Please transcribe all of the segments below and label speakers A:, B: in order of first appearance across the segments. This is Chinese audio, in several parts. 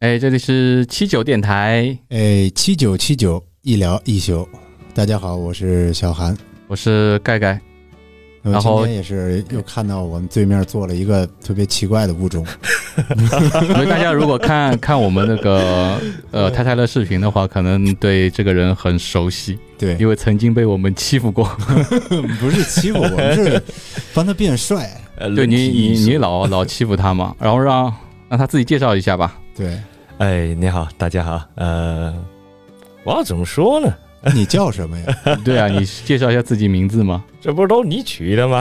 A: 哎，这里是七九电台，
B: 哎，七九七九一聊一宿，大家好，我是小韩。
A: 我是盖 盖。
B: 呃
A: 然后
B: 今天也是又看到我们对面做了一个特别奇怪的物种，
A: 所以大家如果看看我们那个呃太太的视频的话，可能对这个人很熟悉，
B: 对，
A: 因为曾经被我们欺负过。
B: 不是欺负我，们是帮他变帅。
C: 呃
A: 对你，你你
C: 老
A: 老老欺负他 嘛，然后让让他自己介绍一下吧。
B: 对
C: 哎，你好，大家好，呃，我要怎么说呢？
B: 你叫什么呀？
A: 对啊，你介绍一下自己名字 嘛，
C: 这不是都你取 的吗？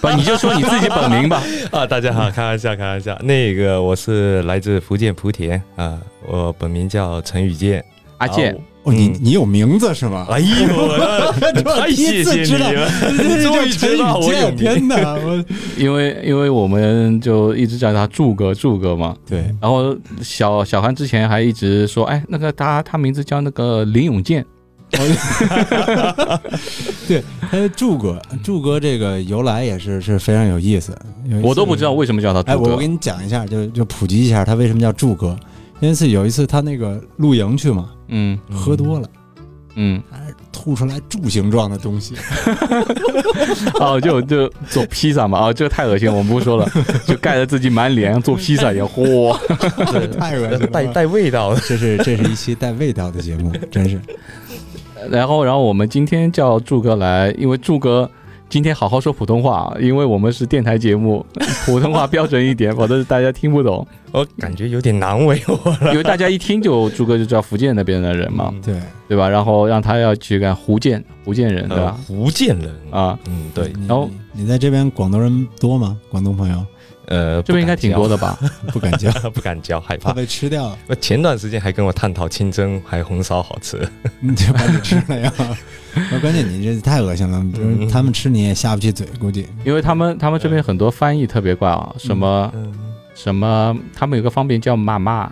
A: 不，你就说你自己本名吧。
C: 啊，大家好，开玩笑，开玩笑。那个我是来自福建莆田啊，我本名叫陈宇健。
A: 阿健，
B: 哦，你
C: 嗯
B: 你有名字是吗？
C: 哎呦， 我 太谢谢你了，
B: 这
C: 终
B: 叫
C: 于
B: 陈
C: 知道
B: 宇
C: 我
B: 健，
C: 有名。
B: 天哪！我
A: 因为因为我们就一直叫他柱哥柱哥嘛，
B: 对，
A: 然后小小韩之前还一直说，哎，那个他他名字叫那个林永健，
B: 对，他柱哥，柱哥这个由来也是是非常有意思。有一次
A: 我都不知道为什么叫他
B: 哎，
A: 柱
B: 我我
A: 哥
B: 给。你讲一下，就就普及一下他为什么叫柱哥。那次有一次他那个露营去嘛，
A: 嗯
B: 喝多了，
A: 嗯，
B: 还吐出来柱形状的东西，
A: 哦，就就做披萨嘛，啊，这个太恶心，我们不说了，就盖着自己满脸做披萨也嚯，
B: 太恶心了。
C: 带带味道的，
B: 这是这是一期带味道的节 目，真是
A: 然后然后我们今天叫柱哥来，因为柱哥。今天好好说普通话，因为我们是电台节目，普通话标准一点，否则大家听不懂。
C: 我感觉有点难为我了。
A: 因为大家一听就柱哥就知道福建那边的人嘛，
B: 对。
A: 对吧？然后让他要去干福建福建人，对
C: 呃，
A: 吧？
C: 福建人，
A: 啊，
C: 嗯，对，
B: 你
A: 然后
B: 你在这边广东人多吗？广东朋友
C: 呃，
A: 这边应该挺多的吧？
B: 不敢 交，
C: 的， 不敢交，害怕
B: 怕。被吃掉，
C: 我前段时间还跟我探讨清蒸还有红烧好吃，
A: 啊
B: 你就把你吃 了呀。那关键你这太恶心
A: 嗯
B: 了，就是他们吃你也下不去嘴，估计
A: 因为他们他们这边很多翻译特别怪啊，什么
C: 嗯，
A: 什么，他们有个方便叫妈妈，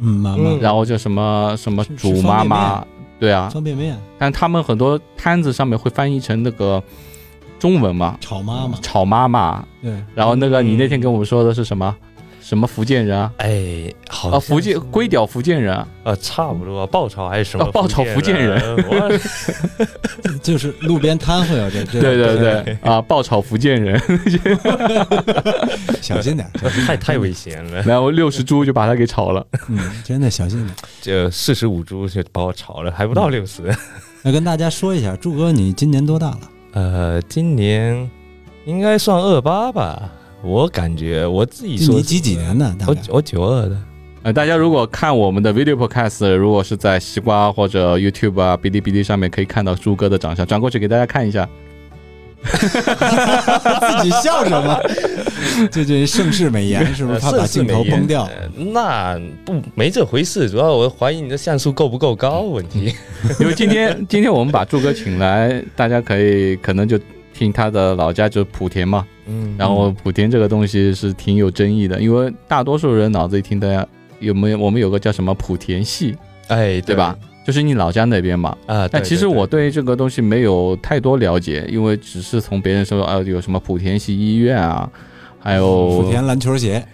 B: 嗯，妈妈
C: 嗯
A: 然后就什么什么
B: 是
A: 煮
B: 是
A: 妈
B: 方便
A: 妈，对啊，
B: 方便面
A: 但他们很多摊子上面会翻译成那个中文嘛，
B: 炒妈妈，
A: 炒妈妈，
B: 对，
A: 然后那个你那天
C: 嗯
A: 跟我们说的是什么什么福建人啊？
C: 哎，好
A: 啊，
B: 哦
C: 像
A: 福建
C: 是
A: 龟屌福建人啊，
C: 呃，差不多爆炒还是什么
A: 哦爆炒福建人
C: 人，
B: 就是路边摊会有这这，
A: 对对对，啊，爆炒福建人，
B: 对，小心点，
C: 我太太危险了，
A: 然后六十株就把他给炒了。
B: 嗯，真的小心点。
C: 这四十五株就把我炒了，还不到六十。
B: 那跟大家说一下，柱哥，你今年多大了？
C: 呃，今年应该算二八吧，我感觉我自己说
B: 你几几年的？大
C: 我
B: 概
C: 我九二的，
A: 呃，大家如果看我们的 video podcast，如果是在西瓜或者 YouTube 啊、哔哩哔哩上面可以看到朱哥的长相，转过去给大家看一下。
B: 自己笑什么？ 这这盛世美 颜是不是怕把镜头崩掉？
C: 呃那不没这回事，主要我怀疑你的像素够不够高问题。
A: 因为今天今天我们把朱哥请来，大家可以可能就听他的老家就是莆田嘛，
C: 嗯
A: 然后莆田这个东西是挺有争议的，因为大多数人脑子里听的有没有我们有个叫什么莆田系，
C: 哎，
A: 对吧？？就是你老家那边嘛，
C: 啊，
A: 但
C: 对
A: 其实
C: 对
A: 我对这个东西没有太多了解，因为只是从别人说啊，有什么莆田系医院啊，还有
C: 哦
B: 嗯莆田篮球鞋，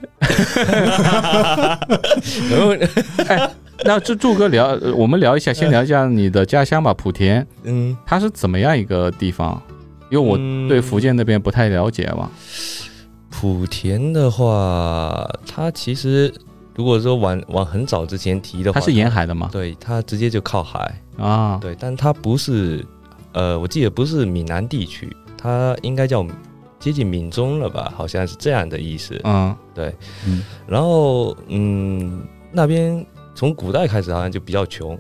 C: 然后
A: 那这柱哥聊，呃我们聊一下，先聊一下你的家乡吧，莆田，
C: 嗯，
A: 它是怎么样一个地方？因为我对福建那边不太了解嘛。
C: 莆田的话，它其实如果说往往很早之前提的话，
A: 它是沿海的嘛？
C: 对，它直接就靠海，
A: 啊，
C: 对，但它不是，呃，我记得不是闽南地区，它应该叫接近闽中了吧，好像是这样的意思。
A: 嗯，
B: 嗯，
C: 然后，嗯，那边从古代开始好像就比较穷，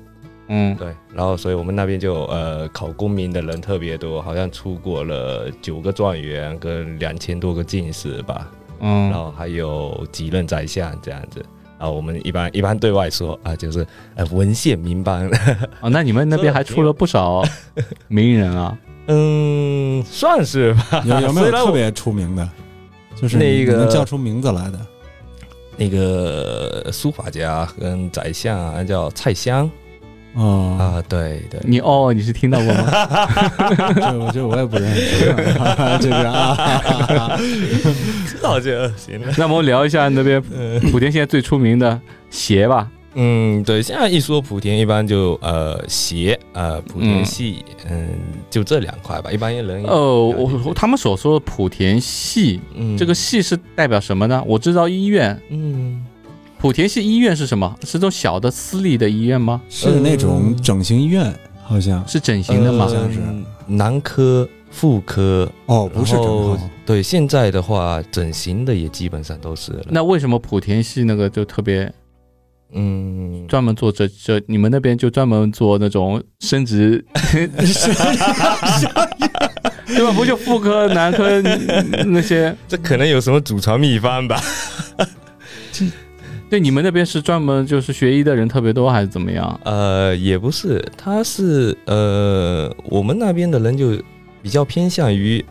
A: 嗯，
C: 对，然后所以我们那边就呃考功名的人特别多，好像出过了九个状元跟两千多个进士吧，然
A: 嗯，
C: 后还有几任宰相这样子。啊，我们一般一般对外说啊，就是呃文献民帮，
A: 哦，那你们那边还出了不少 名人啊，
C: 嗯，算是吧。
B: 有有没有
C: 虽然我
B: 特别出名的？就是
C: 那个
B: 你能叫出名字来的，
C: 那个书法家跟宰相啊叫蔡襄
B: 哦，
C: 啊，对对，
A: 你哦，你是听到过吗？
B: 这我这我也不认识， 这是啊，
C: 知道就行了。
A: 那我们聊一下那边
C: 嗯
A: 莆田现在最出名的鞋吧，
C: 嗯，对，现在一说莆田，一般就呃鞋呃莆田
A: 嗯
C: 系，嗯就这两块吧，一般人也
A: 呃，
C: 了解
A: 我我他们所说的莆田系，
C: 嗯
A: 这个系是代表什么呢？我知道医院，
C: 嗯
A: 莆田系医院是什么？是这种小的私立的医院吗？
B: 是那种整形医院，好像
A: 是整形的吗？
B: 好像是
C: 嗯男科、妇科，
B: 哦，不是整
C: 然后
B: 容，
C: 对，现在的话，整形的也基本上都是了。
A: 那为什么莆田系那个就特别
C: 嗯，
A: 专门做这这？你们那边就专门做那种生殖，
C: 哦
A: 对吧？不就妇科、男科那些？
C: 这可能有什么祖传秘方吧？
A: 对，你们那边是专门就是学医的人特别多，还是怎么样？
C: 呃，也不是，他是呃，我们那边的人就比较偏向于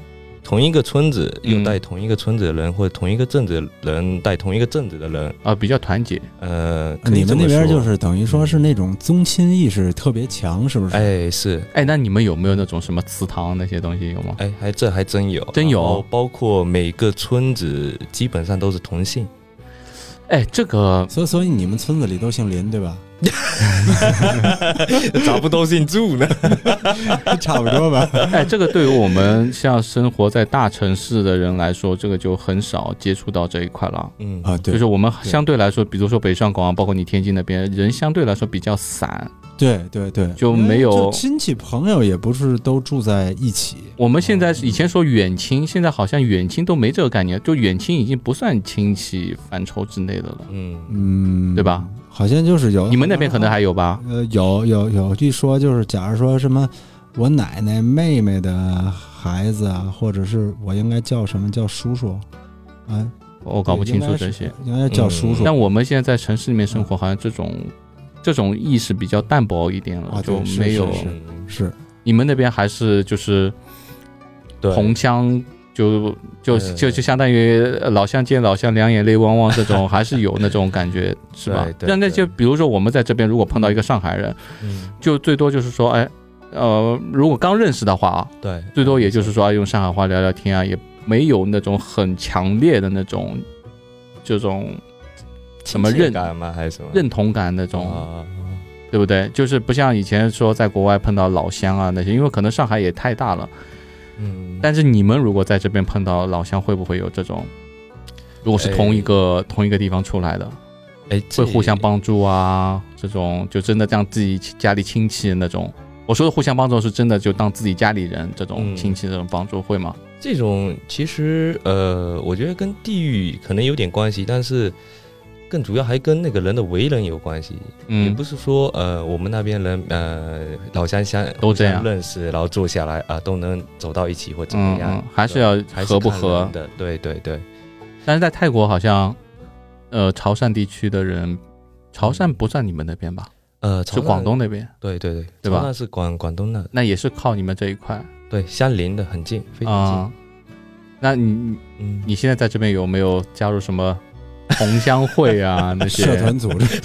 C: 同一个村子
A: 嗯
C: 有带同一个村子的人，或者同一个镇子的人带同一个镇子的人。
A: 啊、比较团结。
C: 呃，可以
B: 你
C: 这
B: 们那
C: 么
B: 边就
C: 说
B: 是等于说是那种宗亲意识特别强，是不是？
C: 哎是。
A: 嗯哎，那你们有没有那种什么祠堂那些东西有吗？
C: 哎，还这还真有，
A: 真有
C: 然后包括每个村子基本上都是同姓，
A: 哎，这个
B: 所以所以你们村子里都姓林对吧？
C: 咋不都姓祝呢？
B: 差不 多吧。
A: 哎，这个对于我们像生活在大城市的人来说，这个就很少接触到这一块了。
C: 嗯
B: 啊，
A: 就
B: 对
A: 是我们
C: 对
A: 相对来说，比如说北上广啊，包括你天津那边，人相对来说比较散。
B: 对对对，
A: 就
B: 因为
A: 没有
B: 就亲戚朋友也不是都住在一起。
A: 我们现在以前说远亲，现在好像远亲都没这个概念，就远亲已经不算亲戚范畴之内的了，
C: 嗯
B: 嗯，
A: 对吧？
B: 好像就是有
A: 你们那边可能还有吧？
B: 呃有有有一说就是，假如说什么我奶奶妹妹的孩子啊，或者是我应该叫什么叫叔叔，啊，
A: 我搞不清楚这些。
B: 应该是，应该叫叔叔。
A: 嗯但我们现在在城市里面生活，好像这种这种意识比较淡薄一点了，
B: 嗯啊
A: 就
B: 对是
A: 没有。
B: 是
C: 嗯
B: 是
A: 你们那边还是就是
C: 对，
A: 同乡。就就
C: 对
A: 就就相当于呃老乡见老乡两眼泪汪汪这 种，还是有那种感觉，是吧
C: 对？对
A: 那那就
C: 对
A: 比如说我们在这边，如果碰到一个上海人，
C: 嗯
A: 就最多就是说，哎，呃，如果刚认识的话啊，
C: 对，
A: 最多也就是说、啊、用上海话聊聊天啊，也没有那种很强烈的那种这种什么
C: 亲切
A: 认
C: 感吗？还是什么
A: 认同感那种，
C: 啊？
A: 对不对？就是不像以前说在国外碰到老乡啊那些，因为可能上海也太大了。
C: 嗯，
A: 但是你们如果在这边碰到老乡，会不会有这种？如果是同一个、同一个地方出来的，
C: 哎，
A: 会
C: 这
A: 互相帮助啊，这种就真的当自己家里亲戚那种。我说的互相帮助是真的，就当自己家里人这种
C: 嗯
A: 亲戚这种帮助会吗？
C: 这种其实呃，我觉得跟地域可能有点关系，但是更主要还跟那个人的为人有关系，也
A: 嗯
C: 不，是说呃我们那边人呃老乡相
A: 都这样
C: 互相认识，然后坐下来啊都能走到一起或怎么
A: 嗯
C: 样
A: 嗯，，还是要
C: 还是
A: 合不
C: 看
A: 合
C: 人。的，对对对，
A: 但是在泰国好像，呃，潮汕地区的人，潮汕不算你们那边吧，
C: 呃，
A: 是
C: 潮汕
A: 广，东那边，
C: 对对对，
A: 对吧
C: 潮汕是广广东那，
A: 那也是靠你们这一块
C: 对，相邻的很近，非常
A: 啊。那你
C: 近，嗯，
A: 你现在在这边有没有加入什么同乡会 啊那些
B: 社团组织，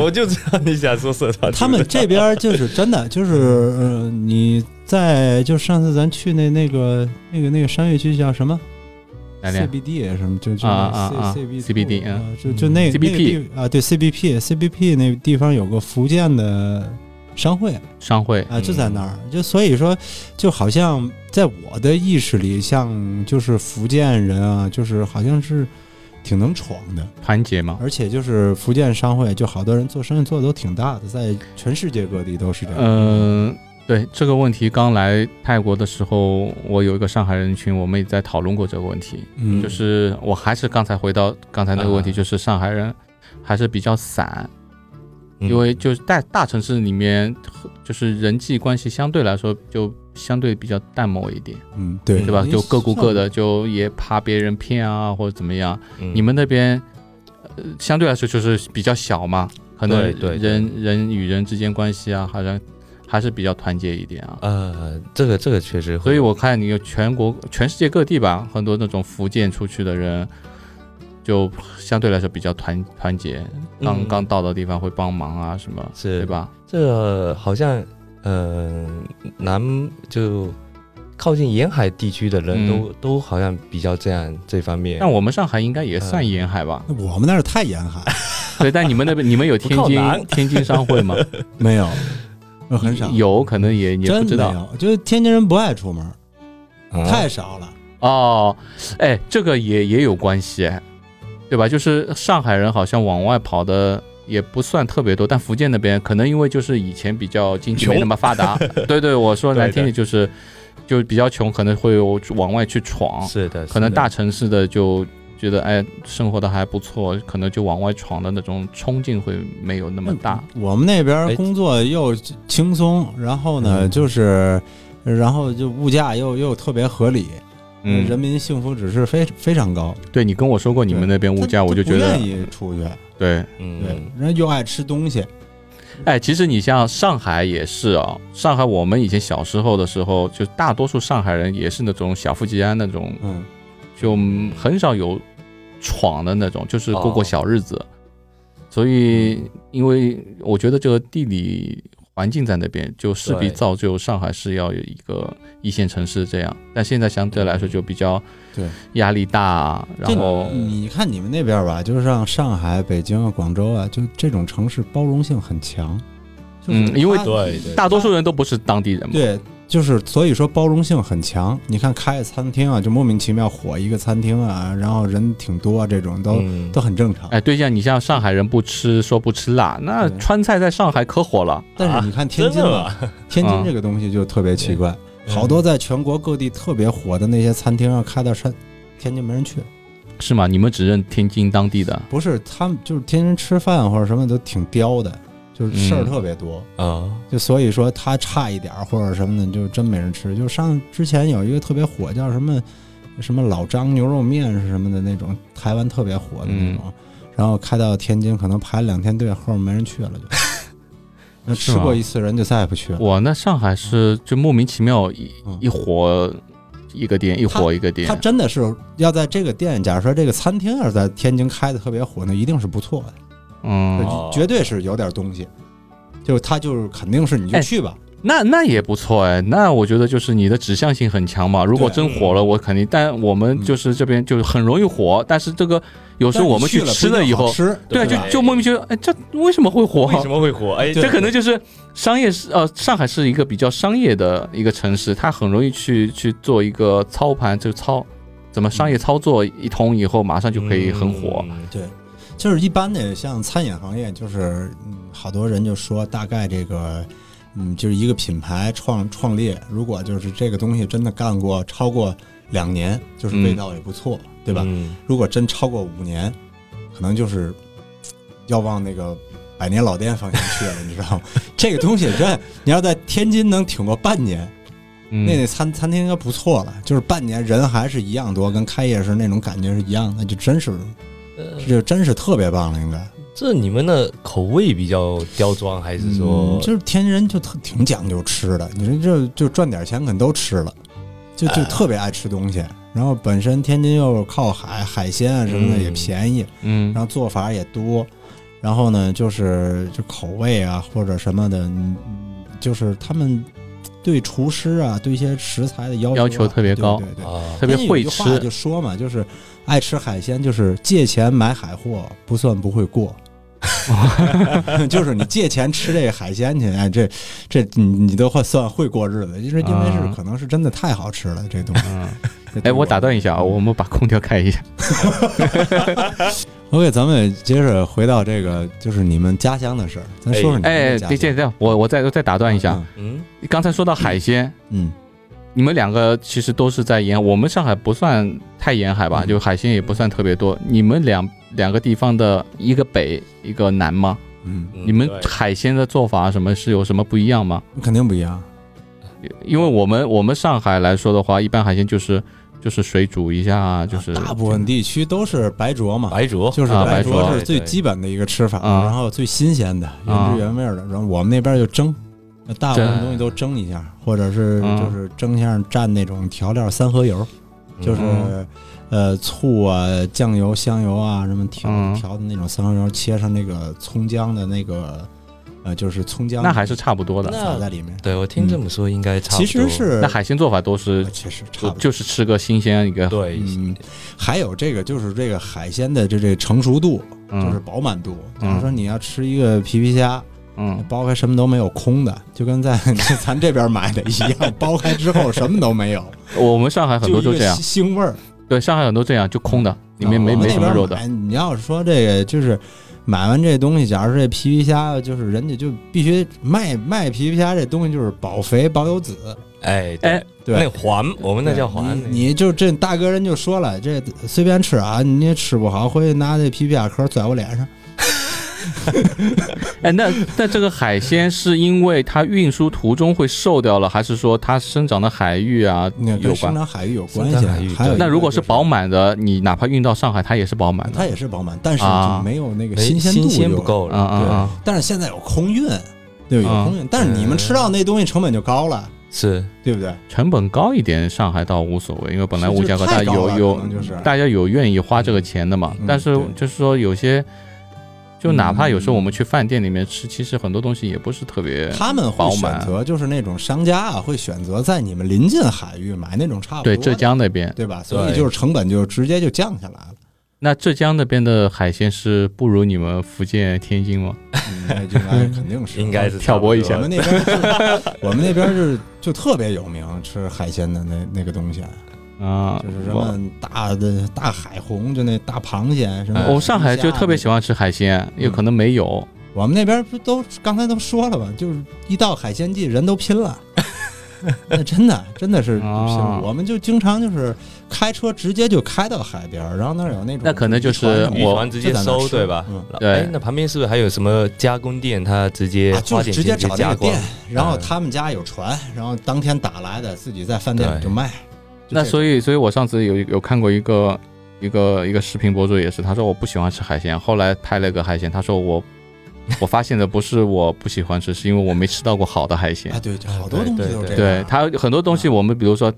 C: 我就知道你想说社 团，
B: 他们 这边就是真的，就是呃，你在就上次咱去那那个那个那个商业区叫什么
A: 哪里啊
B: CBD 什么，就就
A: 啊啊啊
B: CBD
A: CBD 嗯
B: 啊就就那个
A: CBP
B: 那个地啊，对 CBP CBP 那地方有个福建的商会
A: 商会？
B: 啊，就在那儿，
A: 嗯
B: 就所以说，就好像在我的意识里，像就是福建人啊，就是好像是挺能闯的。
A: 团结嘛。
B: 而且就是福建商会，就好多人做生意做的都挺大的，在全世界各地都是这样。
A: 嗯、对这个问题，刚来泰国的时候，我有一个上海人群，我们也在讨论过这个问题。
B: 嗯
A: 就是我还是刚才回到刚才那个问题，
C: 啊
A: 就是上海人还是比较散，
C: 嗯
A: 因为就是大大城市里面，就是人际关系相对来说就相对比较淡漠一点，
B: 嗯，对
A: 对吧？就各顾各
B: 的。
A: 的，就也怕别人骗啊或者怎么样。
C: 嗯
A: 你们那边，呃，相对来说就是比较小嘛，可能
C: 对对对
A: 人人与人之间关系啊，好像还是比较团结一点啊。
C: 呃，这个这个确实会，
A: 所以我看你有全国、全世界各地吧，很多那种福建出去的人，就相对来说比较团团结，刚
C: 嗯
A: 刚到的地方会帮忙啊什么，
C: 是
A: 对？吧？
C: 这个好像呃南就靠近沿海地区的人
A: 嗯
C: 都、都好像比较这样这方面嗯
A: 但。我们上海应该也算沿海吧？
B: 我们那儿太严寒，
A: 对，但你们那边你们有天
C: 不
A: 津
C: 靠南
A: 天津商 会吗？
B: 没 有，那很少，
A: 有可能也也不
B: 真
A: 知
B: 没
A: 道
B: 有，就是天津人不爱出门，
C: 啊
B: 太少了。
A: 哦。哎，这个也也有关系，哎对吧？就是上海人好像往外跑的。也不算特别多，但福建那边可能因为就是以前比较经济
C: 穷
A: 没那么发达， 对对，我说难听点就是就比较穷，可能会有往外去闯，
C: 是的，
A: 可能
C: 是的
A: 大城市的就觉得哎生活的还不错，可能就往外闯的那种冲劲会没有那么大。
B: 我们那边
C: 哎
B: 工作又轻松，然后呢，
C: 嗯
B: 就是，然后就物价又又特别合理，人
A: 嗯，
B: 民幸福指数非非常高。
A: 对你跟我说过你们那边物价，
B: 他
A: 我就
B: 不
A: 觉得
B: 愿意出去，
A: 对。
B: 对，
C: 嗯，
B: 人家又爱吃东西，
A: 哎，其实你像上海也是啊，上海我们以前小时候的时候，就大多数上海人也是那种小富即安那种，
B: 嗯，
A: 就很少有闯的那种，就是过过
C: 哦
A: 小日子。所以，因为我觉得这个地理环境在那边，就势必
C: 对
A: 造就上海是要有一个一线城市这样。但现在相对来说就比较
B: 嗯对
A: 压力大啊，然后
C: 呃
B: 你看你们那边吧，就是像上海、北京啊、广州啊，就这种城市包容性很强，就是
A: 嗯因为
B: 它
C: 对对，
A: 大多数人都不是当地人嘛。
B: 对，就是所以说包容性很强。你看开的餐厅啊，就莫名其妙火一个餐厅啊，然后人挺多啊，这种都、
C: 嗯
B: 都很正常。
A: 哎，对呀，你像上海人不吃，说不吃辣，那
B: 啊对
A: 川菜在上海可火了。
B: 但是你看天津
C: 真的
B: 吧，
C: 吗？
B: 天
A: 啊
B: 津这个东西就特别奇怪，嗯好多在全国各地特别火的那些餐厅啊，开到山天津没人去，
A: 是吗？你们只认天津当地的，
B: 不是他们就是天津吃饭或者什么都挺刁的，就是事儿
A: 嗯
B: 特别多。
C: 啊，
B: 就所以说他差一点儿或者什么的，就真没人吃。就上之前有一个特别火，叫什么什么老张牛肉面是什么的那种，台湾特别火的
A: 嗯
B: 那种，然后开到天津可能排两天队，后面没人 去了就。那
A: 是
B: 吃
A: 吗
B: 过一次人就再也不去了。
A: 哇，那上海是就莫名其妙一
B: 嗯
A: 一火一个店，一火一个店
B: 他。真的是要在这个店，假如说这个餐厅要是在天津开的特别火，那一定是不错的，
A: 嗯，
C: 哦
B: 绝对是有点东西。就是他就是肯定是你就
A: 哎
B: 去吧，
A: 那那也不错哎，那我觉得就是你的指向性很强
B: 啊
A: 嘛。如果真火了，我肯定。但我们就是这边就是很容易火，但是这个有时候
B: 但是
A: 我们
B: 去
A: 去
B: 了
A: 吃
B: 不一
A: 了
B: 定
A: 以
B: 好
A: 后，
B: 吃
A: 对，
B: 吧
A: 就就莫名其妙，哎，这为什么会火？
C: 为什么会火？哎，
B: 对
A: 这可能就是商业是呃，上海是一个比较商业的一个城市，它很容易去去做一个操盘，就操怎么商业操作一通以后，马上就可以很火。
C: 嗯
B: 就是一般的，像餐饮行业，就是嗯，好多人就说大概这个，嗯，就是一个品牌创创立，如果就是这个东西真的干过超过两年，就是味道也不错，对吧？
C: 嗯
B: 如果真超过五年，可能就是要往那个百年老店方向去了，你知道吗？ 这个东西真，你要在天津能挺过半年，那
A: 嗯，
B: 那餐餐厅应该不错了，就是半年人还是一样多，跟开业时那种感觉是一样的，就真是
C: 呃
B: 这真是特别棒了，应该。
C: 这你们的口味比较刁钻，还是说
B: 嗯就是天津人就特挺讲究吃的，你说这就赚点钱肯都吃了，就
A: 哎
B: 就特别爱吃东西。然后本身天津又靠海，海鲜啊什么的
C: 嗯
B: 也便宜，
A: 嗯
B: 然后做法也多，然后呢就是就口味啊或者什么的，嗯嗯就是他们对厨师啊对一些食材的要求、啊
A: 要求特别高
B: 对对对。
C: 啊
A: 特别
B: 天津有
A: 会
B: 一句话
A: 吃
B: 就，说嘛，就是爱吃海鲜，就是借钱买海货不算不会过， 就是你借钱吃这个海鲜去，哎，这这你你都会算会过日子，就是因为是
A: 啊
B: 可能是真的太好吃了这 东西。
A: 嗯，
B: 这对
A: 哎，我打断一下啊，
B: 嗯
A: 我们把空调开 一下。
B: OK，咱们接着回到这个，就是你们家乡的事儿，咱说说你们
A: 哎，
B: 的家
A: 对，
B: 乡
A: 这这，我我再再打断一下，，
C: 嗯
A: 刚才说到海鲜，
B: 嗯
A: 你们两个其实都是在沿海，我们上海不算太沿海吧，
B: 嗯
A: 就海鲜也不算特别多。你们两两个地方的一个北一个南吗？
B: 嗯
C: 嗯
A: 你们
C: 对
A: 海鲜的做法什么是有什么不一样吗？
B: 嗯，肯定不一样。
A: 因为我们我们上海来说的话，一般海鲜就是就是水煮一下啊，就是
B: 大部分地区都是白灼嘛，
C: 白灼
B: 就是
A: 啊白灼
B: 灼是最基本的一个吃法，
A: 啊
B: 然后最新鲜的、原汁原味儿的。然后我们那边就蒸，大部分
A: 蒸
B: 东西都蒸一下，或者是
A: 嗯
B: 就是蒸一下蘸那种调料三合油，就是
A: 嗯
B: 呃醋啊、酱油、香油啊什么调
A: 嗯
B: 调的那种三合油，切上那个葱姜的那个。呃，就是葱姜
A: 那还是差不多的。
C: 那
B: 撒在里面。
C: 对我听这么说应该差不多。
B: 其实是
A: 那海鲜做法都是
B: 呃其实差不多。
A: 就是吃个新鲜一个，
C: 对，
B: 嗯，还有这个就是这个海鲜的这这成熟度，就是
A: 嗯
B: 饱满度。
A: 嗯
B: 假如说你要吃一个皮皮虾，
A: 嗯，
B: 剥开什么都没有，空的，就 跟在咱这边买的一样，剥开之后什么都没有，
A: 我们上海 很多
B: 就
A: 都
B: 一个
A: 这
B: 哦
A: 样，
B: 腥味儿。
A: 对，上海很多这样就空的，里面没
B: 我
A: 没
B: 们那
A: 什么
B: 边
A: 肉的，
B: 买你要是说这个就是。买完这东西，假如这皮皮虾，就是人家就必须卖卖皮皮虾这东西，就是保肥保有子。
C: 哎
A: 哎
C: 哎，
B: 对
C: 那环我们那叫环，
B: 你你就这大哥人就说了，这随便吃啊，你也吃不好，回去拿这皮皮虾壳拽我脸上。
A: 哎，那那这个海鲜是因为它运输途中会瘦掉了，还是说它生长的海域啊
B: 那跟
A: 有
B: 生
A: 关？
B: 长海域有关系
C: 生长海域
B: 啊。还有一
A: 那
B: 个
A: 如果
B: 就是
A: 饱满的，你哪怕运到上海，它也是饱满的。
B: 它也是饱满，但是
A: 啊
B: 就没有那个
C: 没
B: 新鲜度
C: 哎新鲜
B: 就
C: 不。够了，
A: 啊啊啊！
B: 但是现在有空运，对，有
A: 啊
B: 空运，但是你们吃到那东西成本就高了，
C: 对，是
B: 对不对？
A: 成本高一点，上海倒无所谓，因为本来物价高，
B: 就是
A: 大
B: 太
A: 家
B: 高
A: 有
B: 了
A: 有
B: 可能就是
A: 大家有愿意花这个钱的嘛。
B: 嗯
A: 但是
B: 对
A: 就是说有些，就哪怕有时候
B: 嗯
A: 我们去饭店里面吃，其实很多东西也不是特别
B: 他们会
A: 饱满
B: 选择就是那种商家啊，会选择在你们临近海域买那种差不多
A: 对
B: 的，
A: 浙江那边。
B: 对吧？所以
C: 对
B: 就是成本就直接就降下来了。
A: 那浙江那边的海鲜是不如你们福建、天津吗？
B: 嗯那应该肯定是
C: 应该是
A: 挑拨一
C: 差
A: 下
B: 我
C: 不多
B: 们那边就是 我们那边就是就特别有名吃海鲜的那那个东西，
A: 啊，
B: 就是什
A: 我
B: 么大的大海虹，就那大螃蟹什么。
A: 我、哦上海就特别喜欢吃海鲜，
B: 嗯
A: 也可能没有。
B: 我们那边不都刚才都说了吗？就是一到海鲜季，人都 拼了。那真的真的是拼
A: 啊
B: 了，我们就经常就是开车直接就开到海边儿，然后那儿有那种
A: 那可能就是
B: 渔船什么
C: 渔
B: 的
A: 我
C: 船直接
B: 就在那儿
C: 收
B: 吃
C: 对吧
B: 嗯？
A: 对
C: 哎那旁边是不是还有什么加工店？他直接
B: 啊，就
C: 花
B: 是
C: 点
B: 直
C: 钱
B: 接找那
C: 加
B: 个
C: 工
B: 店，，然后他们家有船，然后当天打来的，自己在饭店
C: 对
B: 里就卖。就
A: 那
B: 这
A: 所以，所以我上次有有看过一个一个一个视频博主也是，他说我不喜欢吃海鲜，后来拍了个海鲜，他说我我发现的不是我不喜欢吃，是因为我没吃到过好的海鲜
B: 啊，。对，啊就好
C: 啊
B: 多
C: 对
B: 东西
C: 对
B: 都
C: 对
B: 这
A: 对
B: 样。
A: 他很多东西，我们比如说，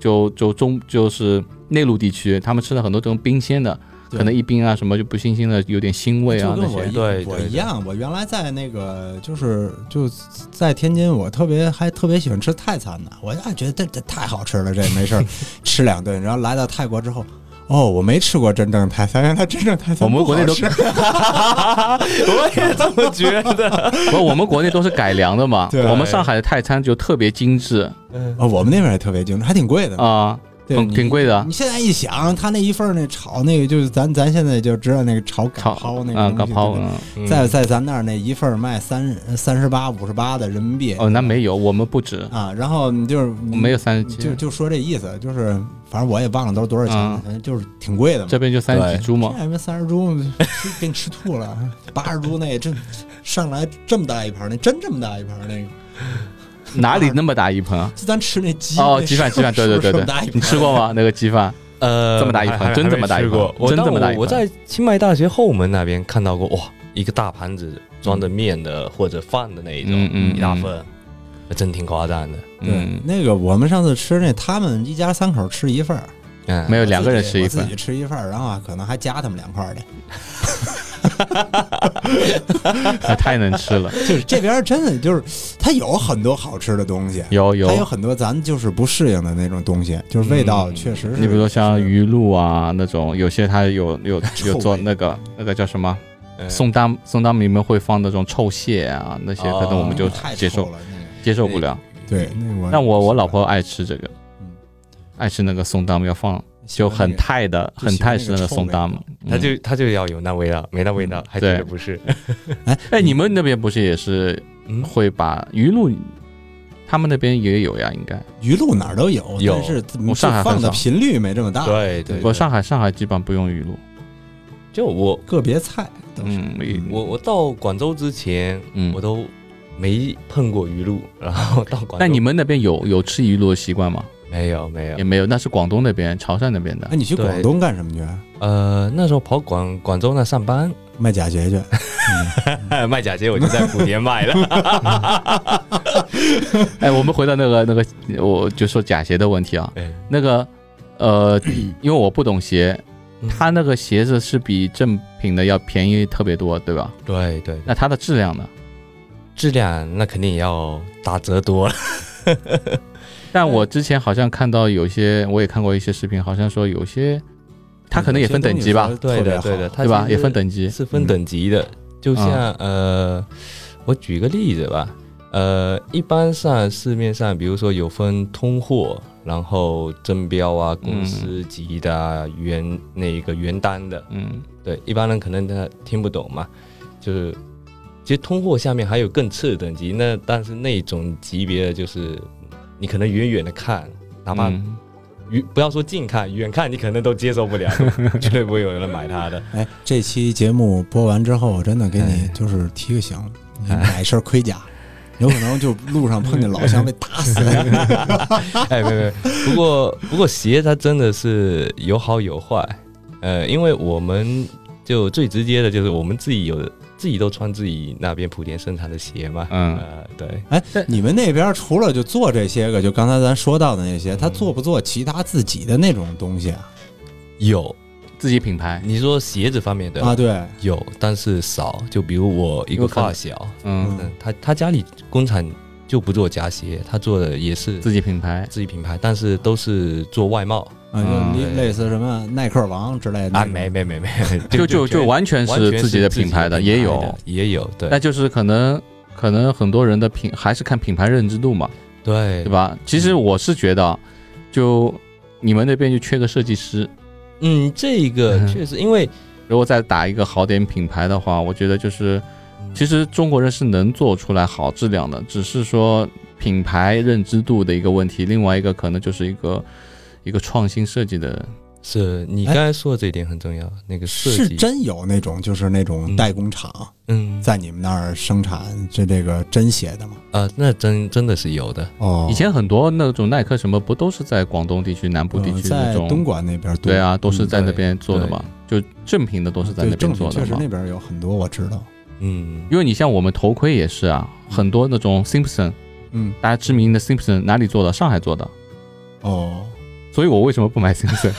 A: 就就中就是内陆地区，他们吃的很多这种冰鲜的，
B: 对
A: 可能一冰啊什么就不新鲜的，有点腥味啊那
B: 就跟我
A: 些
B: 一。
C: 对
B: 我
C: 对
B: 一
C: 对
B: 样，我原来在那个就是就在天津，我特别还特别喜欢吃泰餐呢，我啊觉得这这太好吃了，这 没事儿吃两顿。然后来到泰国之后，哦，我没吃过真正泰餐，原来真正泰餐
A: 我们
B: 不
A: 国
B: 好
A: 内都
B: 吃
C: 我也这么觉得。
A: 不，我们国内都是改良的嘛。
B: 对
A: 我们上海的泰餐就特别精致
B: 哦，我们那边也特别精致，还挺贵的呢。
A: 啊，
B: 对
A: 嗯，挺
B: 你
A: 贵的。
B: 你现在一想，他那一份儿那炒那个，就是咱咱现在就知道那个炒嘎
A: 炒
B: 抛那
A: 啊，搞
B: 个东西
A: 抛
B: 对吧
A: 嗯
B: 在在咱那儿那一份儿卖三三十八五十八的人民币
A: 哦，那没有，我们不止，
B: 啊，然后你就是
A: 我没
B: 有
A: 有三十
B: 嗯就
A: 七，
B: 就说这意思，就是反正我也忘了都是多少钱
A: 嗯
B: 了，反正就是挺贵的嘛。
A: 这边就三十几株 嘛。
B: 这三十株吃 给你吃吐了，八十株那这上来这么大一盘儿，那真这么大一盘儿那个，
A: 哪里那么大一盆啊？
B: 就咱吃那鸡
A: 哦，
B: 那
A: 鸡饭，
B: 是
A: 鸡饭，对
B: 是
A: 对
B: 不
A: 对
B: 是这么大
A: 对
B: 一，
A: 你
B: 盘
A: 吃
B: 儿
A: 过 吗？那个鸡饭，
C: 呃，
A: 这么大一盆
C: 还
A: 真这么大一盆
C: 还没吃过我
A: 真这么
C: 但
A: 大一盆
C: 我我在清迈大学后门那边看到过，哇，一个大盘子装着面的或者饭的那一
A: 嗯嗯
C: 种，一大
A: 嗯
C: 份，真挺夸张的。
B: 对
A: 嗯，，
B: 那个我们上次吃那，他们一家三口吃一份儿，
C: 嗯，
A: 没有
B: 我
A: 两个人
B: 自
A: 吃
B: 己
A: 一
B: 我
A: 份
B: 自己吃一份儿，然后啊可能还加他们两 块儿的。
A: 那太能吃了，
B: 就是这边儿真的就是，它有很多好吃的东西，
A: 有
B: 它有
A: 有。
B: 很多咱就是不适应的那种东西，就是味道确实是。
A: 嗯你比如说像
B: 是
A: 鱼露啊那种，有些它有有
B: 臭
A: 有做
B: 味
A: 那个那个叫什么
C: 嗯
A: 宋丹宋丹里面会放那种臭蟹啊那些，
C: 哦
A: 可能我们
B: 那个
A: 就
B: 太
A: 接
B: 臭
A: 受
B: 了，哎那个
A: 接受不了。
B: 对，那我
A: 但嗯我我老婆爱吃这个
B: 嗯，
A: 爱吃那个宋丹要放
B: 喜
A: 就
B: 欢那
A: 很
B: 个
A: 泰的
B: 就
A: 很
B: 喜欢
A: 泰
B: 那
A: 式
B: 个
A: 的
B: 臭
A: 宋
B: 味
A: 丹嘛，
C: 他
A: 嗯
C: 就他就要有那味道，没那味道还真
A: 对
C: 的不是。
A: 哎，你们那边不是也是
C: 嗯，
A: 会把鱼露，他们那边也有呀，应该。
B: 鱼露哪儿都有，
C: 有
B: 但是
A: 我上海
B: 就放
A: 很少
B: 的频率没这么大。
C: 对对，
A: 啊我
C: 对
A: 上海上海基本上不用鱼露，
C: 就我
B: 个别菜都是，
A: 嗯，没
B: 嗯
C: 我我到广州之前，
A: 嗯
C: 我都没碰过鱼露，然后到广州，
A: 那你们那边有有吃鱼露的习惯吗？
C: 没有没有
A: 也？没有，那是广东那边、潮汕那边的
B: 哎，。你去
C: 对
B: 广东干什么去？啊
C: 呃，那时候跑广广州那 上班，
B: 卖假鞋去。
C: 卖假鞋我就在莆田卖了。
A: 哎，我们回到那个那个，我就说假鞋的问题啊，
C: 哎
A: 那个 呃，因为我不懂鞋，
C: 嗯
A: 它那个鞋子是比正品的要便宜特别多，对吧？
C: 对对，
A: 那它的质量呢？
C: 质量那肯定也要打折多了。
A: 但我之前好像看到有些，我也看过一些视频，好像说有些，它可能也分等级吧，
C: 对的，对的，
A: 对吧？也分等
C: 级，
A: 级，
C: 是分等级的。嗯就像呃，我举个例子吧，呃，一般上市面上，比如说有分通货，然后正标啊、公司级的、啊、原那个原单的，
A: 嗯，
C: 对，一般人可能他听不懂嘛，就是。其实通货下面还有更次的等级，那但是那种级别的就是，你可能远远的看，哪怕
A: 嗯
C: 远、不要说近看，远看你可能都接受 不了，绝对不会有人买它的。
B: 哎，这期节目播完之后，我真的给
A: 哎
B: 你就是提个醒，你买一身盔甲，有可能就路上碰见老乡被打死。
C: 哎，没有没有，不过不过鞋它真的是有好有坏，呃，因为我们就最直接的就是我们自己有自己都穿自己那边莆田生产的鞋嘛，
A: 嗯
C: 呃，对，
B: 哎，你们那边除了就做这些个，就刚才咱说到的那
A: 嗯
B: 些，他做不做其他自己的那种东西啊？
C: 有。
A: 自己品牌，
C: 你说鞋子方面的
B: 啊，
A: 嗯
B: 对，
C: 有，但是少。就比如我一
A: 有
C: 个
A: 可能
C: 发小，
A: 嗯，
C: 嗯，他他家里工厂就不做夹鞋，他做的也是
A: 自己品牌，
C: 自己品牌，但是都是做外贸
B: 啊，
A: 嗯
B: 就类类似什么耐克王之类的
C: 啊，没没没没没，
A: 就就就完全
C: 完全
A: 是自己的
C: 品
A: 品牌
C: 的，
A: 的，也有，
C: 也有，
A: 那
C: 对
A: 就是可能可能很多人的品还是看品牌认知度嘛，
C: 对
A: 对？吧？其实我是觉得，就你们那边就缺个设计师，
C: 嗯，这个确实，因为
A: 如果再打一个好点品牌的话，我觉得就是，
B: 嗯
A: 其实中国人是能做出来好质量的，只是说品牌认知度的一个问题。另外一个可能就是一个一个创新设计的，
C: 是你
B: 哎
C: 刚才说的这一点很重要，那个设
B: 是
C: 计，
B: 真有那种就是那种代工厂
C: 嗯，
B: 在你们那儿生产这这个真鞋的吗？
C: 啊，那真真的是有的，
B: 哦，
A: 以前很多那种耐克什么不都是在广东地区、南部地
B: 嗯
A: 区那
B: 在东
A: 种，
B: 莞那边多嗯
A: 对，啊，都是在那边做的
C: 对
A: 嘛，就正品的都是在那
B: 对，
A: 边
B: 正
A: 做
B: 品
A: 的
B: 确实
A: 嘛
B: 那。边有很多我知道，
C: 嗯，
A: 因为你像我们头盔也是啊，很多那种 Simpson，
B: 嗯，
A: 大家知名的 Simpson 哪里做的？上海做的。
B: 哦，
A: 所以我为什么不买 Simpson？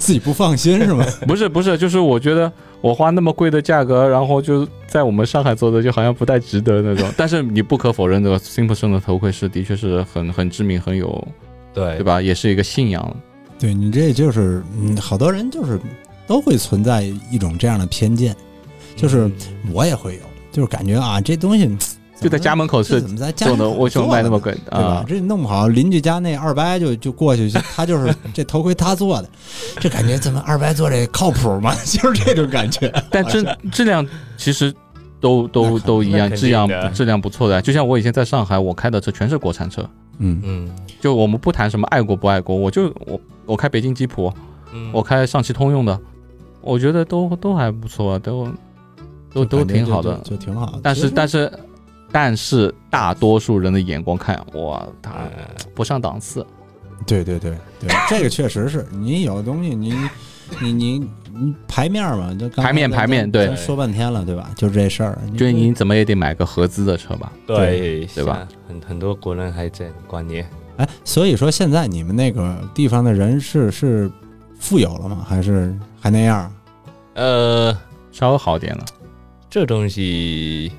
B: 自己不放心是吗？
A: 不是不是，就是我觉得我花那么贵的价格，然后就在我们上海做的，就好像不太值得那种。但是你不可否认，这个 Simpson 的头盔是的确是很很知名，很有
C: 对
A: 对？吧？也是一个信仰。
B: 对你这就是，嗯，好多人就是都会存在一种这样的偏见，就是我也会有，就是感觉啊，这东西嗯
A: 就在家门口
B: 这
A: 是
B: 怎么在家
A: 做的，
B: 门口
A: 为什么
B: 做
A: 卖那么
B: 呢
A: 贵
B: 对吧
A: 啊？？
B: 这弄不好邻居家那二伯就就过去，就他就是 这头盔他做的，这感觉怎么二伯做这靠谱吗？ 就是这种感觉。
A: 但质质量其实都
B: 那
A: 都
B: 肯
A: 都一
C: 那
A: 样，
C: 肯
A: 质量
C: 定的
A: 质量不错的。就像我以前在上海，我开的车全是国产车。
B: 嗯，
C: 嗯，
A: 就我们不谈什么爱国不爱国，我就我我开北京吉普，
C: 嗯
A: 我开上汽通用的，我觉得都都还不错，啊都都都挺好的。
B: 就挺好的。
A: 但
B: 其
A: 是
B: 实
A: 但是但是大多数人的眼光看，哇，他
C: 嗯
A: 不上档次。
B: 对对对对，这个确实是你有东西，你你你你牌面嘛，就刚才
A: 牌面
B: 咱
A: 牌面对
B: 咱说半天了，对吧？就是这事儿，
A: 就是
B: 你
A: 你怎么也得买个合资的车吧？
C: 对
A: 对吧？
C: 像很很多国人还这样观念，
B: 哎，所以说现在你们那个地方的人是是富有了吗？还是还那样？
C: 呃。
A: 稍微好一点了。
B: 哎
C: 这东西，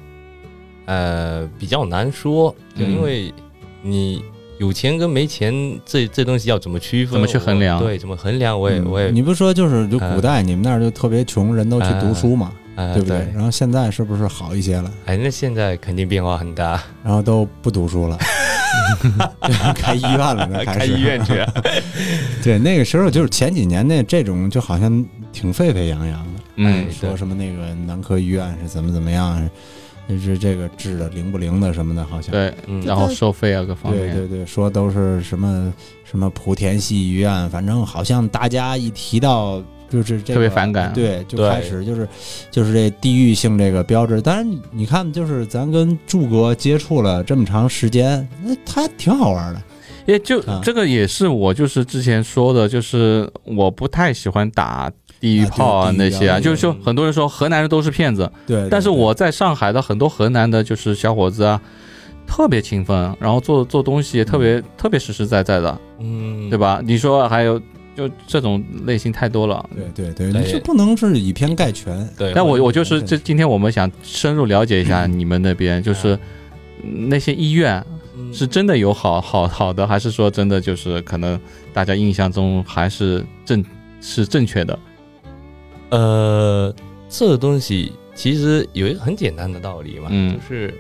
C: 呃，比较难说，就
A: 嗯
C: 因为你有钱跟没钱，这这东西要怎么区分？
A: 怎么去衡量嗯
C: 我对，怎么衡量？我也，我也，
B: 嗯你不说就是就
A: 呃
B: 古代你们那儿就特别穷，人都去读书嘛，
C: 呃
B: 对不对？然后现在是不是好一些了？
C: 哎，那现在肯定变化很大，
B: 然后都不读书了， 开医院了呢，
C: 开
B: 始
C: 医。院去啊。
B: 对，那个时候就是前几年那这种就好像挺沸沸扬扬的，
A: 嗯
C: 哎，
B: 说什么那个男科医院是怎么怎么样，是这个治的灵不灵的什么的，好像。
A: 对，
C: 嗯，
A: 然后收费啊各方
B: 对
A: 面，
B: 对对，说都是什么什么莆田系医院，反正好像大家一提到就是这个
A: 特别反感。
B: 对，就
C: 对
B: 开始就是就是这地域性这个标志。当然，你看，就是咱跟柱哥接触了这么长时间，那他挺好玩的。
A: 也就
B: 啊
A: 这个也是我就是之前说的，就是我不太喜欢打地狱炮
B: 啊
A: 啊
B: 对
A: 那些啊，
B: 地狱
A: 就
B: 啊
A: 是说很多人说河南人都是骗子，
B: 对，
A: 但是我在上海的很多河南的就是小伙子啊，特别勤奋，然后做做东西也特别特别实实在在的，
C: 嗯，
A: 对吧？你说还有。就这种类型太多了。
B: 对对对，
C: 对
B: 你就不能是以偏概全。
C: 对，
A: 但我
B: 对
A: 我就是这今天我们想深入了解一下你们那边，就是那些医院
C: 嗯
A: 是真的有好好好的，还是说真的就是可能大家印象中还是正是正确的？
C: 呃，这东西其实有一个很简单的道理嘛，
A: 嗯
C: 就是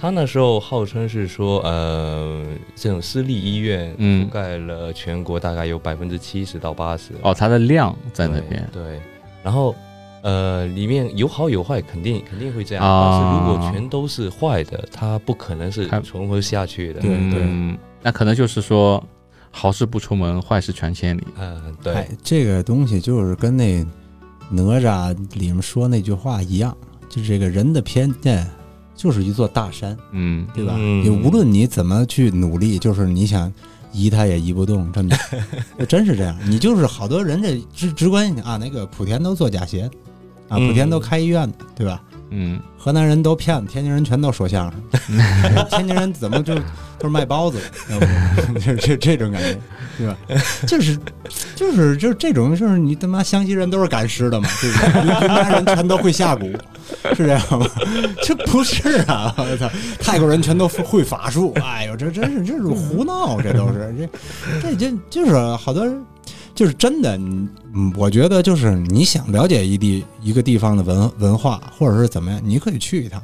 C: 他那时候号称是说，呃，这种私立医院
A: 嗯
C: 覆盖了全国大概有百分之七十到八十
A: 哦，它的量在那边。
C: 对。对然后呃，里面有好有坏，肯定肯定会这样。
A: 啊
C: 但是如果全都是坏的，它不可能是
A: 它
C: 存活下去的。
B: 对对
A: 嗯，那可能就是说好事不出门，坏事传千里。
C: 嗯、对，
B: 哎，这个东西就是跟那哪吒里面说那句话一样，就是这个人的偏见就是一座大山，
A: 嗯
B: 对吧？
C: 嗯
B: 你无论你怎么去努力，就是你想移它也移不动，真 的，就真是这样。你就是好多人这直直观啊，那个莆田都做假鞋，啊，
C: 嗯
B: 莆田都开医院的，对吧？
A: 嗯，
B: 河南人都骗子，天津人全都说相声，天津人怎么就都是卖包子的，要不就是这这种感觉，对吧？就是就是就是这种，就是你他妈湘西人都是赶尸的嘛，对 不对？云南人全都会下蛊，是这样吗？这不是啊！我操，泰国人全都会法术，哎呦，这真是这是胡闹，这都是这这这就是好多人。就是真的，你嗯，我觉得就是你想了解一地一个地方的文文化，或者是怎么样，你可以去一趟，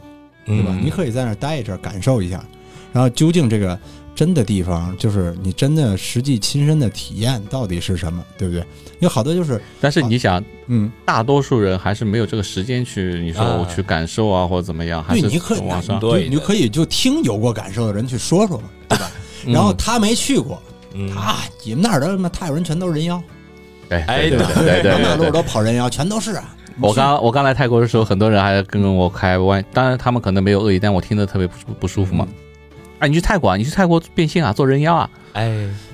B: 对吧？
C: 嗯
B: 你可以在那儿待一阵儿，感受一下，然后究竟这个真的地方，就是你真的实际亲身的体验到底是什么，对不对？有好多就是，
A: 但是你想，
B: 嗯，
A: 大多数人还是没有这个时间去，你说
C: 啊
A: 我去感受啊，或者怎么样，还
B: 对，
A: 是
B: 你可以
A: 网上
C: 对
B: 你就可以就听有过感受的人去说说嘛，对吧？
A: 嗯
B: 然后他没去过，
C: 嗯
B: 啊，你们那儿的他妈泰国人全都是人妖，
A: 对
C: 哎
A: 对对对
C: 对
A: 对
B: 满马
A: 对
B: 路
A: 对对。
B: 都跑人妖，全都是啊。
A: 我刚我刚来泰国的时候，很多人还跟我开玩，当然他们可能没有恶意，但我听得特别不舒不舒服嘛。
B: 嗯
A: 哎，你去泰国啊，你去泰国变性啊，做人妖啊，
C: 哎，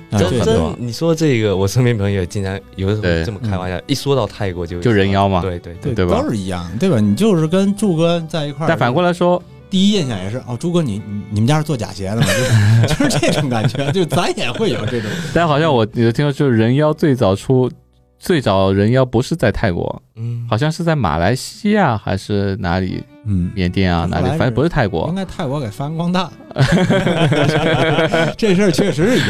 B: 啊
A: 对
C: 真
A: 很多
C: 真，你说这个，我身边朋友也经常有的时候
A: 对嗯
C: 这么开玩笑，一说到泰国就
A: 就人妖嘛
C: 对对
B: 对，
C: 对
A: 对吧
B: 都是一样，对吧？你就是跟柱哥在一块儿，
A: 但反过来说，
B: 第一印象也是哦，朱哥你你你们家是做假鞋的吗？ 就是就是这种感觉，就 咱也会有这种。
A: 但好像我有听说，就是人妖最早出，最早人妖不是在泰国，
C: 嗯，
A: 好像是在马来西亚还是哪里，
B: 嗯，
A: 缅甸啊哪里
B: 后来，是
A: 反正不是泰国
B: 应。该泰国给发扬光大了， 这事儿确实是有，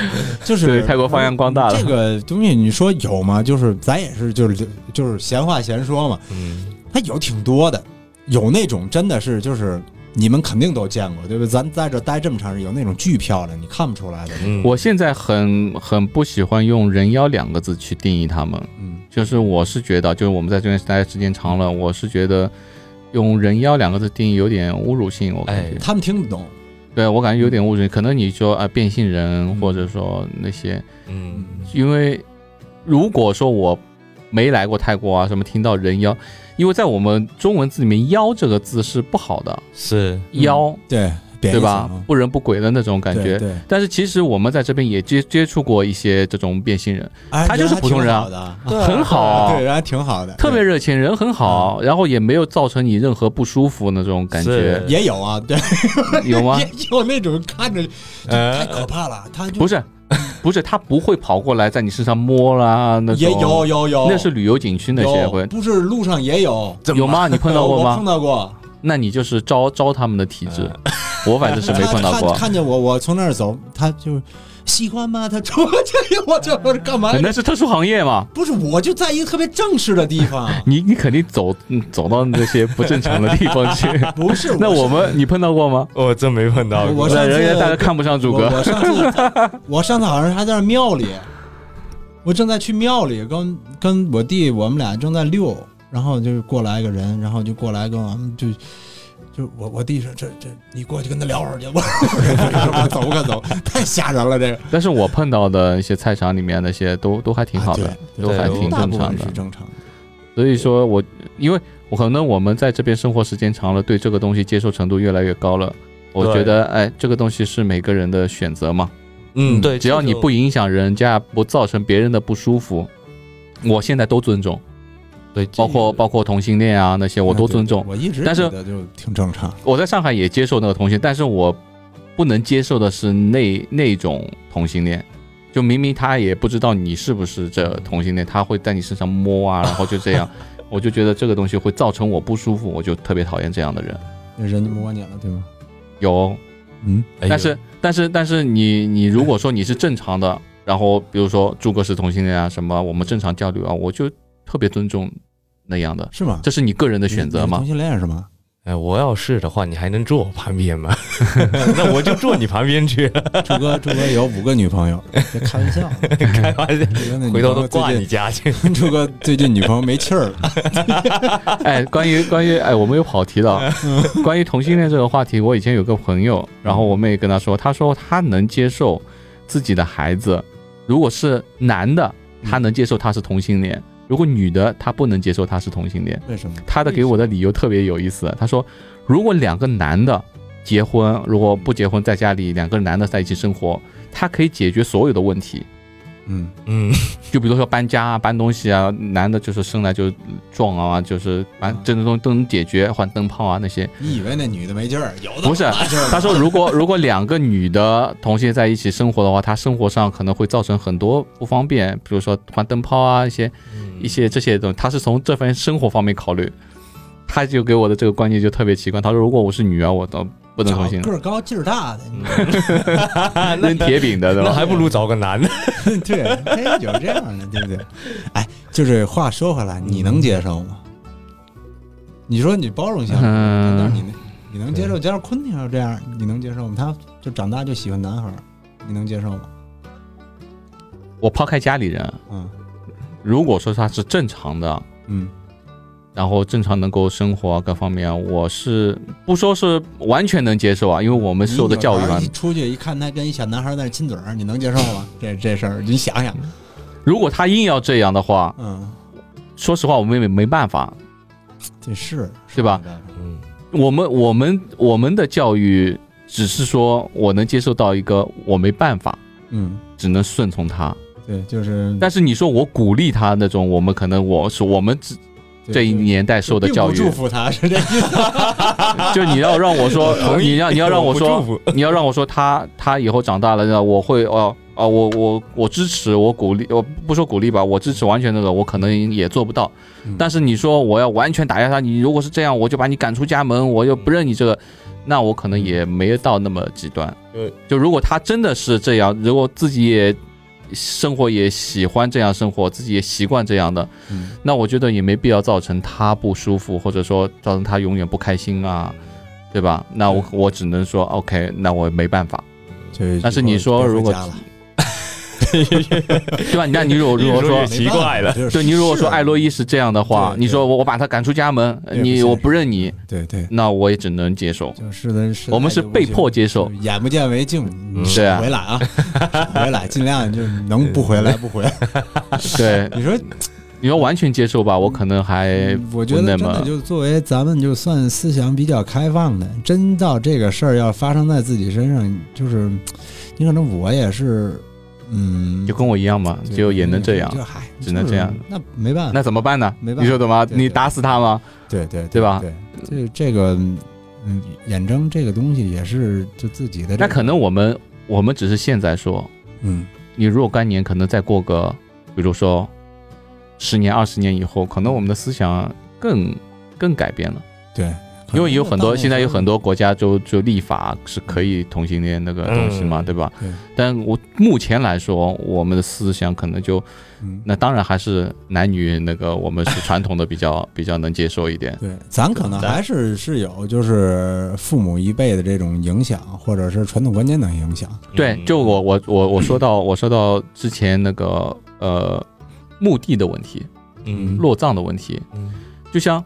B: 就是
A: 对泰国发扬光大了
B: 这个东西你说有吗？就是咱也是就是就是闲话闲说嘛，
C: 嗯，
B: 它有挺多的，有那种真的是就是你们肯定都见过，对不对？咱在这待这么长时间，有那种巨漂亮，你看不出来的。
C: 嗯
A: 我现在很很不喜欢用“人妖”两个字去定义他们，
B: 嗯，
A: 就是我是觉得，就是我们在这边待时间长了，我是觉得用“人妖”两个字定义有点侮辱性，我感觉，
C: 哎
B: 他们听不懂，
A: 对我感觉有点侮辱性。可能你说啊、变性人，或者说那些，
C: 嗯
A: 因为如果说我没来过泰国啊，什么听到“人妖”，因为在我们中文字里面“妖”这个字是不好的，
C: 是
A: 妖，
B: 对
A: 对吧？不人不鬼的那种感
B: 贬义词
A: 觉
B: 嘛。对对，
A: 但是其实我们在这边也接接触过一些这种变性人，
B: 哎
A: 他就是
B: 人还
A: 普通
B: 挺
A: 人啊
B: 好的，
A: 很好，
B: 对，人嗯还挺好的，
A: 哦特别热情，人很好，然后也没有造成你任何不舒服那种感觉
C: 是，
B: 也有啊，对，
A: 有吗？
B: 也有那种看着
C: 呃
B: 太可怕了，他就
A: 不是，不是，他不会跑过来在你身上摸啦，那
B: 也
A: 种
B: 有，有有，
A: 那是旅游景区那些
B: 有
A: 会
B: 不是路上也有，呃
A: 有吗？你碰到过
B: 我
A: 吗
B: 碰？到过，
A: 那你就是招招他们的体质，我反正是没
B: 他
A: 碰到
B: 看
A: 过。
B: 看见我，我从那儿走，他就喜欢吗？他冲我这， 我就我是干嘛
A: 可？能是特殊行业嘛，
B: 不是，我就在一个特别正式的地 方，
A: 你你肯定走嗯走到那些不正常的地方去。
B: 不是，
A: 那
B: 我
A: 我们你碰到过吗？
C: 哎我真没碰到
B: 我
C: 过。
B: 上
A: 人家
B: 次
A: 大家看不上
B: 是
A: 主
B: 我
A: 哥，
B: 我上次我上次好像还在庙里，我正在去庙里，跟跟我弟我们俩正在遛，然后就是过来一个人，然后就过来跟我们就。就我我弟说这这你过去跟他聊会儿去，我我走我走，太吓人了这个。
A: 但是我碰到的一些菜场里面那些都都还挺好的
B: 啊，
A: 都还
C: 对
A: 挺
B: 大
A: 正
B: 部
A: 常
B: 分
A: 的
B: 是。正常的。
A: 所以说我，因为我可能我们在这边生活时间长了，对这个东西接受程度越来越高了。我
C: 对
A: 觉得，哎，这个东西是每个人的选择嘛，
C: 嗯，对，
A: 只要你
C: 这种
A: 不影响人家，不造成别人的不舒服，我现在都尊重，
C: 对，
A: 包括包括同性恋啊那些，我都尊重。
B: 我一直
A: 但是
B: 觉得就挺正常。
A: 我在上海也接受那个同性，但是我不能接受的是那那种同性恋，就明明他也不知道你是不是这同性恋，他会在你身上摸啊，然后就这 样，我就觉得这个东西会造成我不舒服，我就特别讨厌这样的人。
B: 那人家摸你了，对吗？
A: 有，
B: 嗯，
C: 哎呦
A: 但是但是但是你你如果说你是正常的，然后比如说朱哥是同性恋啊什么，我们正常交流啊，我就特别尊重那样的，
B: 是吗？
A: 这是你个人的
B: 的
A: 选择嘛
B: 同。性恋是吗？
C: 哎，我要是的话，你还能坐我旁 边吗？ 那我就坐你旁边去，
B: 朱哥，朱哥有五个女朋友，别 开玩笑。
C: 开玩笑，
B: 朱哥那女
C: 回头
B: 朋
C: 都
B: 友最
C: 挂
B: 近
C: 你。家去。
B: 朱哥最近女朋友没气儿了，
A: 哎，关于关于哎，我们又跑题了。关于同性恋这个话题，我以前有个朋友，然后我们也跟他说，他说他能接受自己的孩子，如果是男的，他能接受他是同性恋；如果女的，他不能接受他是同性恋。
B: 为什么？
A: 他的给我的理由特别有意思，他说，如果两个男的结婚，如果不结婚，在家里两个男的在一起生活，他可以解决所有的问题，
B: 嗯，
C: 嗯，
A: 就比如说搬家啊、搬东西啊，男的就是生来就撞啊，就是
B: 嗯
A: 搬这种东西都能解决，换灯泡啊那些。
B: 你以为那女的没劲儿？有的
A: 不是
B: 大劲儿。
A: 他说，如果如果两个女的同性在一起生活的话，她生活上可能会造成很多不方便，比如说换灯泡啊一些
B: 嗯
A: 一些这些东西，他是从这份生活方面考虑。他就给我的这个观念就特别奇怪，他说如果我是女儿，我都不能同
B: 找
A: 性
B: 个，儿高劲儿大 的，
A: 扔铁饼的，对
C: 嗯那
A: 吧？
C: 还不如找个男的。
B: 你 对，哎，有这样的，对不对？哎，就是话说回来，你能接受吗？你说你包容性，
A: 嗯
B: 但是你能你能接受？加上昆汀要这样，你能接受吗？他就长大就喜欢男孩儿，你能接受吗？
A: 我抛开家里人，
B: 嗯
A: 如果说他是正常的，
B: 嗯
A: 然后正常能够生活啊各方面啊，我是不说是完全能接受啊，因为我们受的教育嘛
B: 你。出去一看他跟一小男孩在那亲嘴儿，你能接受吗？这这事儿你想想，
A: 如果他硬要这样的话，
B: 嗯，
A: 说实话，我们也没办法。
B: 这是
A: 对吧？
B: 是
C: 嗯，
A: 我们我们我们的教育只是说我能接受到一个我没办法，
B: 嗯，
A: 只能顺从他。
B: 对，就是
A: 但是你说我鼓励他那种，我们可能我是我们这
B: 对
A: 这一年代受的
B: 并
A: 教
B: 不
A: 育，
B: 祝福他是这意思。
A: 就你要让我 说，你要你要让我
C: 我
A: 说
C: 不祝，
A: 你要让我说他他以后长大了，那我会哦哦，我我我支持，我鼓励，我不说鼓励吧，我支持完全那个，我可能也做不到
B: 嗯。
A: 但是你说我要完全打压他，你如果是这样，我就把你赶出家门，我就不认你这个，那我可能也没到那么极端
C: 对。
A: 就如果他真的是这样，如果自己也生活也喜欢这样生活，自己也习惯这样的，
B: 嗯
A: 那我觉得也没必要造成他不舒服，或者说造成他永远不开心啊，对吧？那我我只能说 OK，那我没办法，
B: 就
A: 但是你说如果
B: 别回家了
A: 对吧？那你 如果如果
C: 越说
A: 说，
C: 越奇怪了，
B: 就是
A: 对你如果说
B: 是啊
A: 艾洛伊是这样的话，
B: 对对
A: 你说我我把他赶出家门，
B: 对不
A: 你
B: 行
A: 我不认你，
B: 啊对对，
A: 那我也只能接受。
B: 就是的，是
A: 我们是被迫接 受，
B: 眼不见为净，你
A: 是啊
B: 回来啊， 回来，尽量就能不回来不回来。
A: 对，
B: 你说，
A: 你要完全接受
B: 嗯
A: 吧，我可能还
B: 我觉得真的就作为咱们就算思想比较开放的，真到这个事儿要发生在自己身上，就是你可能我也是，嗯
A: 就，跟我一样嘛，就也能这
B: 就
A: 样，
B: 嗨，
A: 只能这样
B: 就是，那没办法，
A: 那怎么办呢？
B: 没办法
A: 你说怎么？
B: 对对
A: 你打死他吗？
B: 对对
A: 对吧
B: 对，这这个。嗯，眼睁这个东西也是就自己的这个、
A: 那可能我们我们只是现在说，
B: 嗯，
A: 你若干年，可能再过个，比如说十年、二十年以后，可能我们的思想更更改变了，
B: 对，
A: 因为有很多现在有很
B: 多
A: 多国家就就立法是可以同性恋那个东西嘛，
C: 嗯
A: 对吧？
B: 对
A: 但我目前来说，我们的思想可能就
B: 嗯，
A: 那当然还是男女那个我们是传统的比较比较能接受一点，
B: 对，咱可能
C: 咱
B: 还是是有，就是父母一辈的这种影响，或者是传统观念的影响。
C: 嗯
A: 对，就我我我我说到我说到之前那个呃墓地的问题、
C: 嗯
A: 落葬的问题，
C: 嗯
A: 就像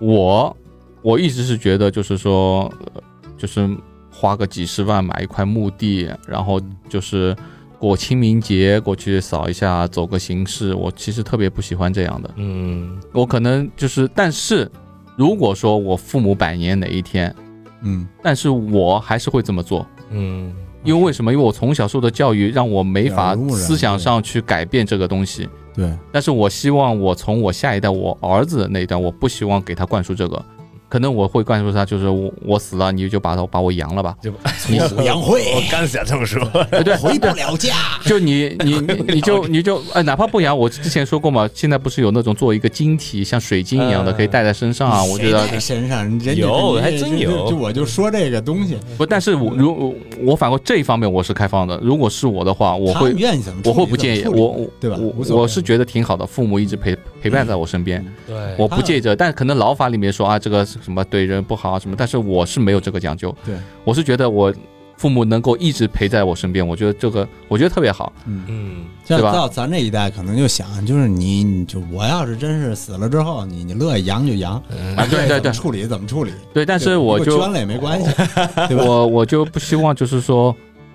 A: 我，我一直是觉得，就是说，呃就是花个几十万买一块墓地，然后就是过清明节过去扫一下，走个形式。我其实特别不喜欢这样的。
C: 嗯
A: 我可能就是，但是如果说我父母百年哪一天，
B: 嗯，
A: 但是我还是会这么做。
C: 嗯
A: 因为为什么？因为我从小受的教育让我没法
B: 耳濡目染
A: 思想上去改变这个东西，
B: 对，
A: 但是我希望我从我下一代，我儿子那一代，我不希望给他灌输这个。可能我会灌输他，就是我我死了，你就把我把我扬 了吧，
C: 就
A: 你
B: 杨慧
C: 我刚想这么说，
A: 对对，
B: 回不了家，
A: 就你 你你你就你就哎，哪怕不扬，我之前说过嘛，现在不是有那种做一个晶体，像水晶一样的，
C: 嗯
A: 可以戴在身上 啊，我觉
B: 谁
A: 得
B: 带身上人家
C: 有
B: 人家
C: 还真有
B: 就就我就说这个东西，
A: 不，但是我如我反过这一方面我是开放的，如果是我的话，我
B: 他
A: 会
B: 们愿意怎么处
A: 我
B: 理
A: 会不介意，
B: 怎么处理
A: 我我
B: 对吧？无
A: 我
B: 所谓
A: 我是觉得挺好的，父母一直陪陪伴在我身边，
C: 对
A: 我不介意
B: 嗯
A: 这，但可能老法里面说啊，这个什么对人不好啊什么，但是我是没有这个讲究，
B: 对，
A: 我是觉得我父母能够一直陪在我身边，我觉得这个我觉得特别好，
B: 嗯，
C: 嗯，
B: 像
A: 对吧
B: 到咱这一代，可能就想，就是你，你就我要是真是死了之后，你你乐意扬就扬，
A: 啊对
B: 你乐
A: 对
B: 意怎
A: 对
B: 么处理怎么处理。
A: 对，但是
B: 对
A: 我
B: 如果
A: 就
B: 捐了也没关系， 对吧？
A: 我我就不希望就是说，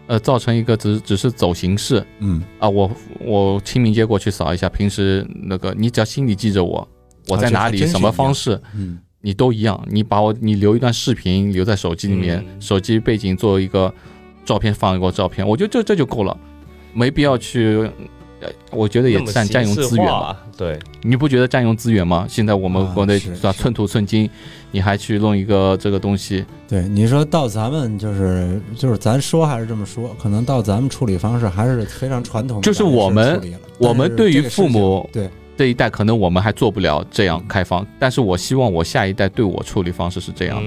A: 呃，造成一个只只是走形式
B: 嗯，
A: 啊，我我清明节过去扫一下，平时那个你只要心里记着我，我
B: 啊
A: 在
B: 这
A: 哪
B: 还
A: 里，
B: 真
A: 什
B: 是
A: 么
B: 一
A: 方
B: 样
A: 式，
B: 嗯，
A: 你都一样，你把我你留一段视频留在手机里面，
C: 嗯
A: 手机背景做一个照片，放一个照片，我觉得这这就够了，没必要去。呃我觉得也
C: 那么
A: 占占用
C: 形式
A: 资源
C: 化
A: 吧，
C: 吧，对，
A: 你不觉得占用资源吗？现在我们
B: 啊
A: 国内
B: 是
A: 吧，
B: 是
A: 寸土寸金，你还去弄一个这个东西，
B: 对，你说到咱们就是就是咱说还是这么说，可能到咱们处理方式还是非常传统的，
A: 就是我们
B: 处理了
A: 我们对于父母
B: 但是这个事情
A: 这一代可能我们还做不了这样
C: 嗯
A: 开放，但是我希望我下一代对我处理方式是这样，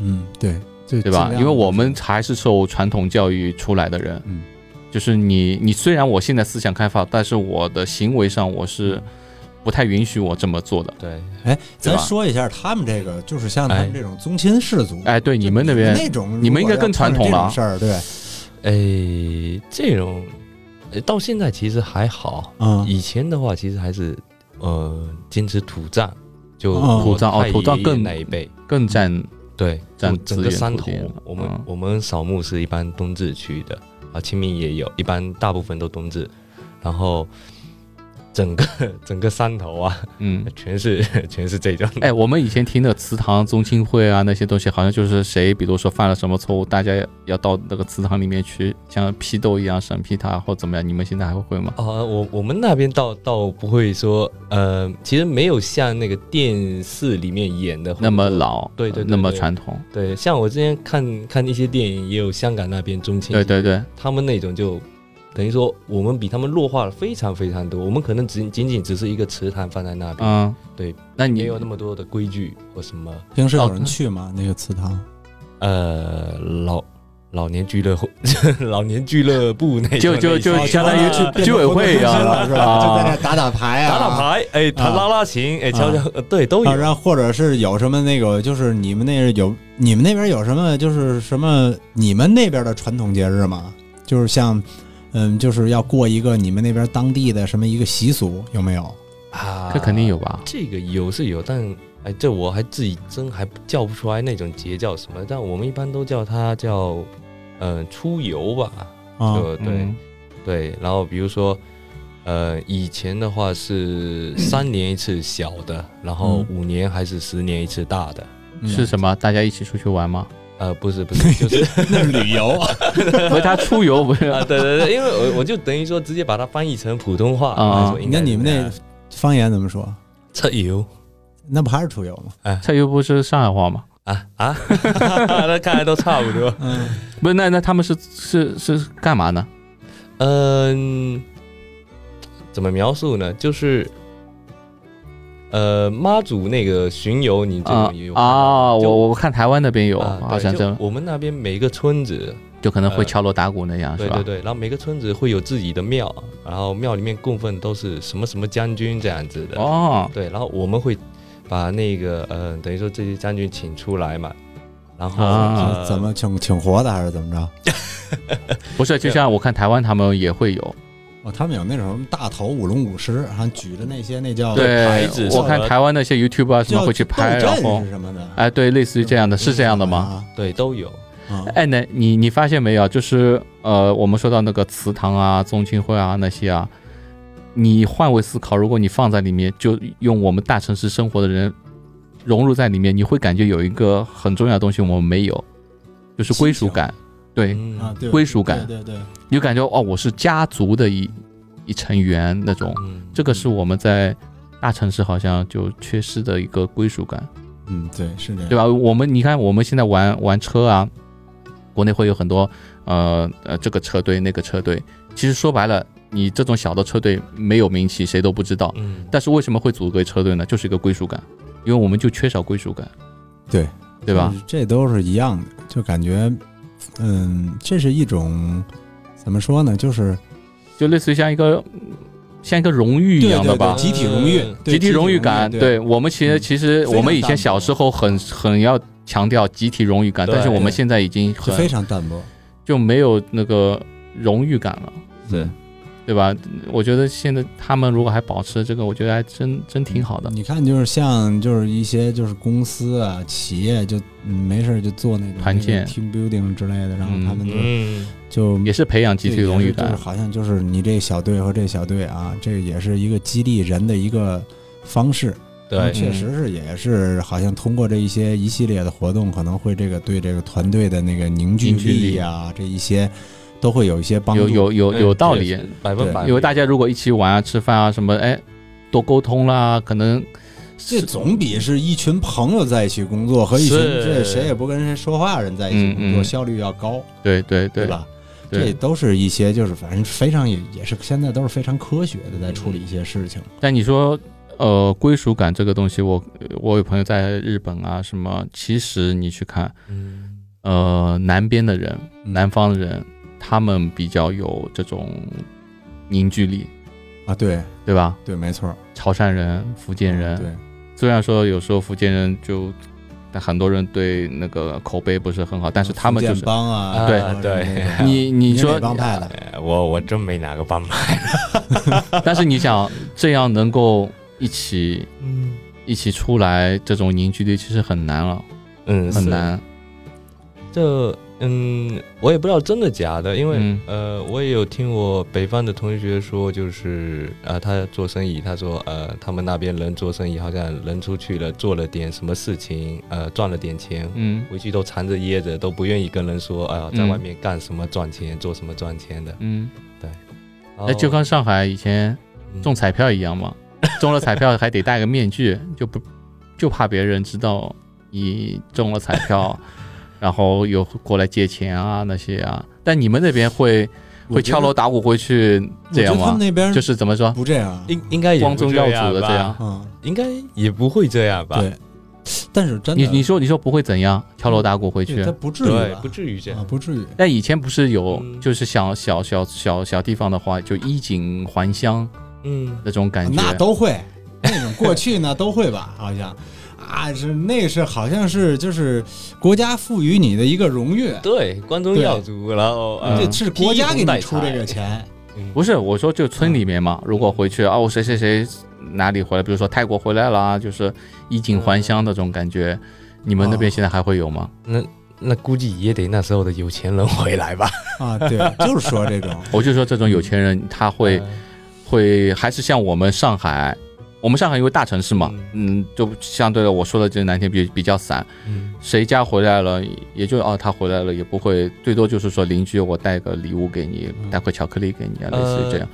C: 嗯，
B: 对，嗯，对，就
A: 对吧
B: 尽？量
A: 因为我们还是受传统教育出来的人，
B: 嗯，
A: 就是你，你虽然我现在思想开放，但是我的行为上我
C: 嗯
A: 是不太允许我这么做的。
C: 对，
B: 哎，咱
A: 对吧
B: 说一下他们这个，就是像他
C: 哎
B: 们这种宗亲氏
C: 嗯
B: 族，
A: 哎，对，
B: 就
A: 你们那边
B: 那种，
A: 你们应该更传统了啊
B: 事儿，对，
C: 哎，这种呃到现在其实还好，
A: 啊
B: 嗯，
C: 以前的话其实还是呃坚持土葬，就
B: 哦
A: 土葬哦
C: 我太爷爷
A: 土葬更
C: 那一辈，
A: 更占
C: 对，
A: 占
C: 就整个
A: 资源
C: 山
A: 土
C: 头
A: 地了，
C: 我们、
A: 嗯
C: 我们扫墓是一般冬至去的啊，清明也有，一般大部分都冬至，然后整个 整个山头啊，
A: 嗯。
C: 全是 全是这种，
A: 哎，我们以前听的祠堂宗亲会啊，那些东西，好像就是谁，比如说犯了什么错误，大家要到那个祠堂里面去，像批斗一样审批他或怎么样。你们现在还会会吗？
C: 哦，我我们那边倒倒不会说，呃，其实没有像那个电视里面演的
A: 那么老，
C: 哦对对对
A: 那么
C: 对
A: 传统，
C: 对，像我之前看看一些电影，也有香港那边中青，
A: 对对对，
C: 他们那种就等于说我们比他们弱化了非常非常多，我们可能只仅仅只是一个祠堂放在那边，
A: 嗯，
C: 对。
A: 那
C: 没
A: 你
C: 有那么多的规矩或什么，
B: 平
A: 哦
B: 时有人去吗？那个祠堂？
C: 呃，老老年俱乐会、 老年俱乐部那
A: 就
C: 种
A: 就
C: 类型
A: 就啊
B: 哦
A: 相当于去居委会一样
B: 了，是吧？就在那儿打打牌啊，
C: 打打。牌，哎，
B: 啊
C: 弹拉拉琴，哎，
B: 啊
C: 敲敲，呃对，都
B: 啊，
C: 有。
B: 然后或者是有什么那个，就是你们那有你们那边有什么，就是什么你们那边的传统节日吗？就是像，嗯，就是要过一个你们那边当地的什么一个习俗，有没有？
C: 啊
A: 这肯定有吧？
C: 这个有是有，但哎，这我还自己真还叫不出来那种节叫什么，但我们一般都叫它叫，呃，出游吧，
B: 啊，
C: 就对、
A: 嗯
C: 对。然后比如说，呃，以前的话是三年一次小的，然后
B: 嗯
C: 五年还是十年一次大的。
B: 嗯
A: 是什么？大家一起出去玩吗？
C: 呃，不是 不是，就是
B: 那是旅 游，
A: 不是他出游，不是
C: 啊，对对对，因为我我就等于说直接把它翻译成普通话
A: 啊
C: 来说应该
B: 那
C: 是
B: 你们
C: 这
B: 那
C: 样
B: 方言怎么说？
C: 出游
B: 那不还是出游吗？
A: 这又不是上海话吗？
C: 啊啊， 那看来都差不多。
B: 嗯，
A: 不是，那那他们是是是干嘛呢？
C: 嗯，怎么描述呢？就是，呃，妈祖那个巡游，你这
A: 啊
C: 个有看到
A: 啊，
C: 就
A: 我我看台湾那边有，
C: 啊
A: 好
C: 对
A: 像
C: 就
A: 真
C: 我们那边每个村子，
A: 就可能会
C: 呃
A: 敲锣打鼓那样，啊
C: 对
A: 是
C: 对
A: 吧？
C: 对，然后每个村子会有自己的庙，然后庙里面供奉都是什么什么将军这样子的。
A: 哦，
C: 对，然后我们会把那个呃，等于说这些将军请出来嘛，然后、
A: 啊
C: 呃
B: 怎么请请活的还是怎么着？
A: 不是，就像我看台湾他们也会有，
B: 哦，他们有那种大头舞龙舞狮，好像举着那些那叫
C: 牌
A: 对
C: 子，
A: 我
C: 上
A: 看
C: 了
A: 台湾那些 YouTube 啊什
B: 叫
A: 么会去拍，然
B: 斗阵
A: 后
B: 是什么的？
A: 哎，对，类似于这样的，是这样的吗？
C: 对都有。
B: 啊？
A: 哎，那你你发现没有？啊就是呃，我们说到那个祠堂啊、宗亲会啊那些啊，你换位思考，如果你放在里面，就用我们大城市生活的人融入在里面，你会感觉有一个很重要的东西我们没有，就是归属感。对，
C: 嗯
B: 嗯啊，对，
A: 归属感
B: 对对对，
A: 你就感觉哦，我是家族的一一成员那种，
C: 嗯
A: 这个是我们在大城市好像就缺失的一个归属感。
B: 嗯，对，是这样，
A: 对吧？我们你看，我们现在玩玩车啊，国内会有很多呃呃这个车队那个车队，其实说白了，你这种小的车队没有名气，谁都不知道。
C: 嗯，
A: 但是为什么会组个车队呢？就是一个归属感，因为我们就缺少归属感，
B: 对
A: 对吧？？
B: 这都是一样的，就感觉，嗯，这是一种怎么说呢？就是
A: 就类似于像一个嗯像一个荣誉一
B: 对
A: 样的
B: 对
A: 吧
B: 对，，集体荣誉
C: 嗯，
B: 对
A: 集体荣誉感。
B: 对
A: 对我们其实
B: 嗯
A: 其实
B: 非常
A: 我们以前小时候很很要强调集体荣誉感，
C: 对
A: 但是我们
B: 对
A: 现在已经
B: 就非
A: 很
B: 常淡薄。
A: 就没有那个荣誉感了。
C: 对，
A: 对吧？我觉得现在他们如果还保持这个，我觉得还真真挺好的。
B: 嗯你看，就是像就是一些就是公司啊、企业就嗯没事儿就做那种
A: 团建
B: 那种 team building 之类的，然后
A: 嗯
B: 他们就、
C: 嗯，
B: 就
A: 也是培养集体
B: 对
A: 荣誉
B: 也是就
A: 感
B: 是。好像就是你这小队和这小队啊，这也是一个激励人的一个方式。
C: 对，
B: 嗯确实是也是好像通过这一些一系列的活动，可能会这个对这个团队的那个凝聚
A: 凝聚力
B: 力啊，这一些都会有一些帮助。
A: 有有有有道理，，
C: 嗯百分百。
A: 因为大家如果一起玩啊、吃饭啊什么，哎，多沟通啦，可能
B: 这
A: 是
B: 总比是一群朋友在一起工作和一群
C: 是
B: 这谁也不跟谁说话的人在一起工
A: 嗯嗯
B: 作效率要高，
A: 对对对
B: 对？吧？这
A: 对。
B: 都是一些就是反正非常也也是现在都是非常科学的在处理一些事情。
A: 但你说，呃，归属感这个东西，我我有朋友在日本啊，什么，其实你去看，
C: 嗯
A: 呃，南边的人，
B: 嗯
A: 南方的人，他们比较有这种凝聚力，
B: 啊，对
A: 对吧？
B: 对，没错，
A: 潮汕人、福建人，
B: 对
A: 虽然说有时候福建人就，但很多人对那个口碑不是很好，但是他们就
B: 福
A: 是
B: 建帮啊，
A: 对
B: 然后
C: 对
B: 什么 那种
A: 你你
B: 是哪
A: 说，
B: 帮派的，
C: 哎我我真没哪个帮派。
A: 但是你想这样能够一起
C: 嗯
A: 一起出来，这种凝聚力其实很难了，
C: 嗯，
A: 很
C: 是
A: 难。
C: 这嗯，我也不知道真的假的，因为、
A: 嗯
C: 呃，我也有听我北方的同学说，就是啊、呃他做生意，他说呃，他们那边人做生意，好像人出去了，做了点什么事情，呃，赚了点钱，
A: 嗯
C: 回去都藏着掖着，都不愿意跟人说，哎、呀，在
A: 嗯
C: 外面干什么赚钱，做什么赚钱的。
A: 嗯，
C: 然
B: 哦
A: 那哎就
C: 后
A: 跟上海以前
C: 嗯
A: 中彩票一样嘛， 中了彩票还得戴个面具，就不就怕别人知道你中了彩 票，然后有过来借钱啊那些啊。但你们那边会会敲锣打鼓回去这样
B: 我觉得他
A: 吗
B: 们？那边
A: 就是怎么说？
B: 不这样，
C: 应应该也
A: 光宗
C: 不
A: 耀
C: 这
A: 祖的
C: 吧
A: 这样，
B: 嗯，
C: 应该也不会这样吧？
B: 对。但是真的，
A: 你你说你说不会怎样，敲锣打鼓回
B: 对
A: 去
B: 他。不至于
C: 对，
B: 吧
C: 不至于这
B: 啊，
C: 样。
B: 不至于。
A: 但以前不是有，
C: 嗯
A: 就是小小小小小地方的话，就衣锦还乡
C: 嗯，
A: 那种感觉。
B: 那都会，那种过去呢都会吧，好像啊是那是好像是就是国家赋予你的一个荣誉，
C: 对，光宗
B: 对
C: 耀祖，然后呃
A: 嗯
B: 这是国家给你出这个钱，
C: 嗯
A: 不是我说，就村里面嘛，如果回去哦，谁谁谁哪里回来，比如说泰国回来了啊，就是衣锦还乡那种感觉。你们那边现在还会有吗？
C: 那那估计也得那时候的有钱人回来吧？
B: 啊，对，就是说 这种
A: 我就说这种有钱人，他会
C: 嗯
A: 会还是像我们上海，我们上海因为大城市嘛，嗯，就相对的我说的这难听比比较散，
C: 嗯，
A: 谁家回来了，也就哦，他回来了，也不会，最多就是说邻居我带个礼物给你，
B: 嗯
A: 带块巧克力给你啊，类似于这
B: 呃
A: 样。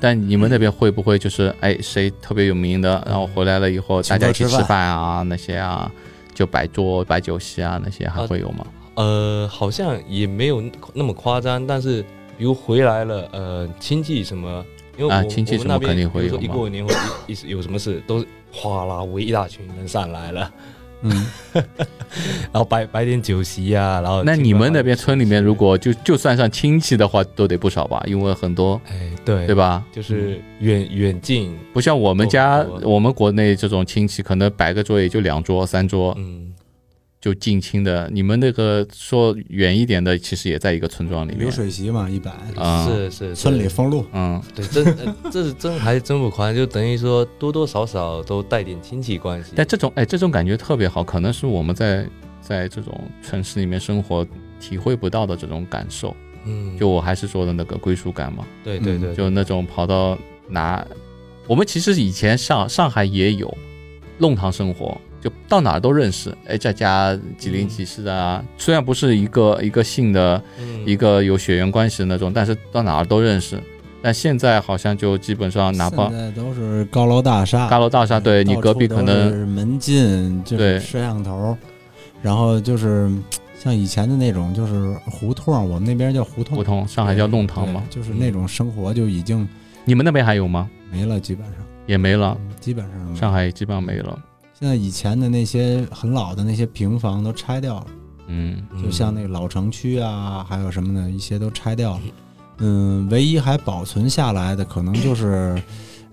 A: 但你们那边会不会就是哎，谁特别有名的，然后回来了以后
B: 请
A: 大家
B: 客
A: 一起
B: 吃
A: 吃
B: 饭
A: 饭啊那些啊，就摆桌摆酒席啊那些还会有吗？
C: 呃，好像也没有那么夸张，但是比如回来了，呃，亲戚什么，因为我、
A: 啊亲戚
C: 我们
A: 什么
C: 那边
A: 肯定会
C: 比如说
A: 有
C: 一
A: 嘛
C: 过年或者一一有什么事，都是哗啦围一大群人上来了，
B: 嗯，
C: 然后摆摆点酒席啊，
B: 呃
C: 然后
A: 那
C: 亲
A: 你
C: 朋
A: 们
C: 好
A: 那边
C: 友
A: 村里面如果就就算上亲戚的话，都得不少吧？因为很多
C: 哎对
A: 对？吧？
C: 就是远远近，
A: 不像我们家
C: 多很，多
A: 我们国内这种亲戚可能摆个桌也就两桌三桌，
C: 嗯，
A: 就近亲的，你们那个说远一点的，其实也在一个村庄里面
B: 流。水席嘛，一百，
A: 啊
C: 是是
B: 村里
C: 是
B: 封路，
A: 嗯，
C: 对，真呃这是真还真不宽，就等于说多多少少都带点亲戚关系。
A: 但这种哎，这种感觉特别好，可能是我们在在这种城市里面生活体会不到的这种感受。
C: 嗯，
A: 就我还是说的那个归属感嘛，
C: 对对对，
A: 就那种跑到哪，我们其实以前上上海也有弄堂生活，就到哪儿都认识。哎，这家几
B: 嗯
A: 邻几室的啊，虽然不是一个一个姓的
C: 嗯
A: 一个有血缘关系的那种，但是到哪儿都认识。但现在好像就基本上哪怕
B: 现在都是高楼大厦，
A: 高楼大厦，对你
B: 嗯到
A: 隔壁
B: 处
A: 可
B: 都
A: 能
B: 是门禁，就是
A: 对
B: 摄像头，然后就是像以前的那种，就是胡同，我们那边叫胡同，
A: 胡同，嗯上海叫弄堂
B: 对
A: 嘛，
B: 就是那种生活就已经
A: 你们那边还有吗？
B: 没了，基本上，嗯
A: 也没了，
B: 基本上没了
A: 啊上海基本上没了。
B: 现在以前的那些很老的那些平房都拆掉了，
A: 嗯，
B: 就像那个老城区啊，还有什么的一些都拆掉了。嗯，唯一还保存下来的可能就是，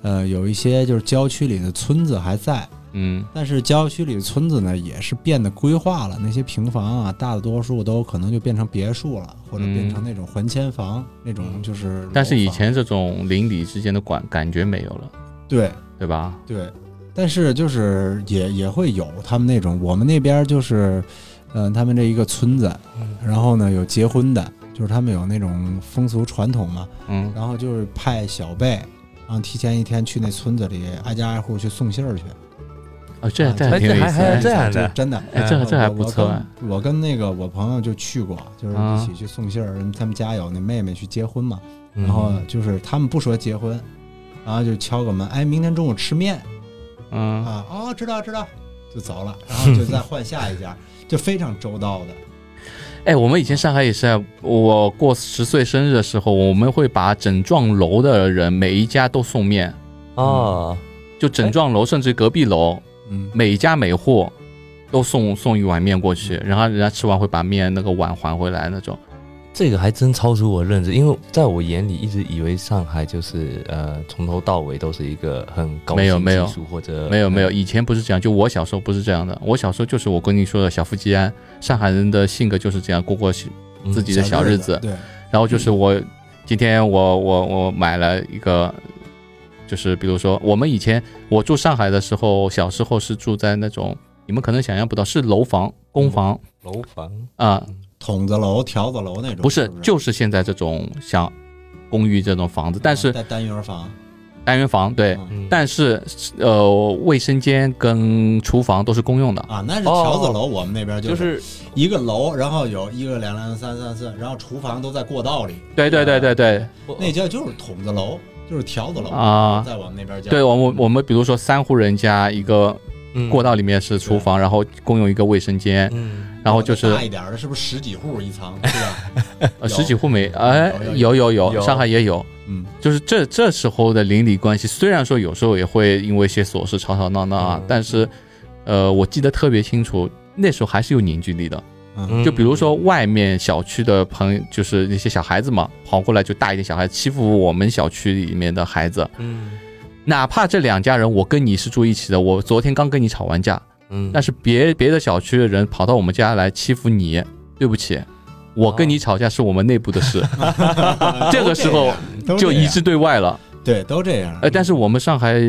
B: 呃，有一些就是郊区里的村子还在，
A: 嗯
B: 但是郊区里的村子呢也是变得规划了，那些平房啊，大多数都可能就变成别墅了，或者变成那种还迁房、那种就是楼房。
A: 嗯但是以前这种邻里之间的管感觉没有了，
B: 对
A: 对吧？
B: 对，但是就是也也会有他们那种，我们那边就是，嗯、他们这一个村子，
C: 嗯
B: 然后呢有结婚的，就是他们有那种风俗传统嘛，
A: 嗯
B: 然后就是派小辈，然后提前一天去那村子里挨家挨户去送信儿去。
A: 啊，这
B: 啊
A: 这还
C: 哎
A: 挺有
C: 这
A: 意
C: 还
A: 思
C: 还有
A: 的。
C: 这样的
B: 真的。
A: 哎，这这还不错哎。
B: 我跟我跟那个我朋友就去过，就是
A: 啊
B: 一起去送信儿，他们家有那妹妹去结婚嘛，
C: 嗯
B: 然后就是他们不说结婚，然后就敲个门，哎，明天中午吃面
A: 嗯
B: 啊，哦，知道知道，就走了，然后就再换下一 家，就非常周到的。
A: 哎，我们以前上海也是啊，我过十岁生日的时候，我们会把整幢楼的人每一家都送面，
C: 啊，
A: 就整幢楼甚至隔壁楼，
B: 嗯，
A: 每家每户都送送一碗面过去，然后人家吃完会把面那个碗还回来那种。
C: 这个还真超出我认知，因为在我眼里一直以为上海就是呃从头到尾都是一个很高
A: 没有
C: 新
A: 没有
C: 技术或者
A: 没有没有，以前不是这样，就我小时候不是这样的。我小时候就是我跟你说的小富即安，上海人的性格就是这样，过过小
C: 嗯
A: 自己的小日子。
B: 对，
A: 然后就是我今天我我我买了一个，就是比如说我们以前我住上海的时候，小时候是住在那种你们可能想象不到是楼房公房
C: 楼房
A: 啊、
B: 筒子楼、条子楼那种，
A: 不
B: 是
A: 是就是现在这种像公寓这种房子，但是
B: 带啊单元房，
A: 单元房对。
B: 嗯
C: 嗯
A: 但是，呃，卫生间跟厨房都是公用的，
B: 啊，那是
C: 哦
B: 条子楼，我们那边
C: 就是是
B: 一个楼，然后有一个、两、两、三、三、四，然后厨房都在过道里。
A: 对对对对对
B: 那叫就是筒子楼，就是条子楼，
A: 啊、
B: 在我们那边叫。
A: 对，我们我们比如说三户人家一个
C: 嗯
A: 过道里面是厨房，然后共用一个卫生间，
C: 嗯
A: 然后就是
B: 大一点儿的，是不是十几户一层，是吧？
A: 呃
B: 有
A: 十几户没，哎，
B: 有
A: 有有有，
C: 有
A: 上海也有，
B: 嗯，
A: 就是这这时候的邻里关系，虽然说有时候也会因为一些琐事吵吵闹闹啊
C: 嗯，
A: 但是，呃，我记得特别清楚，那时候还是有凝聚力的。
B: 嗯
A: 就比如说外面小区的朋友，就是那些小孩子嘛，跑过来就大一点小孩欺负我们小区里面的孩子，
C: 嗯
A: 哪怕这两家人我跟你是住一起的，我昨天刚跟你吵完架，
C: 嗯，
A: 但是别别的小区的人跑到我们家来欺负你，对不起，我跟
B: 哦
A: 你吵架是我们内部的事，这个时 候
B: 都这样
A: 就一致对外了。
B: 对，都这样。
A: 呃，但是我们上海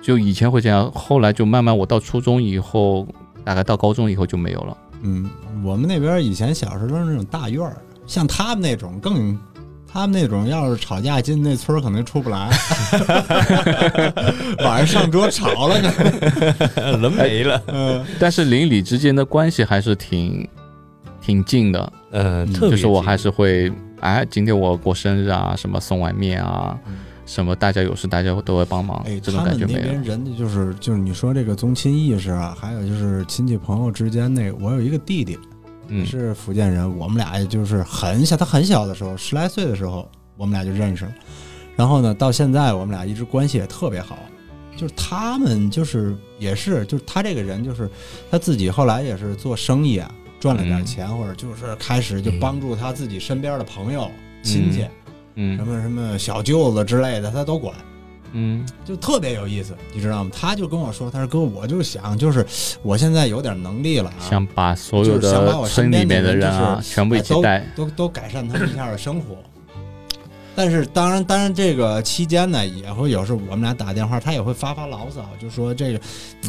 A: 就以前会这样，后来就慢慢我到初中以后，大概到高中以后就没有了。
B: 嗯，我们那边以前小时候都是那种大院儿，像他们那种更，他们那种要是吵架进那村儿可能出不来， 晚上上桌吵了呢。
C: 人没了，
B: 嗯，
A: 但是邻里之间的关系还是挺挺近的，
C: 呃，
B: 嗯
C: 特别
A: 就是我
C: 近
A: 还是会哎，今天我过生日啊，什么送碗面啊
B: 嗯，
A: 什么大家有事大家都会帮忙
B: 哎，，
A: 这
B: 他
A: 种感
B: 们
A: 觉
B: 那
A: 没
B: 边
A: 了。
B: 人家就是就是你说这个宗亲意识啊，还有就是亲戚朋友之间那，我有一个弟弟，
A: 嗯，
B: 是福建人，我们俩也就是很小，他很小的时候，十来岁的时候，我们俩就认识了。然后呢，到现在我们俩一直关系也特别好。就是他们就是也是，就是他这个人就是他自己后来也是做生意啊，赚了
A: 嗯
B: 点钱，或者就是开始就帮助他自己身边的朋友、亲戚，
A: 嗯
B: 什么什么小舅子之类的，他都管。
A: 嗯
B: 就特别有意思，你知道吗？他就跟我说，他说哥，我就想，就是我现在有点能力了、啊，
A: 想把所有
B: 就是想把
A: 的
B: 我
A: 村
B: 身
A: 里
B: 边的
A: 面的人
B: 人
A: 啊，
B: 就
A: 全部一起带。
B: 都都改善他们一下的生活。但是当然，当然这个期间呢，也会有时候我们俩打电话，他也会发发牢骚，就说这个，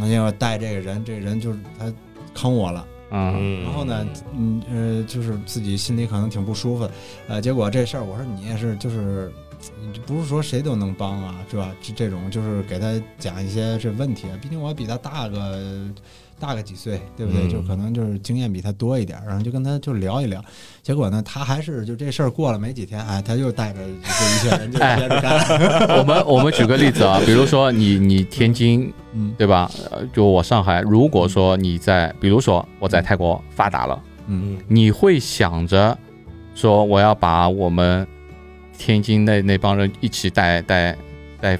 B: 哎呀，带这个人，这个人就是他坑我了。
A: 嗯，
C: 嗯
B: 然后呢，嗯呃，就是自己心里可能挺不舒服的，呃，结果这事儿，我说你也是，就是嗯不是说谁都能帮啊啊，是吧？这这种就是给他讲一些这问题，毕竟我比他大个大个几岁，对不对？
C: 嗯
B: 就可能就是经验比他多一点，然后就跟他就聊一聊。结果呢，他还是就这事儿过了没几天，哎，他又带着这一些 人就接着干。
A: 我们我们举个例子 啊，比如说你你天津
B: 嗯
A: 对吧？呃就我上海，如果说你在，比如说我在泰国发达了，
B: 嗯
A: 你会想着说我要把我们天津那那帮人一起带带带，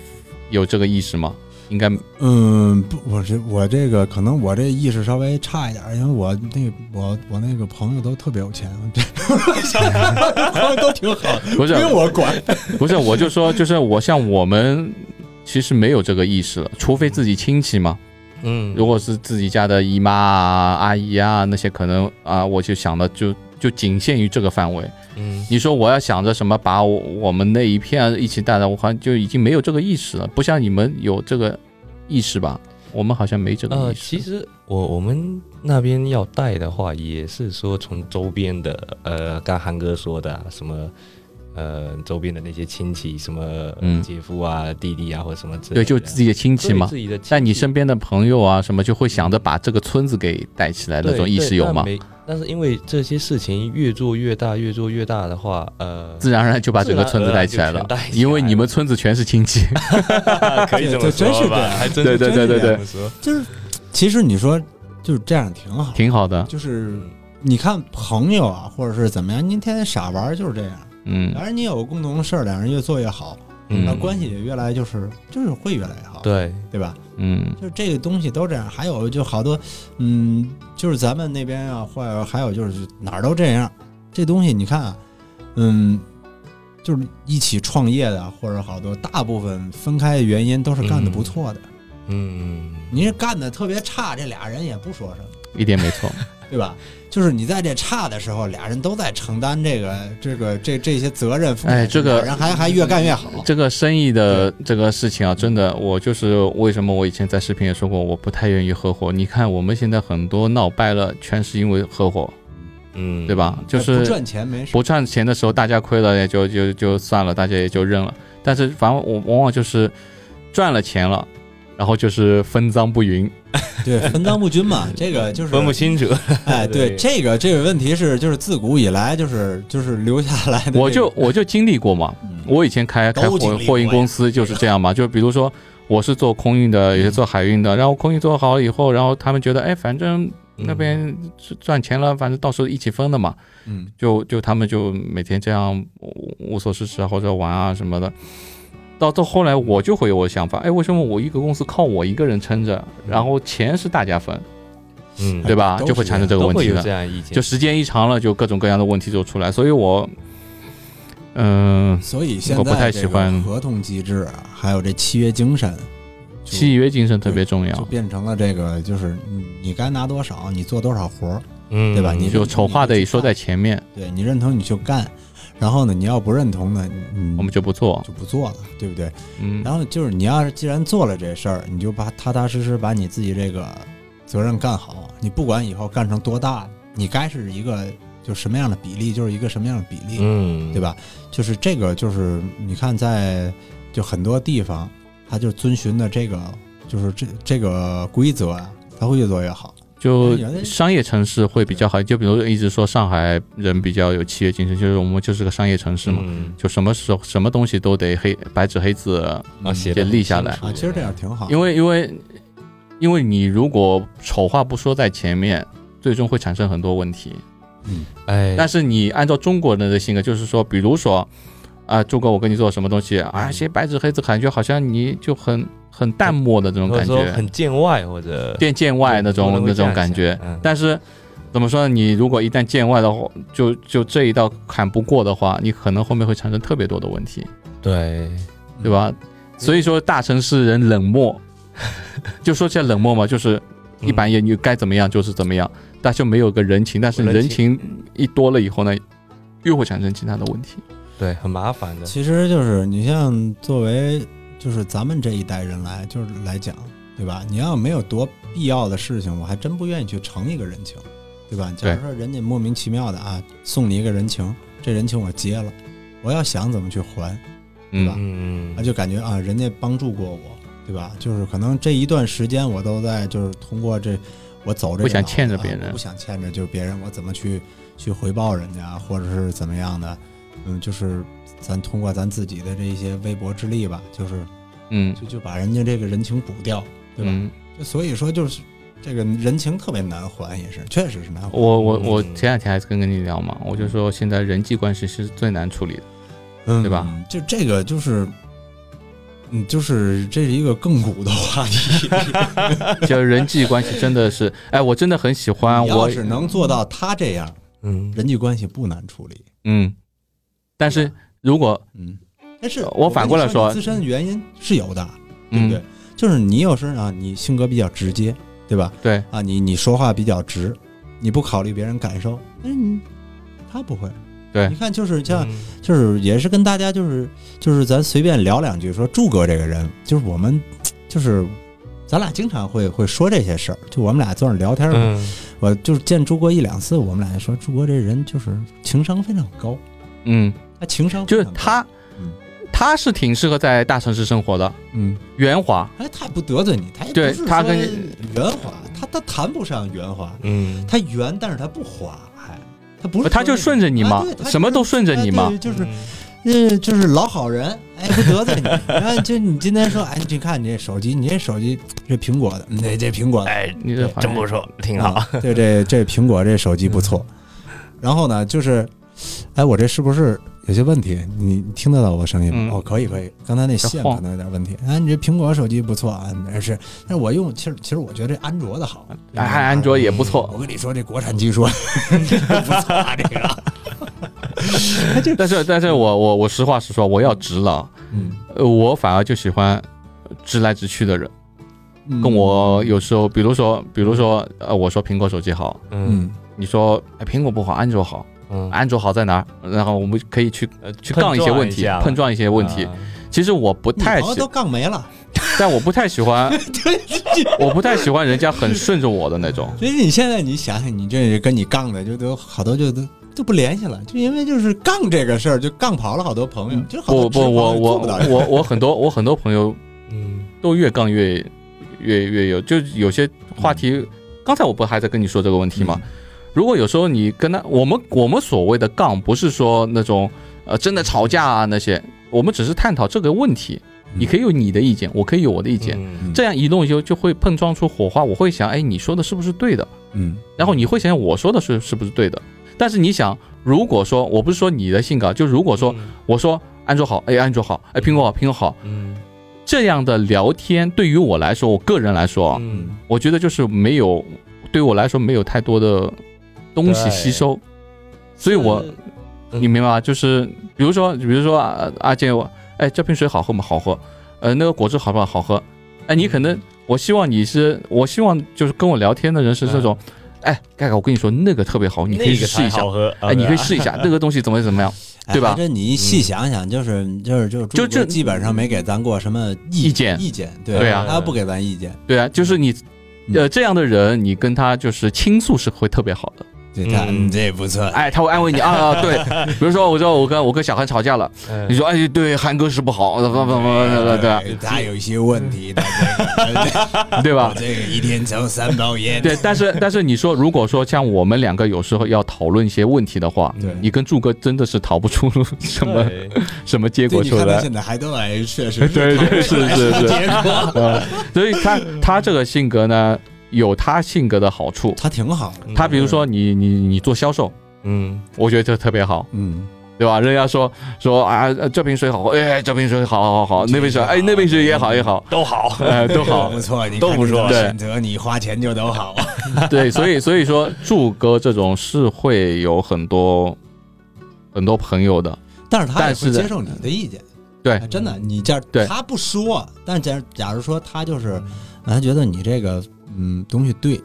A: 有这个意识吗？应该
B: 嗯，不，我这我这个可能我这意识稍微差一点，因为我那我我那个朋友都特别有钱，朋友都挺好，
A: 不是
B: 不用我管。
A: 不是，我就说就是我像我们其实没有这个意识了，除非自己亲戚嘛。
C: 嗯
A: 如果是自己家的姨妈啊、阿姨啊那些，可能啊，我就想的就就仅限于这个范围。
C: 嗯
A: 你说我要想着什么把我我们那一片一起带来，我好像就已经没有这个意识了，不像你们有这个意识吧？我们好像没这个
C: 呃，
A: 意识。
C: 其实我我们那边要带的话，也是说从周边的，呃，刚韩哥说的啊什么，呃，周边的那些亲戚，什么
A: 嗯
C: 姐夫啊、弟弟啊，或者什么之类
A: 对，
C: 的，
A: 就自己的亲戚
C: 对
A: 嘛
C: 自。己的亲戚。
A: 但你身边的朋友啊什么，就会想着把这个村子给带起来，那
C: 对
A: 种意识有？吗？
C: 对但没但是因为这些事情越做越大，越做越大的话，呃，
A: 自然而然就把整个村子带起来了
C: 自然而然就全带，起来了
A: 因为你们村子全是 亲戚。
C: 可以这么
B: 对真是
C: 说
B: 这
C: 吧，
B: 样
C: 还真
A: 对对对对对，
B: 就是其实你说就是这样挺好，
A: 挺好的，
B: 就是
C: 嗯
B: 你看朋友啊，或者是怎么样，您天天傻玩儿就是这样。
A: 嗯
B: 反正你有共同的事儿，两人越做越好，
A: 嗯
B: 然后关系也越来就是就是会越来越好，
C: 对，
B: 对吧？
A: 嗯
B: 就是这个东西都这样。还有就好多，嗯，就是咱们那边啊，或者还有就是哪儿都这样。这东西你看啊，嗯，就是一起创业的，或者好多大部分分开的原因都是干的不错的。
C: 嗯，
B: 你是干的特别差，这俩人也不说什么。
A: 一点没错。
B: 对吧？就是你在这差的时候，俩人都在承担这个、这个、这这些责任风险，
A: 哎这个
B: 俩人还还越干越好。
A: 这个生意的这个事情啊，真的，我就是为什么我以前在视频也说过，我不太愿意合伙。你看我们现在很多闹掰了，全是因为合伙，
C: 嗯，
A: 对？吧？就
B: 哎不
A: 是
B: 赚钱没事，
A: 不赚钱的时候，大家亏了也就就就算了，大家也就认了。但是反我往往就是赚了钱了，然后就是分赃不匀。
B: 对，分赃不均嘛。这个就是
C: 分不清楚，
B: 哎，对
C: 对
B: 这个这个问题是就是自古以来就是就是留下来的这个。
A: 我就我就经历过嘛，
B: 嗯
A: 我以前开开
B: 都经
A: 货
B: 历过
A: 货
B: 呀
A: 运公司就是这样嘛，就比如说我是做空运的，也是做海运的，然后空运做好以后，然后他们觉得，哎，反正
C: 嗯
A: 那边赚钱了，反正到时候一起分的嘛，
B: 嗯
A: 就就他们就每天这样无无所事事啊，或者玩啊什么的。到到后来，我就会有我的想法，哎，为什么我一个公司靠我一个人撑着，然后钱是大家分，
C: 嗯，
A: 对吧？
B: 都是
A: 就会产生这个
C: 都
A: 问
C: 会
A: 题
C: 有
A: 的
C: 这。样意见，
A: 就时间一长了，就各种各样的问题就出来。所以我，嗯、
B: 所以现在
A: 我不太喜欢
B: 这个合同机制啊，还有这契约精神，就
A: 契约精神特别重
B: 就
A: 要。
B: 变成了这个就是你你该拿多少，你做多少活儿，
C: 嗯，
B: 对吧你
A: 就丑话得说在前面，
B: 对你认同你就干，然后呢你要不认同呢，你你
A: 我们就不做。
B: 就不做了，对不对？
A: 嗯，
B: 然后就是你要是既然做了这事儿，你就把踏踏实实把你自己这个责任干好。你不管以后干成多大，你该是一个就什么样的比例，就是一个什么样的比例，
C: 嗯，
B: 对？吧？就是这个，就是你看在就很多地方，它就遵循的这个就是这这个规则啊，它会越做越好。
C: 哎
A: 就
B: 原来
A: 商业城市会比较好。就比如一直说上海人比较有契约精神，就是我们就是个商业城市嘛，
C: 嗯，
A: 就什么时候什么东西都得黑白纸黑字。
C: 啊，写得
A: 也立
C: 很
A: 下
C: 清
A: 来
C: 楚
B: 啊，其实这样挺好，
A: 因为因为因为你如果丑话不说在前面，最终会产生很多问题。
B: 嗯
C: 哎，
A: 但是你按照中国人的性格，就是说，比如说，啊、朱哥，我跟你做什么东西
C: 嗯
A: 啊，写白纸黑字，感觉好像你就很很淡漠的这种
C: 或者
A: 感
C: 说
A: 觉，
C: 很见外或者
A: 见见外那
C: 很
A: 种
C: 多人会
A: 那
C: 这
A: 种
C: 样
A: 感觉
C: 想嗯。
A: 但是怎么说呢？你如果一旦见外的话，就就这一道坎不过的话，你可能后面会产生特别多的问题，
C: 对，
B: 嗯
A: 对吧？所以说，大城市人冷 漠，就说起来冷漠嘛，就是一板一眼，你该怎么样就是怎么样，但就没有个人情。但是
C: 人
A: 人情一多了以后呢，又会产生其他的问题。
C: 嗯对，很麻烦的，
B: 其实就是你像作为就是咱们这一代人来就是来讲，对吧？你要没有多必要的事情，我还真不愿意去成一个人情，对吧？假
A: 对
B: 如说人家莫名其妙的啊送你一个人情，这人情我接了，我要想怎么去还，对吧
C: 嗯
B: 啊，就感觉啊人家帮助过我，对吧？就是可能这一段时间我都在就是通过这我走这个
A: 不想
B: 脑子
A: 欠着
B: 啊
A: 别人
B: 不想欠着就是别人，我怎么去去回报人家，或者是怎么样的？嗯，就是咱通过咱自己的这一些微薄之力吧，就是
A: 嗯
B: 就就把人家这个人情补掉，对吧？
A: 嗯，
B: 就所以说就是这个人情特别难还，也是确实是难还。
A: 我我我
C: 嗯
A: 前两天还跟跟你聊嘛，我就说现在人际关系是最难处理的。
B: 嗯，
A: 对吧？
B: 就这个就是，嗯，就是这是一个亘古的
A: 啊
B: 话题。
A: 就是人际关系真的是，哎，我真的很喜欢
B: 你
A: 我
B: 要，是能做到他这样，
C: 嗯
B: 人际关系不难处理。
A: 嗯，但是如果
B: 嗯，但是
A: 呃我反过来说
B: 我跟你你自身原因是有的，对不
A: 嗯
B: 对？就是你有时候啊，你性格比较直接，对吧？
A: 对，
B: 啊，你你说话比较直，你不考虑别人感受，但是你他不会。
A: 对嗯
B: 你看，就是像
C: 嗯
B: 就是也是跟大家就是就是咱随便聊两句，说祝哥这个人，就是我们就是咱俩经常会会说这些事儿，就我们俩坐那儿聊天儿，
C: 嗯
B: 我就是见祝哥一两次，我们俩就说祝哥这人就是情商非常高，
A: 嗯，
B: 他情商
A: 就是
B: 非常高，
A: 他
B: 嗯，
A: 他是挺适合在大城市生活的，
B: 嗯，
A: 圆滑，
B: 哎，他也不得罪你，他也不
A: 对
B: 是
A: 他
B: 说
A: 跟
B: 圆滑，他他谈不上圆滑，
C: 嗯
B: 他圆，但是他不滑，哎，他不是
A: 他就顺着你嘛
B: 啊对他，就是
A: 什么都顺着你
B: 哎
A: 嘛
B: 对，就是嗯，就是老好人，哎，不 得罪你。然后就你今天说，哎，你看你这手机，你这手机这苹果的，嗯对，这苹果的
C: 哎，
A: 你这
C: 真
A: 是
C: 不错，挺好。
B: 嗯对，这这苹果这手机不错。
A: 嗯
B: 然后呢，就是，哎，我这是不是有些问题？你你听得到我声音吗
A: 嗯？
B: 哦，可以可以，刚才那线可能有点问题。哎，你这苹果手机不错啊，那是，但是我用，其实其实我觉得这安卓的好。嗯
A: 哎，安卓也不错，
B: 我跟你说，这国产技术不错啊，这个。
A: 但是但是我我我实话实说，我要直了，
B: 嗯，
A: 呃，我反而就喜欢直来直去的人，
B: 嗯
A: 跟我有时候，比如说比如说，呃，我说苹果手机好，
C: 嗯
B: 嗯
A: 你说哎苹果不好，安卓好。
C: 嗯，
A: 安卓好在哪儿？然后我们可以去
C: 呃
A: 啊去杠一啊些问题，碰撞一些问
C: 啊
A: 题。其实我不
B: 女
A: 太
B: 嗯朋友
A: 喜
B: 都，杠没了。
A: 但我不太喜 欢，我不太喜欢人家很顺着我的那种。
B: 所以你现在你想想，你这跟你杠的就都好多就都都不联系了，就因为就是杠这个事儿，就杠跑了好多朋友，就好
A: 嗯不不，
B: 多直
A: 我
B: 朋友
A: 我
B: 做不到这个
A: 我我很多我很多朋友
C: 嗯
A: 都越杠越越越有，就有些话题，刚才我不还在跟你说这个问题吗？
B: 嗯
A: 如果有时候你跟他，我们我们所谓的杠，不是说那种呃真的吵架啊那些，我们只是探讨这个问题。你可以有你的意见，我可以有我的意见，
C: 嗯
A: 这样一弄就就会碰撞出火花。我会想，哎，你说的是不是对的？
B: 嗯
A: 然后你会想想我说的是是不是对的？但是你想，如果说我不是说你的性格，就如果说我说安卓好，哎，安卓好，哎，苹果好，苹果好，
C: 嗯
A: 这样的聊天对于我来说，我个人来说啊，
C: 嗯
A: 我觉得就是没有，对我来说没有太多的东西
C: 对
A: 吸收，所以我
C: 嗯
A: 你明白吧？就是比如说，比如说啊阿健，我哎这瓶水好喝吗？好喝。呃，那个果汁好不好？好喝。哎，你可能我希望你是，我希望就是跟我聊天的人是这种，哎，盖盖，我跟你说那个特别好，你可以去试一下。哎，你可以试一 下那个东西怎么怎么样？对吧嗯
B: 这哎你一细想想，就是就是就
A: 就
B: 是中
A: 就
B: 国基本上没给咱过什么
A: 意
B: 意
A: 见
B: 意见，对
A: 对啊
B: 啊，他不给咱意见，
A: 对啊，就是你，呃，这样的人，你跟他就是倾诉是会特别好的。
B: 对他
C: 嗯
B: 嗯这不错，
A: 哎，他会安慰你啊，对。比如说，我说我跟我跟小韩吵架了，你说哎，对，韩哥是不好，怎么怎么怎么对
B: 他有一些问题，
A: 吧？对
B: 他这个
A: 吧？
B: 这个一天抽三包 烟，
A: 对，但是但是你说，如果说像我们两个有时候要讨论一些问题的话，
B: 对
A: 你跟柱哥真的是讨不出 什么什么结
B: 对，
A: 果
B: 你
A: 出
B: 看他
A: 来。
B: 现在还都哎，确实
A: 对对
B: 是
A: 是是 是
B: 结果
A: 嗯，所以他他这个性格呢，有他性格的好处。
B: 他挺好的，
A: 他比如说你你你做销售，
C: 嗯
A: 我觉得这特别好，
B: 嗯，
A: 对吧？人家说说啊，呃这瓶水好，哎，这瓶水好好好，那瓶水哎，那瓶水也好也 好，
C: 都好，
A: 哎，都
B: 都
A: 好。
B: 不错，你
C: 都
B: 看
C: 不
B: 你怎
C: 错
B: 么
A: 对
B: 选择你花钱就都好啊。
A: 对，所以所以说柱哥这种是会有很多很多朋友的，
B: 但是他也
A: 但是
B: 会
A: 的
B: 接受你的意见。
A: 对
B: 哎真的，你这样
A: 对
B: 他不说，但假假如说他就是，他觉得你这个嗯东西对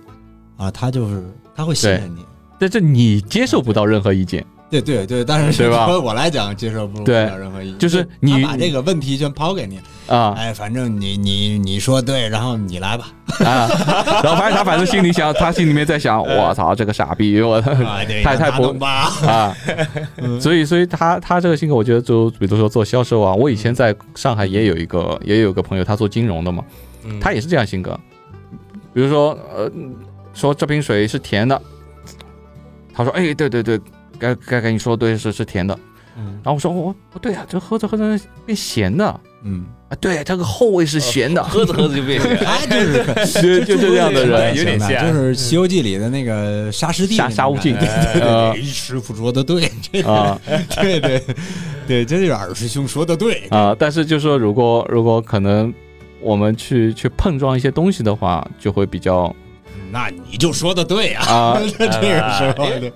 B: 啊，他就是他会信任你。
A: 但是你接受不到任何意见。
B: 对对对，但是
A: 对吧
B: 对我来讲接受不不
A: 对
B: 了任何意见，
A: 就是你
B: 他把这个问题全抛给你，
A: 啊
B: 哎，反正你你你说对，然后你来吧，
A: 啊！然后反正他反正心里想，他心里面在想，我操，这个傻逼，我 操，
B: 啊，这
A: 太太
B: 大
A: 不
B: 东吧，
A: 啊！所以，所以他他这个性格，我觉得就比如说做销售啊，我以前在上海也有一个
C: 嗯
A: 也有一个朋友，他做金融的嘛，他也是这样性格。比如说，呃，说这瓶水是甜的，他说哎对对对，该该跟你说对是是甜的，
C: 嗯
A: 然后我说我不对啊，这喝着喝着变咸的啊，
B: 嗯，
A: 对，它个后味是咸的，
C: 喝着喝着就变咸了。
B: 他就是
A: 就就这样的人，
C: 有点像
B: 就是《西游记》里的那个沙师弟
A: 杀
B: 那种
A: 杀无
B: 感
A: 尽
B: 觉对对
A: 呃
B: 对对，师傅说的对，这
A: 啊
B: 对对对，真是二师兄说的对，
A: 啊！但是就说如果如果可能，我们去去碰撞一些东西的话，就会比较
B: 那你就说的对 啊，
A: 啊
B: 这
C: 哎
B: 个时候对，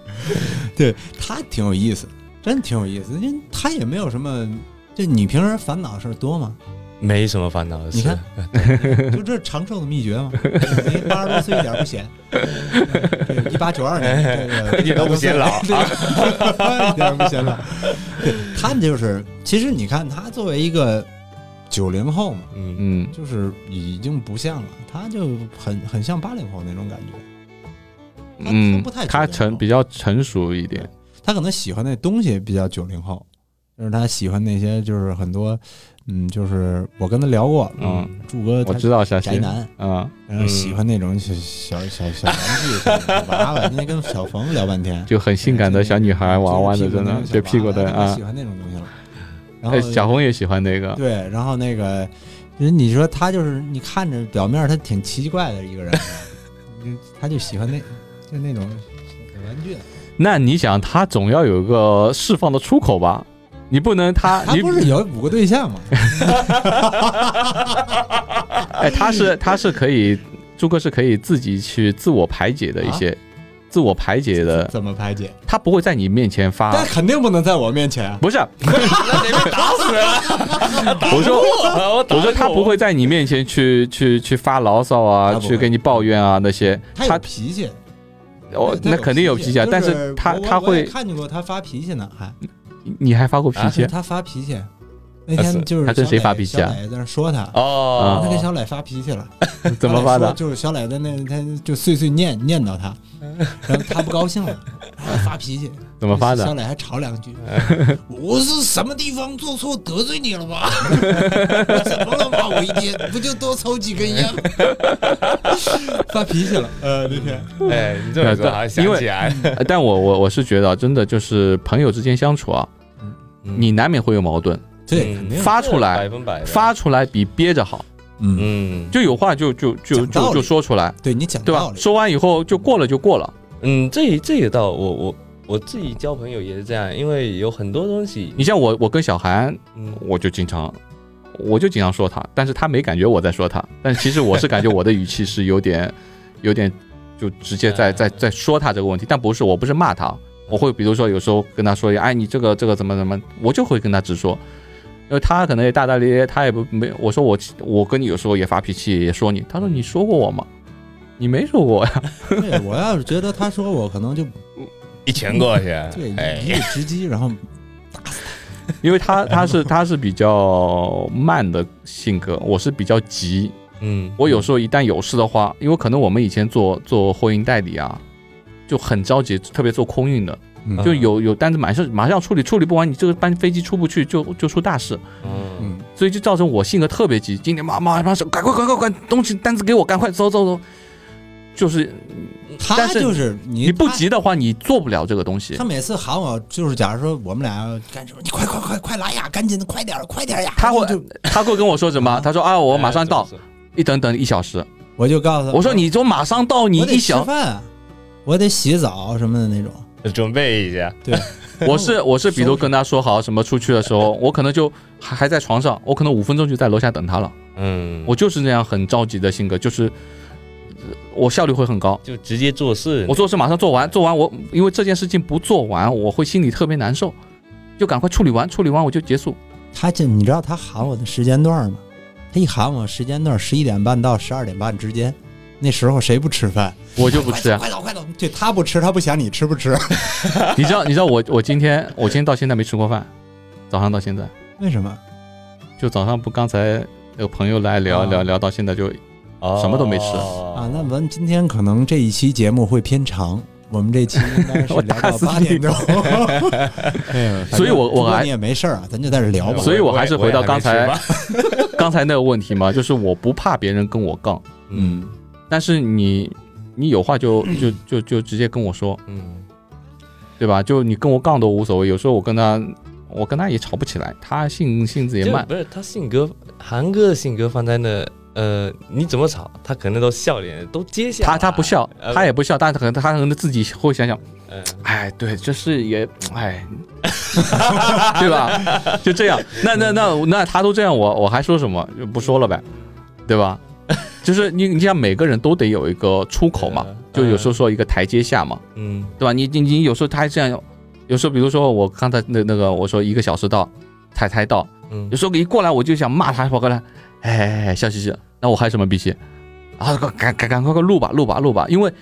B: 对他挺有意思，真挺有意思，因为他也没有什么。这你平时烦恼的事儿多 吗？
C: 没什么烦恼的事。
B: 你看就这长寿的秘诀吗？你八十多岁一点不显，一八九二年这个
C: 哎一点都不显老
B: 对 一点不显老。对他们就是，其实你看他作为一个九零后嘛，
C: 嗯，
A: 嗯
B: 就是已经不像了，他就很很像八零后那种感觉。
A: 嗯
B: 不太，啊
A: 他
B: 九零
A: 成
B: 后
A: 比较成熟一点，
B: 他可能喜欢那东西比较九零后，就是他喜欢那些就是很多，嗯，就是我跟他聊过了，
A: 嗯，
B: 柱哥
A: 我
B: 他
A: 知道下
B: 宅
A: 些
B: 男，
A: 啊，
B: 然后喜欢那种小小小小玩具、小娃娃，今天跟小冯聊半天，
A: 就很性感的小女孩
B: 嗯
A: 娃娃的，真的，对屁股的
B: 他
A: 啊
B: 喜，欢那种东西了。然
A: 哎，
B: 后
A: 小红也喜欢那个，
B: 对，然后那个，人你说他就是你看着表面他挺奇怪的一 个人，嗯他就喜欢那就那种小玩具，
A: 那你想，他总要有一个释放的出口吧？你不能他，
B: 他
A: 你
B: 不是有五个对象吗？
A: 哎，他是他是可以，朱哥是可以自己去自我排解的一些，自我排解的，
B: 怎么排解？
A: 他不会在你面前发，
B: 但肯定不能在我面前啊。
A: 不 是，
C: 那得被打死了。
A: 我说
C: 我
A: 我说他不会在你面前去去去发牢骚啊，
B: 他不会
A: 去跟你抱怨啊那些，
B: 他有
A: 他
B: 脾气，
A: 哦
B: 他
A: 那肯定有脾气啊，
B: 就
A: 但是他
B: 我我
A: 他
B: 我也
A: 会，
B: 看见过他发脾气呢，还
A: 你还发过脾气
B: 就？他发脾气。那
A: 啊是
B: 天就是
A: 他跟谁
B: 小磊
A: 发脾气啊
B: 小磊在那说他，
C: 哦，
B: 啊他跟小磊发脾气了，
A: 怎么发
B: 小磊说
A: 的？
B: 就是小磊在那他就碎碎念念叨他，然后他不高兴了，然后发脾气，
A: 怎么发
B: 小
A: 的？
B: 磊还吵两 句，我是什么地方做错得罪你了吧？ 怎么了吧？我一天不就多抽几 根烟吗？发脾气了，呃，那天
C: 哎，你这么说好像想起来，
A: 呃但我我我是觉得啊，真的就是朋友之间相处啊，
B: 嗯
A: 你难免会有矛盾，
B: 对，
C: 嗯
B: 肯定
A: 发出来
C: 百分
B: 哎
C: 百的，
A: 发出来比憋着好，
B: 嗯，
C: 嗯
A: 就有话就就就
B: 讲道
A: 就
B: 理
A: 就说出来，
B: 对你讲
A: 对
B: 道
A: 吧？
B: 理，
A: 说完以后就过了就过了。
C: 嗯，这这个倒我我我自己交朋友也是这样，因为有很多东西，
A: 你像我，我跟小韩，
C: 嗯，
A: 我就经常，我就经常说他，但是他没感觉我在说他，但其实我是感觉我的语气是有点， 有点就直接在在在说他这个问题，但不是，我不是骂他，我会比如说有时候跟他说，哎，你这个这个怎么怎么，我就会跟他直说。因为他可能也大大咧咧，他也不没我说我我跟你有时候也发脾气，也说你。他说你说过我吗？你没说过 呀。
B: 对我要是觉得他说我，可能就
C: 一拳过去，
A: 啊
B: 对
C: 哎
B: 一，个直击，然后
A: 因为他他是他是比较慢的性格，我是比较急，
C: 嗯，
A: 我有时候一旦有事的话，因为可能我们以前做做货运代理啊，就很着急，特别做空运的，
B: 嗯
A: 就有有单子马上马上处理，处理不完，你这个班飞机出不去就就出大事，
C: 嗯
B: 嗯，
A: 所以就造成我性格特别急，今天马马马上赶快赶快赶东西单子给我，赶快走走走，就是但
B: 他
A: 是
B: 就是你
A: 你不，急的话，你做不了这个东西
B: 他他。每次喊我，就是假如说我们俩要干什么，你快快快快来呀，赶紧的，快点儿快点儿呀，
A: 他会
B: 就
A: 他会跟我说什么？他说啊，我马上到
C: 哎，，
A: 一等等一小时。
B: 我就告诉他，
A: 我说你就马上到，你
B: 我得
A: 一
B: 吃
A: 小，
B: 饭啊，我得洗澡什么的那种，
C: 这准备一下，
B: 对，
A: 我是我是，比如跟他说好什么出去的时 候，我可能就还还在床上，我可能五分钟就在楼下等他了。
C: 嗯，
A: 我就是这样很着急的性格，就是呃我效率会很高。
C: 就直接做事，
A: 我做事马上做完，做完我因为这件事情不做完，我会心里特别难受，就赶快处理完，处理完我就结束。
B: 他就你知道他喊我的时间段吗？他一喊我时间段十一点半到十二点半之间，那时候谁不吃饭？
A: 我就不吃啊，
B: 快走快走！对他不吃，他不想你吃不吃？
A: 你知道你知道我我今天我今天到现在没吃过饭，早上到现在
B: 为什么？
A: 就早上不刚才有朋友来聊
B: 啊
A: 聊聊到现在就
C: 哦
A: 什么都没吃嗯
B: 啊，那咱们今天可能这一期节目会偏长，我们这期应该 是
A: 我
B: 聊
A: 打
B: 到
A: 死
B: 八
A: 你
B: 点钟。 哎
A: 所以我我
B: 反正不过
A: 还
B: 你也没事儿啊，咱就在这聊吧。
A: 所以我
C: 也
A: 还是
C: 也
A: 回到
C: 没
A: 刚
C: 吃
A: 才
C: 饭
A: 刚才那个问题嘛，就是我不怕别人跟我杠，
C: 嗯，
A: 但是你你有话就就就就直接跟我说，
C: 嗯
A: 对吧？就你跟我杠都无所谓，有时候我跟他我跟他也吵不起来，他性性子也
C: 就
A: 慢，
C: 不是他性格，韩哥的性格放在那，呃，你怎么吵，他可能都笑脸都接下来。
A: 他他不笑，啊
C: 呃
A: 他也不笑，但是可能他可能自己会想想，
C: 呃
A: 哎，对，这事也，哎， 对吧？就这样，那那那那他都这样，我我还说什么？就不说了呗，对吧？就是你你像每个人都得有一个出口 嘛
C: 嗯，
A: 就有时候说一个台阶下嘛，
C: 嗯
A: 对吧？你你你有时候他还这样，有时候比如说我刚才那那个我说一个小时到才才到，
C: 嗯
A: 有，时候一过来我就想骂他，跑过来，哎哎哎，笑嘻嘻，那我还有什么脾气？啊，赶赶赶快快录吧，录吧，录吧，因为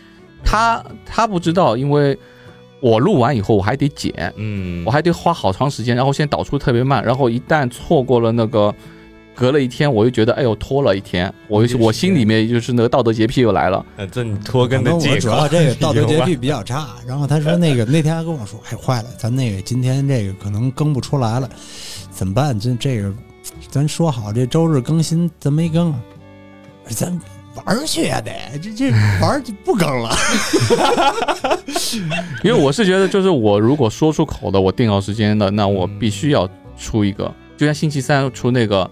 A: 他他不知道，因为我录完以后我还得剪，
C: 嗯，
A: 我还得花好长时间，然后现在导出特别慢，然后一旦错过了那个。隔了一天，我又觉得，哎呦，拖了一天，我
C: 就是
A: 我心里面就是那个道德洁癖又来了。
C: 呃这你拖
B: 可
C: 更的
B: 能我
C: 借
B: 主
C: 口
B: 要 这个道德洁
C: 有
B: 癖比较差，然后他说那个那天还跟我说，哎，坏了，咱那个今天这个可能更不出来了，怎么办？这这个，咱说好这周日更新，咱没更啊，咱玩儿去呀、得，这这玩儿就不更了。
A: 因为我是觉得，就是我如果说出口的，我定好时间的，那我必须要出一个，就像星期三出那个嗯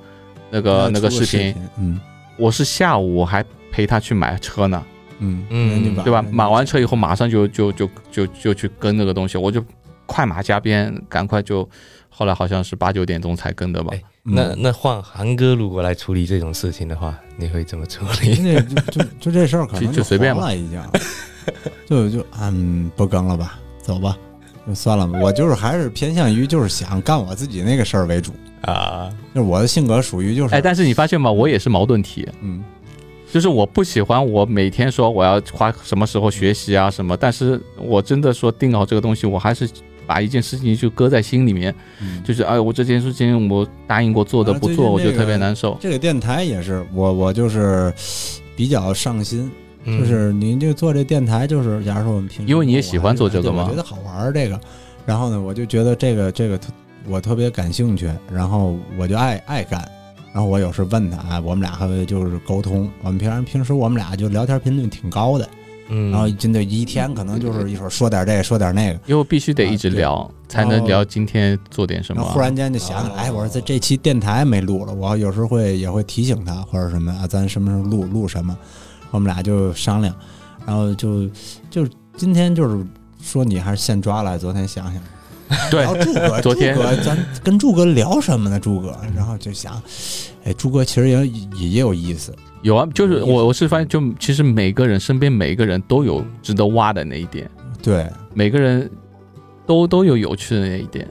A: 那个那个视频，，
B: 嗯
A: 我是下午我还陪他去买车呢，
B: 嗯
C: 嗯
B: 那就
A: 对吧？
B: 了
A: 买完车以后马上就就就就就去跟那个东西，我就快马加鞭，赶快就，后来好像是八九点钟才跟的吧
C: 哎。
B: 嗯
C: 那那换韩哥如果来处理这种事情的话，你会怎么处 理？
B: 那就就就这事儿可能
A: 就就随便吧
B: 黄了，已经，就就嗯，不更了吧，走吧，就算了吧。我就是还是偏向于就是想干我自己那个事儿为主，
C: 啊，
B: 就是我的性格属于就是，
A: 哎，但是你发现吗？我也是矛盾体，
B: 嗯，
A: 就是我不喜欢我每天说我要花什么时候学习啊什么，但是我真的说定好这个东西，我还是把一件事情就搁在心里面，
B: 嗯
A: 就是哎，我这件事情我答应过做的
B: 啊
A: 不
B: 最
A: 做，
B: 近
A: 我就
B: 那个
A: 特别难受。
B: 这个电台也是我我就是比较上心，
C: 嗯
B: 就是您就做这电台，就是假如说我们平时
A: 因为你也喜欢做这个吗
B: 我觉得好玩儿这个，然后呢，我就觉得这个这个特我特别感兴趣，然后我就爱爱干。然后我有时问他，哎我们俩还会就是沟通。我们平常平时我们俩就聊天频率挺高的，
C: 嗯，
B: 然后真的一天可能就是一会儿说点这个，说点那个，
A: 因为必须得一直
B: 啊对
A: 聊，才
B: 然
A: 能
B: 后
A: 聊今天做点什么哦
B: 然
A: 啊。
B: 后忽然间就想起来，哎，我说这这期电台没录了，我有时候会也会提醒他或者什么啊，咱什么时候录录什么，我们俩就商量，然后就就今天就是说你还是现抓来，昨天想想，
A: 对
B: 然后祝 哥，
A: 昨天嗯
B: 祝哥，咱跟祝哥聊什么呢？祝哥，然后就想，哎，祝哥其实也也也有意思，
A: 有啊，就是我我是发现，就其实每个人身边每一个人都有值得挖的那一点，
B: 对，
A: 每个人都都有有趣的那一点。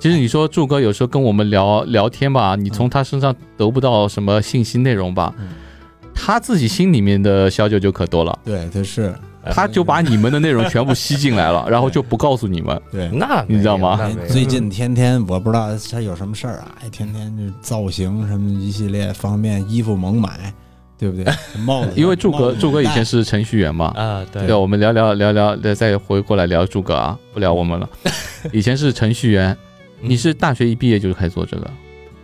A: 其实你说柱哥有时候跟我们聊聊天吧，你从他身上得不到什么信息内容吧
B: 嗯，
A: 他自己心里面的小九九可多了，
B: 对，他是，
A: 他就把你们的内容全部吸进来 了，然后就不告诉你们。
B: 对，
C: 那
A: 你知道吗
C: 没有那没有
B: 哎最近天天我不知道他有什么事儿啊，天天就造型什么一系列方面，衣服猛买，对 不对？帽子，
A: 因为柱
B: 帽
C: 哎
A: 哥
B: 子
A: 柱哥以前
B: 戴
A: 是程序员嘛，
C: 啊，对
A: 对，，我们聊聊聊聊，再回过来聊朱哥啊，不聊我们 了。以前是程序员，
C: 嗯
A: 你是大学一毕业就开始做这个，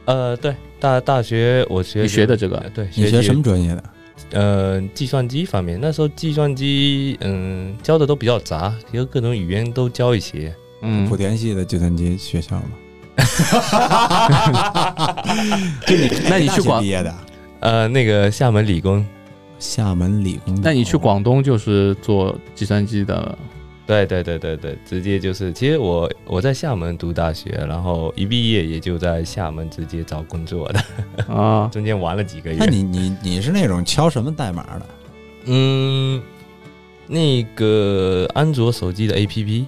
C: 呃，对，大大学我学
A: 你学的这
C: 呃
A: 个，
C: 对，
B: 你学
C: 计
B: 什么？专业的？
C: 呃，计算机方面，那时候计算机嗯教的都比较杂，其实各种语言都教一些。
A: 嗯
B: 莆，田系的计算机 学校吗？
A: 就你，那你去广
B: 毕，业的？
C: 呃，那个厦门理工，
B: 厦门理工。
A: 那你去？广东就是做计算机 的，
C: 对对对对对，直接就是，其实我我在厦门读大学，然后一毕业也就在厦门直接找工作的，
A: 啊，
C: 中间玩了几个月
B: 那。你你你是那种敲什么代码的？
C: 嗯，那个安卓手机的 APP，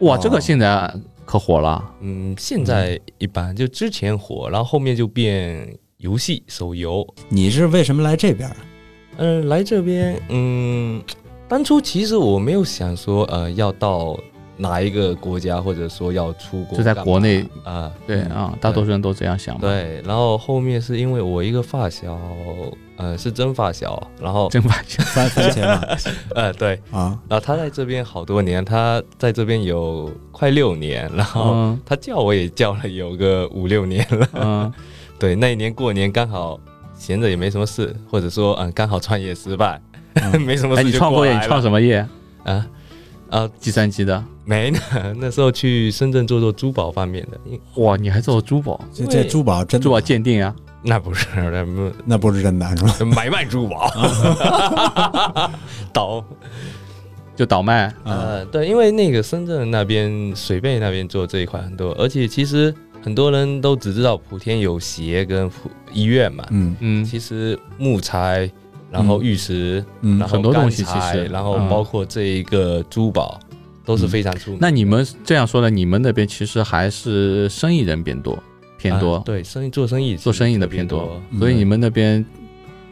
A: 哇，
B: 哦
A: 这个现在可火了，
C: 嗯，现在一般就之前火，然后后面就变游戏手游。
B: 你是为什么来这边？
C: 嗯、来这边，嗯，当初其实我没有想说，呃，要到哪一个国家，或者说要出国干嘛，
A: 就在国内哦
C: 啊、
A: 对啊，大多数人都这样想嘛，
C: 对。然后后面是因为我一个发小，呃，是真发小，然后
A: 真发现，
B: 番番茄 嘛
C: 呃，对，
B: 啊，
C: 然后他在这边好多年，他在这边有快六年，然后
A: 嗯
C: 他叫我也叫了有个五六年了。
A: 嗯，
C: 呃对，那一年过年刚好闲着也没什么事，或者说嗯刚好创业失败， 没什么
A: 哎，
C: 事
A: 你
C: 就
A: 创
C: 过
A: 业，
C: 来
A: 你
C: 了
A: 创什么业？
C: 啊啊
A: 计算机的。
C: 没呢，那时候去深圳做做珠宝方面的，因
A: 哇，你还做珠宝？
B: 这这珠宝真的
A: 珠宝鉴定啊？
C: 那不是那不
B: 那不是真的是吧？
C: 买卖 珠宝，倒
A: 就倒卖？
C: 呃，对，因为那个深圳那边水贝那边做这一块很多，而且其实很多人都只知道莆田有鞋跟莆医院嘛，
B: 嗯
A: 嗯，
C: 其实木材，然后玉石，
B: 嗯
C: 然后
A: 很多东西
C: 钢材
A: 其实
C: 然后
A: 嗯
C: 包括这一个珠宝都是非常出名的。
A: 那你们这样说呢？你们那边其实还是生意人变多，偏多，
C: 啊对生意做生意
A: 做生意的偏
C: 偏
A: 多，
B: 嗯
A: 所以你们那边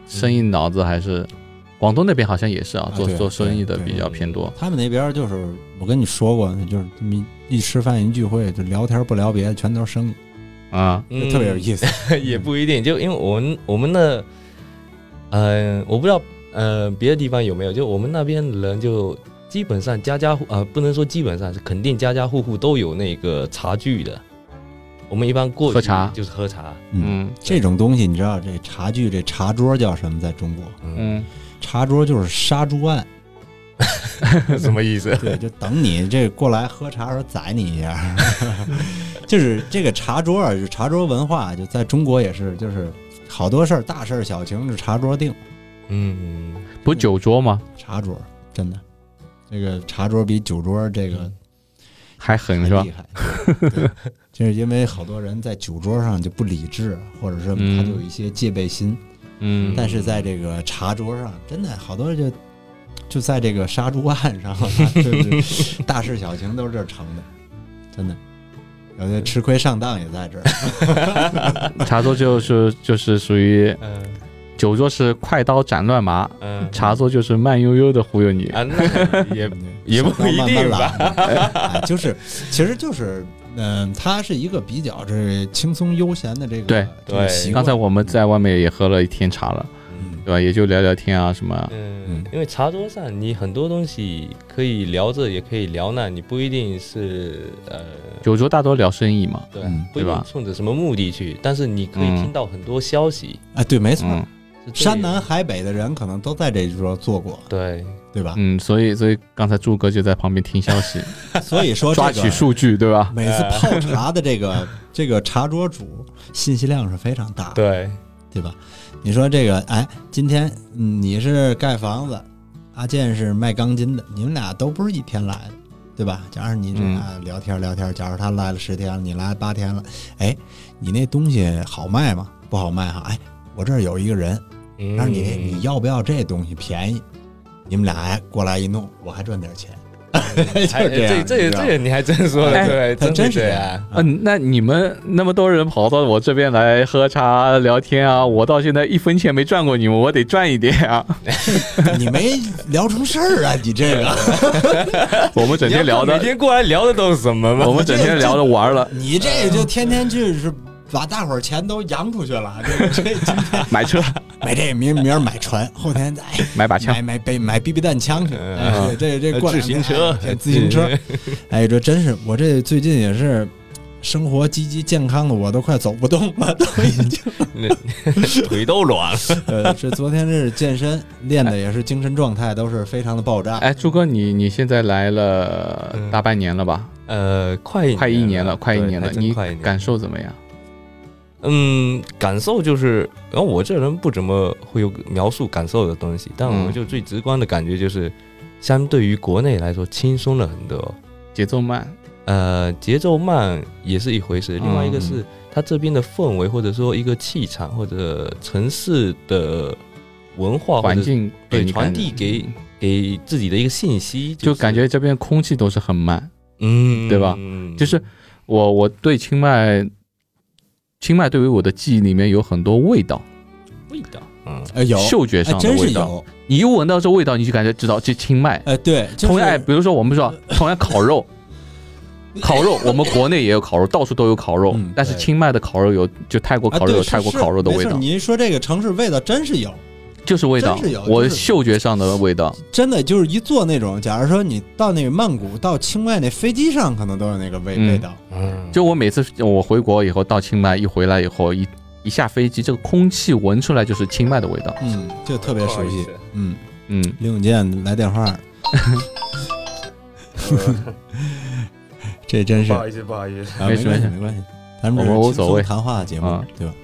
A: 生意脑子还是。广东那边好像也是啊
B: 啊，
A: 做
B: 对
A: 做生意的
B: 对
A: 比较偏多。
B: 他们那边就是我跟你说过，就是你一吃饭一聚会就聊天不聊别的，全都是生意，
A: 啊，
C: 嗯
B: 特别有意思。
C: 也不一定，就因为我们我们那，嗯、我不知道，呃，别的地方有没有？就我们那边人就基本上家家户呃，不能说基本上是肯定家家户户都有那个茶具的。我们一般过去
A: 喝茶
C: 就是喝茶，
B: 嗯，
A: 嗯
B: 这种东西你知道这茶具这茶桌叫什么？在中国，
C: 嗯，
A: 嗯，
B: 茶桌就是杀猪案，
C: 什么意思？
B: 对，就等你这过来喝茶的时候宰你一 下。 就是这个茶桌啊，就是茶桌文化，就在中国也是，就是好多事儿，大事儿、小情是茶桌定，
C: 嗯，
A: 不是酒桌吗？
B: 茶桌真的，这个茶桌比酒桌这个
A: 还狠
B: 还
A: 是吧
B: 厉？害，对 对就是因为好多人在酒桌上就不理智，或者是
A: 嗯
B: 他就有一些戒备心，
A: 嗯，
B: 但是在这个茶桌上，真的好多人就就在这个杀猪案上，啊 就是 大事小情都是这儿成的，真的。有些吃亏上当也在这儿，
A: 茶桌就是就是属于
C: 嗯、
A: 酒桌是快刀斩乱麻，
C: 嗯、
A: 茶桌就是慢悠悠的忽悠你。
C: 啊，那也
B: 对
C: 也不一定吧
B: 慢慢来 哎就是，其实就是，嗯、它是一个比较这轻松悠闲的这个
A: 对
B: 这个
C: 对
B: 习惯
A: 刚才我们在外面也喝了一天茶了，
B: 嗯
A: 对吧？也就聊聊天啊什么啊。
C: 嗯，因为茶桌上你很多东西可以聊这，也可以聊那，你不一定是呃，
A: 酒桌大多聊生意嘛，
C: 对，
B: 嗯
C: 不
A: 对
C: 一定
A: 吧
C: 冲着什么目的去，但是你可以
A: 嗯
C: 听到很多消息。
B: 哎，对，没错，
A: 嗯
C: 是这
B: 山南啊海北的人可能都在这桌做过，
C: 对，
B: 对吧？
A: 嗯，所以所以刚才朱哥就在旁边听消 息，
B: 所以
C: 哦
B: 说、这
A: 抓
B: 个，
A: 取数据，对吧？
B: 每次泡茶的这个这个茶桌主信息量是非常大的，
C: 对，
B: 对吧？你说这个，哎，今天嗯你是盖房子，阿健是卖钢筋的，你们俩都不是一天来的，对吧？假如你这
A: 嗯
B: 啊聊天聊天，假如他来了十天了，你来八天了，哎，你那东西好卖吗？不好卖哈，哎，我这儿有一个人，
C: 嗯
B: 但是你你要不要这东西便宜？你们俩哎过来一弄，我还赚点钱， 就
C: 还
B: 这样。
C: 哎这这
B: 啊你知道吗
C: 这个你还真说
A: 哎
C: 的对，啊
B: 他
C: 真
B: 真
C: 会
B: 是
C: 这
B: 这
C: 样
B: 样。
A: 嗯，那你们那么多人跑到我这边来喝茶聊天啊，我到现在一分钱没赚过你们，我得赚一点 啊！
B: 你没聊成事儿啊！你这个，
A: 我们整天聊
C: 你要看
A: 的
C: 每，天过来聊的都是什么
A: 我
C: 吗？
A: 们整天聊的玩了，
B: 你这
C: 嗯
B: 就天天去是把大伙儿钱都扬出去了。这个这今天
A: 买 车，
B: 买这明明儿买船，后天再
A: 买把枪
B: 买，买背买 BB 弹枪去。
C: 嗯
B: 哎这这过
C: 自
B: 两天
C: 行车嗯
B: 哎，自行车。 哎，这真是我这最近也是生活积极健康的，我都快走不动了，都已经。
C: 那腿都软了。
B: 呃，这昨天是健身练的，也是精神状态都是非常的爆炸。
A: 哎，朱哥，你你现在来了
C: 嗯
A: 大半年了吧？
C: 呃，快
A: 快一年了，快一
C: 对
A: 年了，
C: 还真
A: 你
C: 快一年
A: 感受怎么样？
C: 嗯，感受就是，然后我这人不怎么会有描述感受的东西，但
A: 嗯
C: 我就最直观的感觉就是，相对于国内来说轻松了很多。
A: 节奏慢，
C: 呃，节奏慢也是一回事，
A: 嗯
C: 另外一个是它这边的氛围，或者说一个气场，或者城市的文化
A: 环
C: 或者
A: 境
C: 哦对
A: 给你
C: 传
A: 感觉
C: 递给给自己的一个信息，
A: 就是感觉这边空气都是很慢。
C: 嗯，
A: 对吧？就是我我对清迈，清迈对于我的记忆里面有很多味道，
C: 味道，嗯，
B: 呃，有，
A: 嗅觉
B: 哎，
A: 上的
B: 真是
A: 味道。
B: 有。
A: 你一闻到这味道，你就感觉知道这清迈。
B: 呃，对，就是呃
A: 同样，哎，比如说我们说同样烤肉，烤肉我们国内也有烤肉，到处都有烤肉
B: 嗯，
A: 但是
C: 对
A: 清迈的烤肉有就泰国
B: 啊
A: 烤肉
B: 对
A: 有
B: 是
A: 泰国
B: 是
A: 烤肉的
B: 没
A: 味
B: 错
A: 道，
B: 你一说这个城市味道，真是有，
A: 就是味道
B: 真是有，
A: 我
B: 就是
A: 嗅觉上的味道。
B: 真的就是一坐那种，假如说你到那个曼谷、到清迈那飞机上，可能都有那个味、
A: 嗯
B: 味道。
C: 嗯，
A: 就我每次我回国以后到清迈一回来以后一一下飞机，这个空气闻出来就是清迈的味道。
B: 嗯，就特别熟悉。嗯，
A: 嗯
B: 林永健来电 话，这真是
D: 不好意思，不好意思，
B: 啊，
A: 没
B: 没
A: 事
B: 关系，
A: 没事
B: 没关系，咱
A: 我
B: 们
A: 们
B: 这是
A: 无所
B: 轻松
A: 谓
B: 谈话节目
A: 啊，
B: 对吧？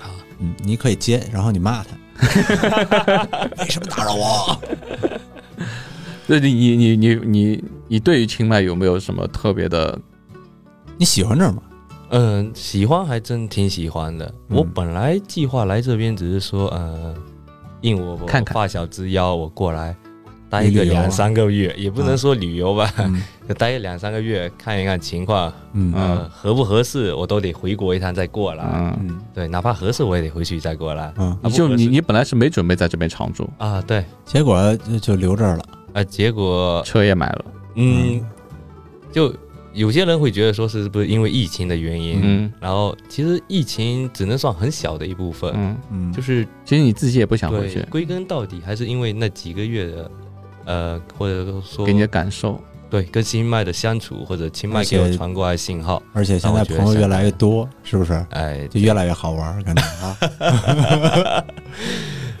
C: 啊，
B: 嗯，你可以接，然后你骂 他，为什么打扰我？
A: 那你你你你你你对于清迈有没有什么特别的？
B: 你喜欢这儿吗？
C: 嗯，喜欢还真挺喜欢的。
B: 嗯
C: 我本来计划来这边，只是说，呃，应我我
A: 看看
C: 发小之邀，我过来待
B: 旅
C: 个
B: 游啊
C: 两三个月，也不
B: 啊
C: 能说旅游吧，
B: 嗯
C: 就待个两三个月，看一看情况，
A: 啊
B: 嗯
C: 呃，合不合适，我都得回国一趟再过来。
A: 嗯，
B: 嗯
C: 对，哪怕合适，我也得回去再过来。
B: 嗯，
A: 你
C: 不
A: 就
C: 合
A: 你
C: 适
A: 你本来是没准备在这边常住，
C: 啊，对，
B: 结果就就留这儿了。
C: 啊，结果，
A: 车也买了，
C: 嗯，就有些人会觉得说是不是因为疫情的原因，
A: 嗯
C: 然后其实疫情只能算很小的一部分，
A: 嗯，
B: 嗯，
C: 就是是
A: 其实你自己也不想回
C: 对
A: 去，，
C: 归根到底还是因为那几个月的，呃，或者说
A: 给你的感受，
C: 对跟清迈的相处，或者清迈
B: 而且
C: 给我传过来信号，
B: 而且现在朋友越来越多，是不是？
C: 哎，
B: 就越来越好玩， 感觉啊，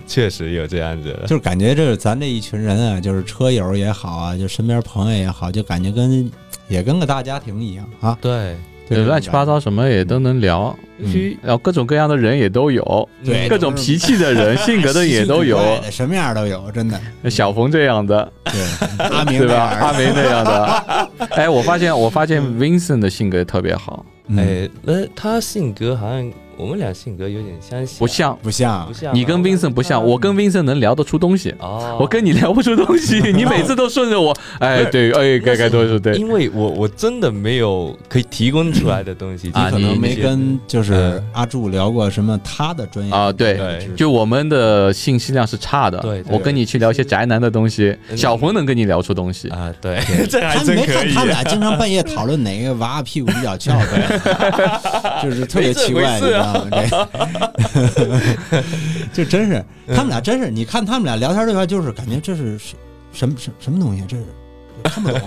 C: 确实有这样子的，
B: 就是感觉这咱这一群人啊，就是车友也好啊，就身边朋友也好，就感觉跟也跟个大家庭一样啊，
C: 对，
A: 对
B: 就这种
A: 乱七八
B: 感觉。
A: 糟什么也都能聊，
C: 必须
A: 然后各种各样的人也都有，
B: 对
A: 各种脾气的人、性格的也都有
B: 奇，奇怪怪的什么样都有，真的。
A: 小冯这样的，
B: 对，阿明
A: 对吧？
B: 那样
A: 阿梅那样的。哎，我发现，我发现 Vincent 的性格特别好，
B: 嗯，
C: 哎，那他性格好像我们俩性格有点相像，
A: 不像
B: 不像
C: 不，像啊，嗯
A: 你跟 Vincent 不像，我跟 Vincent 能聊得出东西，
C: 哦，
A: 我跟你聊不出东西。你每次都顺着我，哎，对，哎，该该都是对
C: 因为我我真的没有可以提供出来的东西，
A: 啊
B: 可
A: 你
B: 能没跟就是
C: 嗯
B: 阿柱聊过什么他的专业
A: 啊，对。
C: 对
A: 就我们的信息量是差的，
C: 对对
A: 我跟你去聊一些宅男的东西，
C: 嗯
A: 小红能跟你聊出东西，
C: 啊，对， 这还
B: 他
C: 真
B: 没
C: 可
B: 看
C: 以
B: 他，们俩经常半夜讨论哪个娃娃屁股比较翘呗， 就是特别奇怪，你
C: 没这
B: 知
C: 回事
B: 道吗？这 就真是他们俩真是，你看他们俩聊天对话，就是感觉这是什什么什么什么东西，啊这是看不 懂，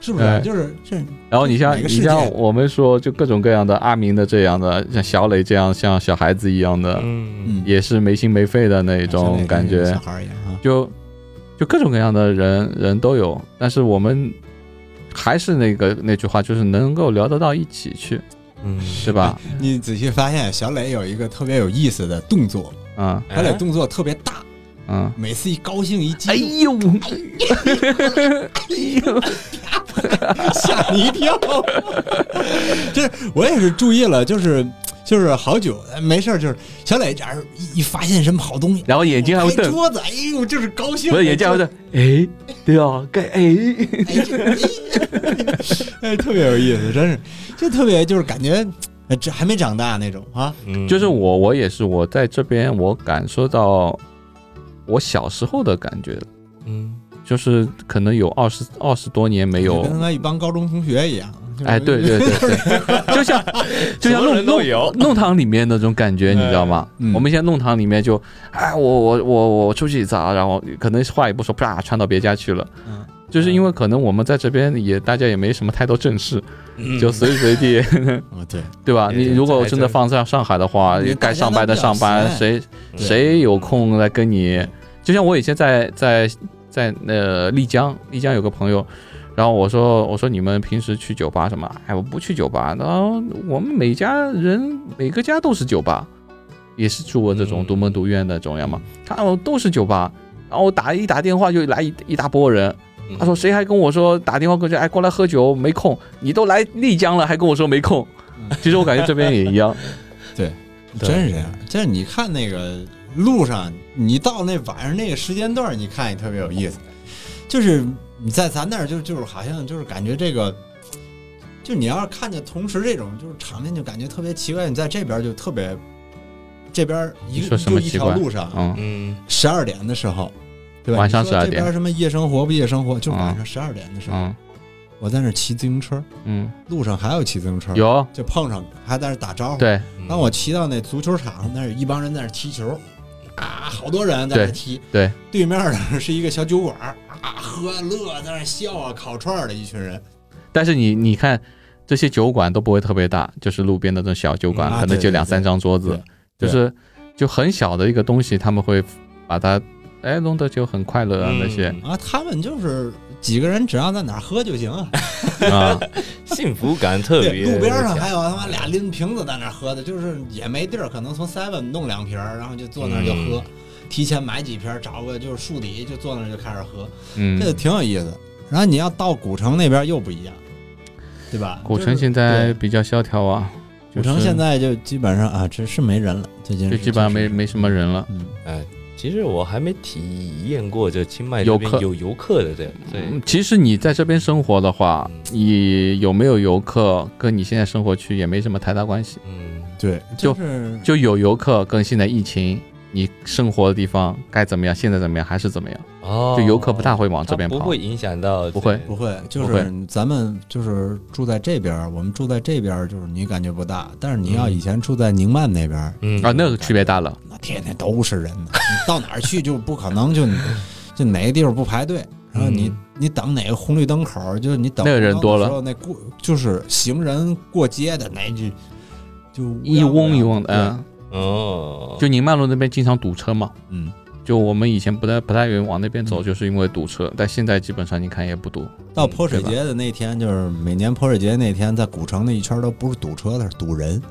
B: 是不
A: 哎
B: 是？就是这
A: 然后你像
B: 哪
A: 你
B: 个世界
A: 像我们说，就各种各样的阿明的这样的，像小磊这样像小孩子一样的，
C: 嗯，
B: 嗯，
A: 也是没心没肺的那
B: 像那
A: 种
B: 个
A: 感觉
B: 小，孩儿一样啊，
A: 就就各种各样的人人都有，但是我们还是那个那句话，就是能够聊得到一起去，
C: 嗯，
A: 对吧？
B: 你仔细发现，小磊有一个特别有意思的动作，
A: 嗯
C: 哎
B: 小磊动作特别大，
A: 嗯，
B: 每次一高兴一激
A: 哎
B: 动，
A: 呦，
B: 吓你一跳。这我也是注意了，就是就是好久没事儿，就是小磊这儿一一发现什么好东西，
A: 然后眼睛还会
B: 拍
A: 瞪，
B: 桌子，哎呦，就是高兴，
A: 不是眼睛还会瞪，哎，对啊，该
C: 嗯
A: 哎，
B: 哎这哎，哎特别有意思，真是，就特别就是感觉呃这还没长大那种啊，
C: 嗯
A: 就是我我也是我在这边我感受到我小时候的感觉，
C: 嗯，
A: 就是可能有二十二十多年没有
B: 就。跟他一帮高中同学一样。就是
A: 哎，对对对对，就 像就像
C: 什么
A: 弄
C: 人都有
A: 弄弄堂里面那种感觉，你知道吗？
B: 嗯
A: 我们现在弄堂里面就，哎，我我我我出去一趟，然后可能话也不说，啪窜到别家去了。
B: 嗯
A: 就是因为可能我们在这边也大家也没什么太多正事，
C: 嗯
A: 就随时随地，
B: 哦对，
A: 对吧？
C: 对
A: 你
C: 对
A: 如果
C: 这还
A: 真的
C: 真
A: 放在上海的话
B: 你，
A: 该上班的上
B: 大
A: 班，
B: 家都
A: 谁
C: 对
A: 谁有空来跟你？就像我以前在在在那丽江，丽江有个朋友，然后我说我说你们平时去酒吧什么？哎，我不去酒吧，然后我们每家人每个家都是酒吧，也是住我这种
C: 嗯
A: 独门独院的种样嘛，他哦都是酒吧。然后我打一打电话就来一一大波人，
C: 嗯
A: 他说谁还跟我说打电话过去，哎过来喝酒没空，你都来丽江了还跟我说没空
B: 嗯，
A: 其实我感觉这边也一 样，
C: 对
B: 真是这样。就是你看那个路上，你到那晚上那个时间段儿，你看也特别有意思。就是你在咱那儿就就是好像就是感觉这个，就你要是看见同时这种就是场面，就感觉特别奇怪。你在这边就特别，这边一
A: 你说
B: 个
A: 什
B: 就
A: 么
B: 一
A: 奇
B: 条
A: 怪
B: 路上，
A: 嗯
C: 嗯
B: 十二点的时候，对吧？
A: 晚上
B: 你说
A: 12
B: 这
A: 点
B: 边什么夜生活不夜生活？就晚
A: 嗯
B: 上十二点的时候，
A: 嗯
B: 我在那儿骑自行车，
A: 嗯，
B: 路上还有骑自行车，
A: 有
B: 就碰上还在那儿打招呼。
A: 对。
C: 嗯
B: 当我骑到那足球场，那儿有一帮人在那儿踢球，啊，好多人在那儿踢。
A: 对
B: 对面呢是一个小酒馆，啊，喝啊乐啊在那儿笑啊，烤串儿的一群人。
A: 但是你你看，这些酒馆都不会特别大，就是路边的那种小酒馆，
B: 嗯
A: 可
B: 啊
A: 能
B: 对
A: 就
B: 对
A: 两三张桌子，
B: 对对
A: 就是就很小的一个东西，他们会把它哎，龙德酒很快乐啊
C: 嗯
A: 那 些
B: 啊，他们就是几个人，只要在哪儿喝就行啊。
A: 啊，
C: 幸福感特
B: 对，
C: 别强。
B: 路边上还有他妈俩拎瓶子在那儿喝的，就是也没地儿，可能从 seven 弄两瓶儿，然后就坐那儿就
A: 嗯
B: 喝，提前买几瓶儿，找个就是树底就坐那儿就开始喝，
A: 嗯
B: 这，个挺有意思。然后你要到古城那边又不一样，对吧？
A: 古城现在比较萧条啊，
B: 古城
A: 就是
B: 现在就基本上啊，这是没人了，最近
A: 就基本上没
B: 是
A: 没什么人了。
B: 嗯，
C: 哎，其实我还没体验过这清迈这边
A: 游客
C: 有游客的这对
A: 嗯，其实你在这边生活的话，你有没有游客跟你现在生活区也没什么太大关系。
C: 嗯
B: 对，
A: 就是就有游客跟现在疫情，你生活的地方该怎么样，现在怎么样还是怎么样，
C: 哦，
A: 就游客不大会往
C: 它
A: 这边
C: 不
A: 跑
C: 会。影响到
A: 不会
B: 不会，就
A: 不
B: 是咱们就是住在这边儿，我们住在这边儿，就是你感觉不大，但是你要以前住在宁曼那边儿，
C: 嗯
A: 啊，那个区别大了。
B: 那天天都是人 呢，你到哪儿去就不可能就就哪个地方不排队，然后你、
C: 嗯
B: 你等哪个红绿灯口，就是你等
A: 那个人多了
B: 红灯的时候那过就是行人过街的那就就
A: 一嗡一嗡的，
B: 对
A: 嗯，
C: 哦，
A: 就宁曼路那边经常堵车嘛。
B: 嗯，
A: 就我们以前不太不太愿意往那边走，
B: 嗯
A: 就是因为堵车。但现在基本上你看也不堵，
B: 到泼水
A: 对吧
B: 节的那天，就是每年泼水节那天，在古城那一圈都不是堵车的，是 堵人。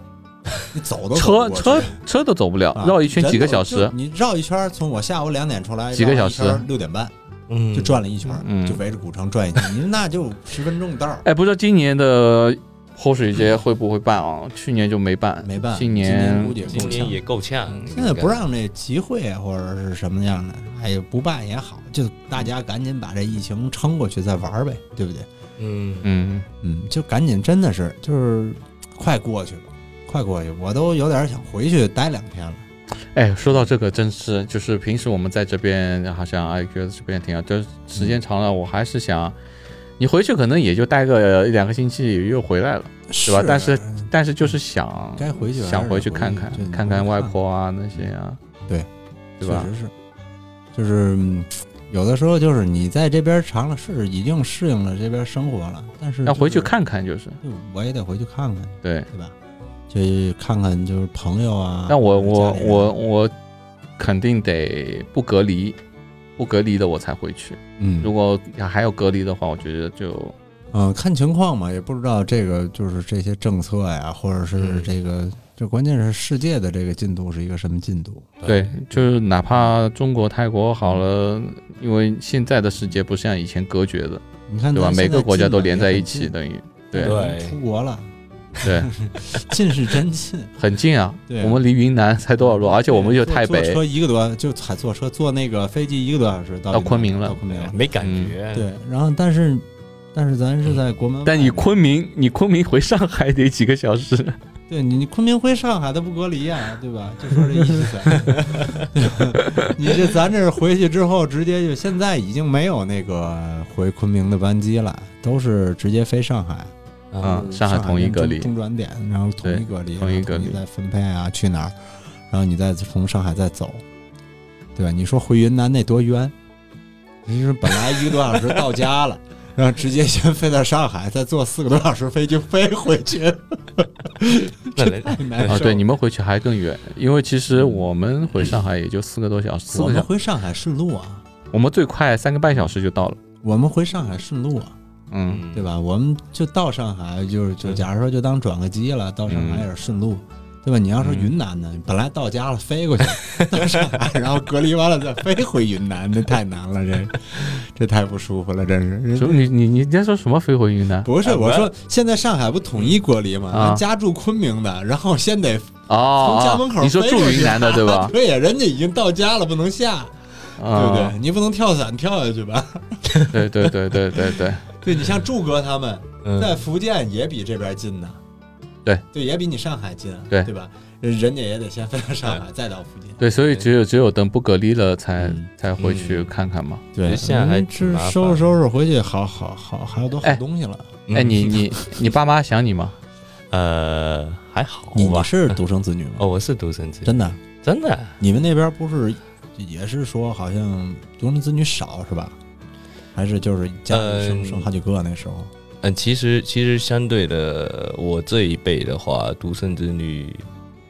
B: 你走都走
A: 车
B: 不过去
A: 车车都走不了
B: 啊，
A: 绕一圈几个小
B: 人
A: 时
B: 都就。你绕一圈，从我下午两点出来，
A: 几个小时
B: 绕一圈六点半
C: 嗯
B: 就转了一圈，
A: 嗯
B: 就围着古城转一 圈，你那就十分钟到儿。
A: 哎，不知道今年的 泼水节会不会办啊？去年就没办，
B: 没办法，
A: 今
B: 今
A: 年
B: 估计也够
C: 今年
B: 呛嗯
C: 也够呛，
B: 现在不让这集会啊或者是什么样的，哎呀，不办也好，就大家赶紧把这疫情撑过去再玩儿呗，对不对？
C: 嗯
A: 嗯，
B: 嗯，就赶紧，真的是就是快过去了，快过去，我都有点想回去待两天了。
A: 哎，说到这个，真是就是平时我们在这边好像哎觉得这边挺好，就是时间长了，我还是想，你回去可能也就待个一两个星期又回来了，
B: 是
A: 吧但是但是就是想
B: 嗯该回去还是
A: 想回去
B: 回去
A: 看看
B: 对你
A: 看
B: 回
A: 看
B: 去
A: 外
B: 看
A: 婆啊那些啊，
B: 对
A: 对吧
B: 确？实是，就是嗯有的时候就是你在这边长了，是已经适应了这边生活了，但是
A: 要回去
B: 就是，啊
A: 看看就是
B: 就我也得回去看看，
A: 对。
B: 对吧？去看看就是朋友啊。
A: 但我
B: 或者
A: 我
B: 家里啊人
A: 我我肯定得不隔离，不隔离的我才回去。
B: 嗯，
A: 如果还有隔离的话，我觉得就
B: 嗯，看情况嘛，也不知道这个就是这些政策呀，或者
A: 嗯
B: 是这个，这关键是世界的这个进度是一个什么进度？
A: 对，就是哪怕中国、泰国好了，
B: 嗯
A: 因为现在的世界不像以前隔绝的，
B: 你看
A: 对吧？
B: 咱现
A: 每个国家
B: 近
A: 都
B: 了
A: 连
B: 也
A: 在
B: 很
A: 一起，
B: 近
A: 等于
B: 对
A: 对
C: 对
B: 咱出国了，
A: 对，
B: 近是真近。
A: 很近啊。
B: 对
A: 我们离云南才多少路？而且我们就太
B: 坐坐
A: 北，
B: 车一个多，就才坐车坐那个飞机一个多小时到
A: 到
B: 云南
A: 昆明了
B: 到昆明了。
C: 没感觉，
B: 对，然后但是但是咱是在国门外面，
A: 但你昆明，你昆明回上海得几个小 时？
B: 对你，你昆明回上海，他不隔离呀、对吧？就说这意 思。对吧你这咱这回去之后，直接就现在已经没有那个回昆明的班机了，都是直接飞上海。
A: 啊
C: 嗯
A: 上海统一隔离
B: 跟中中转点，然后统一隔
A: 对
B: 离，
A: 统一
B: 然后
A: 隔离
B: 再分配啊，去哪儿，然后你再从上海再走，对吧？你说回云南那多冤，你说本来一个多小时到家了。然后直接先飞到上海，再坐四个多小时飞机飞回去，
C: 那人
B: 太难受
A: 啊，
B: 了。
A: 对，你们回去还更远，因为其实
B: 嗯
A: 我们回上海也就四个多小时，四
B: 我
A: 个小
B: 们回上海顺路啊，
A: 我们最快三个半小时就到了。
B: 我们回上海顺路啊，
A: 嗯，
B: 对？吧？我们就到上海，就是就
C: 对
B: 假如说就当转个机了，到上海也是顺路，对吧？你要说云南呢，本来到家了飞过去，到上海，然后隔离完了再飞回云南，那太难了，这这太不舒服了，真是。
A: 什么？你你你在说什么？飞回云南？
B: 不是
C: 哎
B: 我
C: 我
B: 说，现在上海不统一隔离吗？
A: 啊
B: 咱家住昆明的，然后先得
A: 哦
B: 从家
A: 哦
B: 门口
A: 你说
B: 飞
A: 住
B: 过去？
A: 云南的对吧
B: 对呀，人家已经到家了，不能下， 对不
A: 啊
B: 对？你不能跳伞跳下去吧？
A: 哦对对对对对对。
B: 对你像柱哥他们，
C: 嗯
B: 在福建也比这边近呢。
A: 对
B: 对，也比你上海近啊，
A: 对
B: 对吧？人家也得先飞到上海，再到福建。
A: 对，所以只有只有等不隔离了才、
B: 嗯
A: 才回去看看嘛。
C: 对现在还挺
B: 是
C: 麻烦
B: 嗯收拾收拾回去，好好好，还有多好
A: 哎
B: 东西了。
C: 嗯
A: 哎，你你你爸妈想你吗？
C: 呃还好
B: 你
C: 吧？
B: 是独生子女 吗？
C: 哦，我是独生子，
B: 真的，
C: 真的
B: 你们那边不是也是说好像独生子女少是吧？还是就是家里生
C: 嗯
B: 生好几个那时候？
C: 呃嗯，其实其实相对的，我这一辈的话，独生子女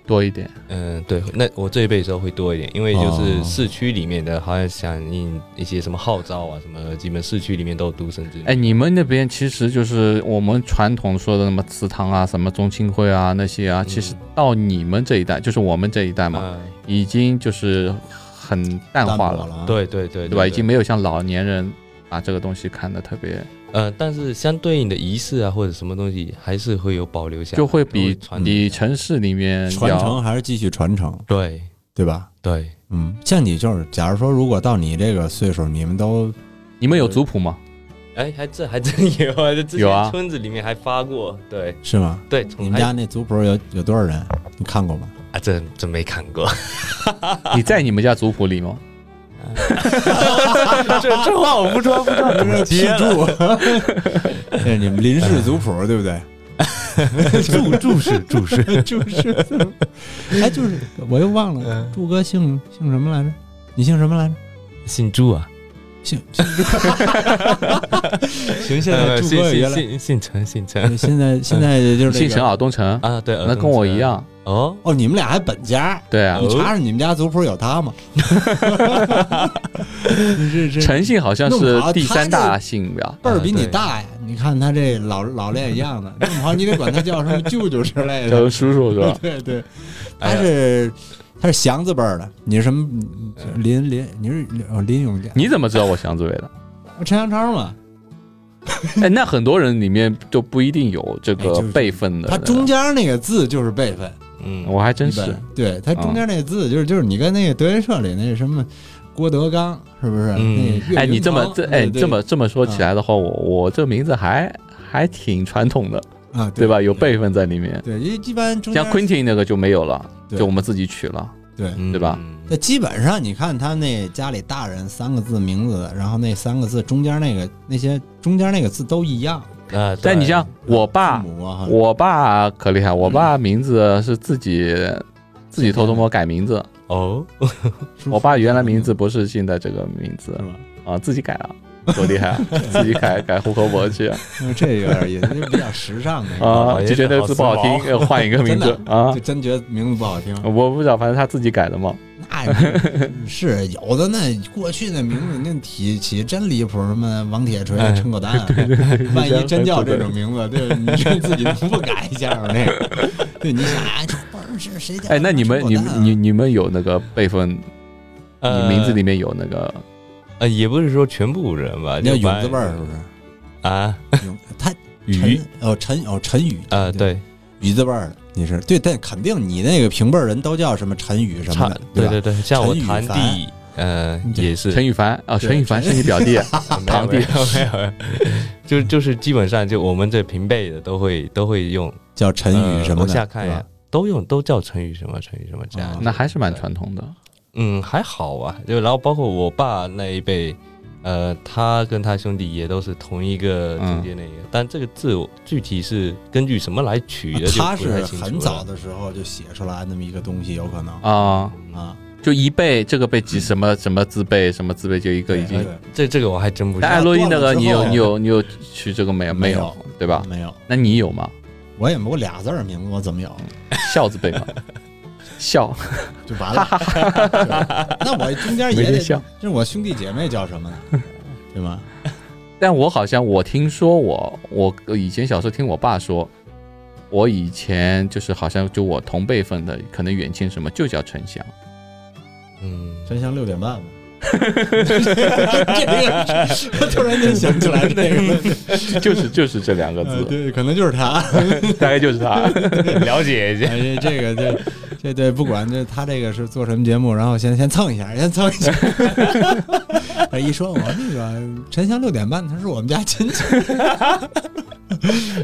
A: 多一点。
C: 嗯，对，那我这一辈的时候会多一点，因为就是
B: 哦
C: 市区里面的，好像响应一些什么号召啊，什么基本市区里面都有独生子女。
A: 哎，你们那边其实就是我们传统说的什么祠堂啊、什么宗亲会啊那些啊，其实到你们这一代，就是我们这一代嘛，
C: 嗯，
A: 已经就是很淡
B: 淡
A: 化
B: 薄
A: 了，
B: 了啊，
C: 对对对，
A: 对吧？已经没
C: 有。
A: 有像老年人把这个东西看得特别，
C: 呃，但是相对应的仪式啊，或者什么东西，还是会有保留下来，
A: 就会比
C: 都传
A: 比
C: 承下来
A: 城市里面
B: 传承
A: 要
B: 还是继续传承，
C: 对
B: 对吧？
C: 对，
B: 嗯，像你就是，假如说如果到你这个岁数，你们都
A: 你们有族谱吗？
C: 哎，还这还真有啊， 这之
A: 有啊
C: 前村子里面还发过，对
B: 是吗？
C: 对，
B: 你
C: 从
B: 们家那族谱有有多少人？你看过吗？
C: 啊，这真没看过，
A: 你在你们家族谱里吗？
C: 这这话我不知道，不知道怎么
B: 记
C: 接了。
B: 住， 这是哎你们林氏族谱对不对？
C: 注注释注释，
B: 就是，哎，就是，我又忘了，祝哥姓姓什么来着？你姓什么来着？
C: 姓朱啊，
B: 姓
C: 行，现
B: 在祝
C: 呃姓
B: 哥也
C: 姓
B: 来嗯
C: 姓姓陈，姓陈
B: 现在现在就是这
A: 姓
B: 个
A: 陈啊，东城，
C: 啊，对，
A: 那跟我一样，
C: 哦，
B: 哦，你们俩还本家？
A: 对啊
B: 你。查查你们家族谱有他吗？是是，
A: 陈姓好像
B: 弄
A: 是
B: 不好
A: 第
B: 他
A: 三
B: 这
A: 大姓吧？
B: 辈儿比
C: 啊
B: 你
C: 对
B: 大呀！你看他这老老练样子，弄不好你得管他叫什么舅舅之类
A: 叫
B: 的。
A: 叔叔是吧？
B: 对对，
C: 哎
B: 他
C: 呀
B: 是他是祥字辈儿的，你是什么林林？你是哦林永健，
A: 哎你怎么知道我祥子伟 的？
B: 陈祥超嘛？
A: 哎，那很多人里面就不一定有这
B: 哎
A: 个
B: 就是
A: 辈分的。啊
B: 他中间那个字就是辈分，
C: 嗯，
A: 我还真
B: 一
A: 是啊
B: 般，对他中间那个字就是就是你跟那个德云社里那什么郭德纲是不是？
C: 嗯
B: 那岳云
A: 哎，你这么
B: 鹏
A: 这哎
B: 对啊对
A: 这么这么说起来的话，我我这名字还还挺传统的，
B: 啊
A: 对？吧？有辈分在里面，
B: 对，因为一般中间
A: 像 Quentin 那个就没有了，
B: 对
A: 就我们自己取了。
B: 对。
C: 嗯
A: 对吧？
B: 那基本上，你看他那家里大人三个字名字，然后那三个字中间那个那些中间那个字都一样。
C: 啊，
A: 但你像我爸
B: 父，母啊，嗯
A: 我爸可厉害，我爸名字是自己自己偷偷摸改名字。
C: 哦，
B: 是
A: 我爸原来名字不是现在这个名字
B: 是吧？
A: 啊，自己改了。多厉害啊！ 自己改改户口本去 啊，
B: 嗯这有点意思，就比较时尚的
A: 啊
C: 老爷
A: 就觉得这
C: 子
A: 个
C: 好
A: 字不好
C: 时髦
A: 听，要换一个名字
B: 真
A: 啊哦
B: 就。真觉得名字不好听。
A: 我不知道，反正他自己改的嘛。
B: 那是有的，那过去那名字那起起真离谱，什么王铁锤、
C: 哎
B: 撑狗蛋，万一真叫这种名字，对，你这自己能不改一下吗？那个，对，你想，哎，这不是谁叫？
A: 哎，那你们、你们、你、你们有那个辈分？
C: 呃
A: 你名字里面有那个？
C: 呃，也不是说全部人吧，
B: 你啊叫
C: 就把
B: 勇字辈儿是不
C: 啊，
B: 是？勇，他
C: 鱼
B: 陈哦陈哦陈宇
C: 啊，，对，
B: 宇字辈儿的，你是对，但肯定你那个平辈儿人都叫什么陈宇什么
C: 差
B: 的，
C: 对
B: 吧？
C: 对，像我
B: 陈羽
C: 堂弟，呃，
B: 对
C: 也是
A: 陈羽凡啊，
B: 对
A: 陈羽凡是你表弟，堂弟
C: 没有没有没有，就就是基本上就我们这平辈的都会都会用
B: 叫陈宇什么的，
C: 呃我下看一
B: 对
C: 下
B: 吧，
C: 都用都叫成语什么成语什么这样
B: 哦
C: 子。
A: 那还是蛮传统的。
C: 嗯还好啊，就然后包括我爸那一辈，呃，他跟他兄弟也都是同一个
A: 嗯
C: 中间那个，但这个字我具体是根据什么来取的，
B: 啊他
C: 就不太
B: 是
C: 清楚了
B: 很早的时候就写出来那么一个东西，有可能
A: 啊，
B: 啊，
A: 就一辈这个辈几什么什么字辈什么字辈就一个已经。
B: 嗯对
C: 这这个我还真不知
A: 但
C: 道
A: 艾洛伊那个
B: 断了之
A: 你
B: 后
A: 有你有你有取这个没有
B: 没有
A: 有对吧？
B: 没有，
A: 那你有吗？
B: 我也没有俩字儿名字，我怎么有？
A: 孝字 辈吗？孝
B: 就完了。对那我中间
A: 没
B: 也
A: 人
B: 得，
A: 笑。
B: 就是我兄弟姐妹叫什么呢？对吗？
A: 但我好像我听说我我呃以前小时候听我爸说，我以前就是好像就我同辈分的，可能远亲什么就叫陈 翔。
C: 嗯，
B: 真相六点半吧。 这个是突然间想起来是这个，
A: 就是就是这两个
B: 呃
A: 字，
B: 对，可能就是他。
A: 大概就是他。
C: 了解一下。
B: 哎，这这个这这对，不管这他这个是做什么节目，然后先先蹭一下，先蹭 一下。哎，一说我那个沉香六点半，他是我们家亲戚，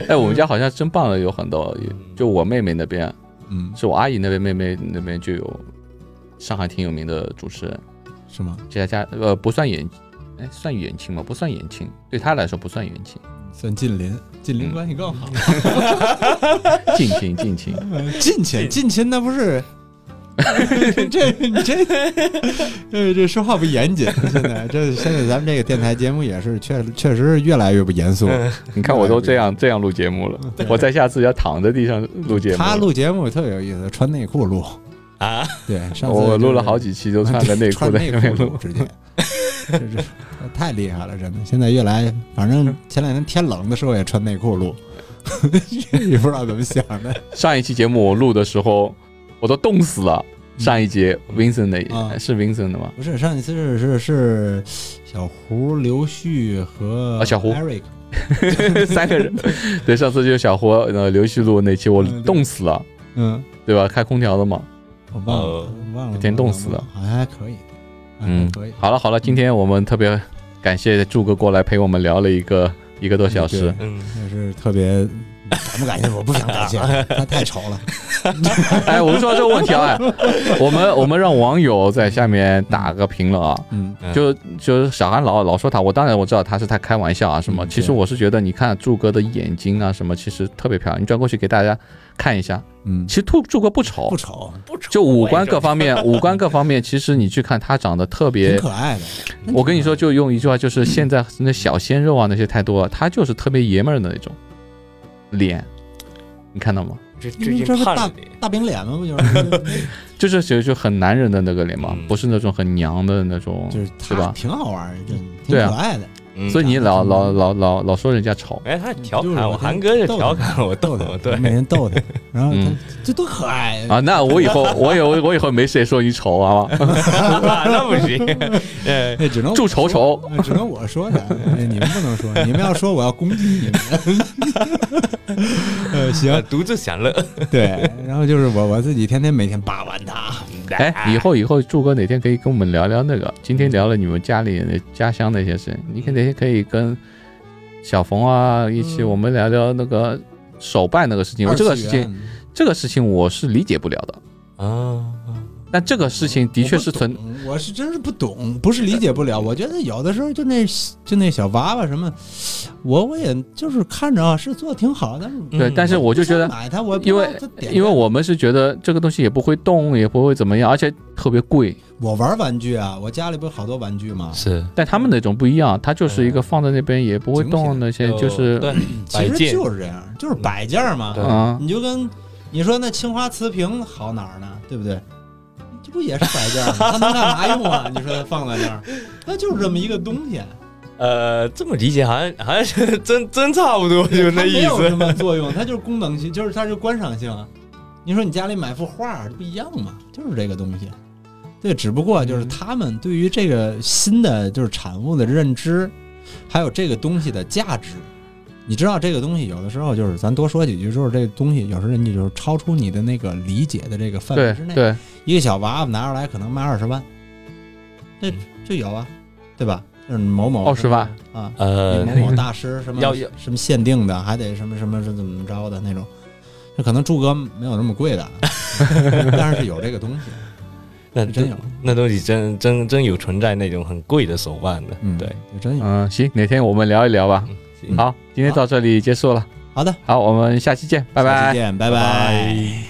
A: 哎，我们家好像真办了有很多，就我妹妹那边，
B: 嗯，
A: 是我阿姨那边妹妹那边就有上海挺有名的主持人，
B: 是吗？
A: 这家家呃不算远，哎算远亲吗？不算远亲，对她来说不算远 亲，
B: 算近邻，近邻
A: 嗯
B: 关系更好。
A: 近亲近亲。
B: 近亲，近亲那不是这你这这这说话不严谨，现在这现在咱们这个电台节目也是确确实是越来越不严肃。
A: 你看我都这样这样录节 目了，我在下次要躺在地上录节目。
B: 他录节目特别有意思，穿内裤录，
C: 啊，
B: 对，上次
A: 我录了好
B: 几。
A: 几期，就穿着内裤
B: 穿
A: 在
B: 内
A: 那边录
B: 录。直接，这这太厉害了，真的。现在越来，反正前两天天冷的时候也穿内裤录， 也不知道怎么想的
A: 上一期节目我录的时候，我都冻死了。 上一节 Vincent 的、
B: 嗯啊
A: 是 Vincent 的吗？
B: 不是上一次是是是小胡、刘旭和
A: 啊小胡
B: Eric，
A: 三个人， 对，上次就是小胡呃刘旭录那期，我
B: 嗯对
A: 冻死了，
B: 嗯，
A: 对吧？开空调的嘛。
B: 我忘了，
C: 呃
B: 忘了，
A: 给冻死
B: 忘
A: 了
B: 好像还可以，还
A: 嗯
B: 可以，
A: 好了好了，今天我们特别感谢祝哥过来陪我们聊了一个一个多小时。
B: 嗯对
C: 嗯，
B: 也是特别。感不感谢？我不想感谢，他太丑了。
A: 哎，我们说到这个问题啊，哎，我们我们让网友在下面打个评论啊。
B: 嗯，
C: 嗯
A: 就就是小韩老老说他，我当然我知道他是他开玩笑啊什么，
B: 嗯
A: 其实
B: 对
A: 我是觉得你看柱哥的眼睛啊什么，其实特别漂亮，你转过去给大家看一下，
B: 嗯
A: 其，实柱柱哥不丑
B: 不，丑，
C: 不丑
A: 就五官各方面，五官各方面，其实你去看他长得特
B: 挺
A: 别。
B: 可爱的。
A: 我跟你说，就用一句话，就是现在那小鲜肉啊那些太多了，他就是特别爷们儿的那种脸，你看到吗？
C: 最最
B: 你
C: 近
B: 这不
C: 胖
B: 大
C: 了点，
B: 大饼脸吗？不就是？
A: 就是其实就很男人的那个脸嘛，
C: 嗯
A: 不是那种很娘的那种，
B: 就是
A: 对嗯吧
B: 他挺好玩儿，真的挺
A: 对啊
B: 可 爱的，
C: 嗯
A: 所以你老老老老老说人家丑，
C: 哎，他调
B: 就是
C: 侃
B: 我
C: 我，
B: 跟
C: 韩哥就
B: 逗
C: 调
B: 他
C: 侃我，
B: 逗
C: 我，
B: 他，
C: 对，
B: 每人逗他，然后他
A: 嗯
B: 这多可爱
A: 啊，！那我以后我以后我以后没事说你丑 啊，
C: 那不行，呃，
B: 那只能我
A: 祝丑丑
B: 说，那只能我说他， 哎你们不能说，你们要说我要攻击你们。 呃，行，
C: 独自享乐。
B: 对，然后就是我我自己天天每天扒完他，
A: 哎，以后以后柱哥哪天可以跟我们聊聊那个，今天聊了你们家里的家乡的一些事情，你可哪天可以跟小冯啊一起，
C: 嗯
A: 我们聊聊那个手办那个事情。我这个事情，这个事情我是理解不了的，
C: 啊，
A: 但这个事情的确是存
B: 我，不懂，我是真是不懂，不是理解不了。我觉得有的时候就那就那小娃娃什么，我我也就是看着啊是做的挺好，但是
C: 嗯
A: 对，但是我就觉得。
B: 买它，我也不
A: 因为
B: 知道它点
A: 因为
B: 在
A: 我们是觉得这个东西也不会动，也不会怎么样，而且特别贵。
B: 我玩玩具啊，我家里不是好多玩具吗？
C: 是
A: 但他们那种不一样，它就是一
B: 嗯
A: 个放在那边也不会动，那些就是
C: 哦对，
B: 其
C: 摆
B: 实
C: 件
B: 就是这样，就是摆件儿嘛。
C: 对
A: 啊，
B: 你就跟你说那青花瓷瓶好哪儿呢？对不对？这不也是摆件儿吗？它能干嘛用啊？你说它放在那儿，那就是这么一个东西，
C: 呃，这么理解好像好像是 真真差不多，就
B: 它
C: 那
B: 没
C: 意
B: 有什
C: 思。
B: 么作用，它就是功能性，就是它就是观赏性啊。你说你家里买幅画儿，这不一样嘛？就是这个东西。对，只不过就是他们对于这个新的就是产物的认知，还有这个东西的价值。你知道这个东西有的时候就是咱多说几句，就是这个东西有时候人家就是超出你的那个理解的这个范围
A: 对
B: 之内。
A: 对，
B: 一个小娃娃拿出来可能卖二十万，这就有啊，对吧？就是某某
A: 20万
B: 啊，
C: 呃，
B: 某某大师什么
C: 要要
B: 什么限定的，还得什么什么是怎么着的那种，这可能柱哥没有那么贵的， 但是有这个东西，
C: 那
B: 真有，
C: 那东西真真真有存在那种很贵的手办的，
B: 嗯，
C: 对，，嗯
B: 真有。
A: 嗯，行，哪天我们聊一聊吧。
C: 行
A: 好，今天到这里结束了。
B: 好的，
A: 好，我们下期见，拜
B: 下
A: 拜
B: 期。见，拜拜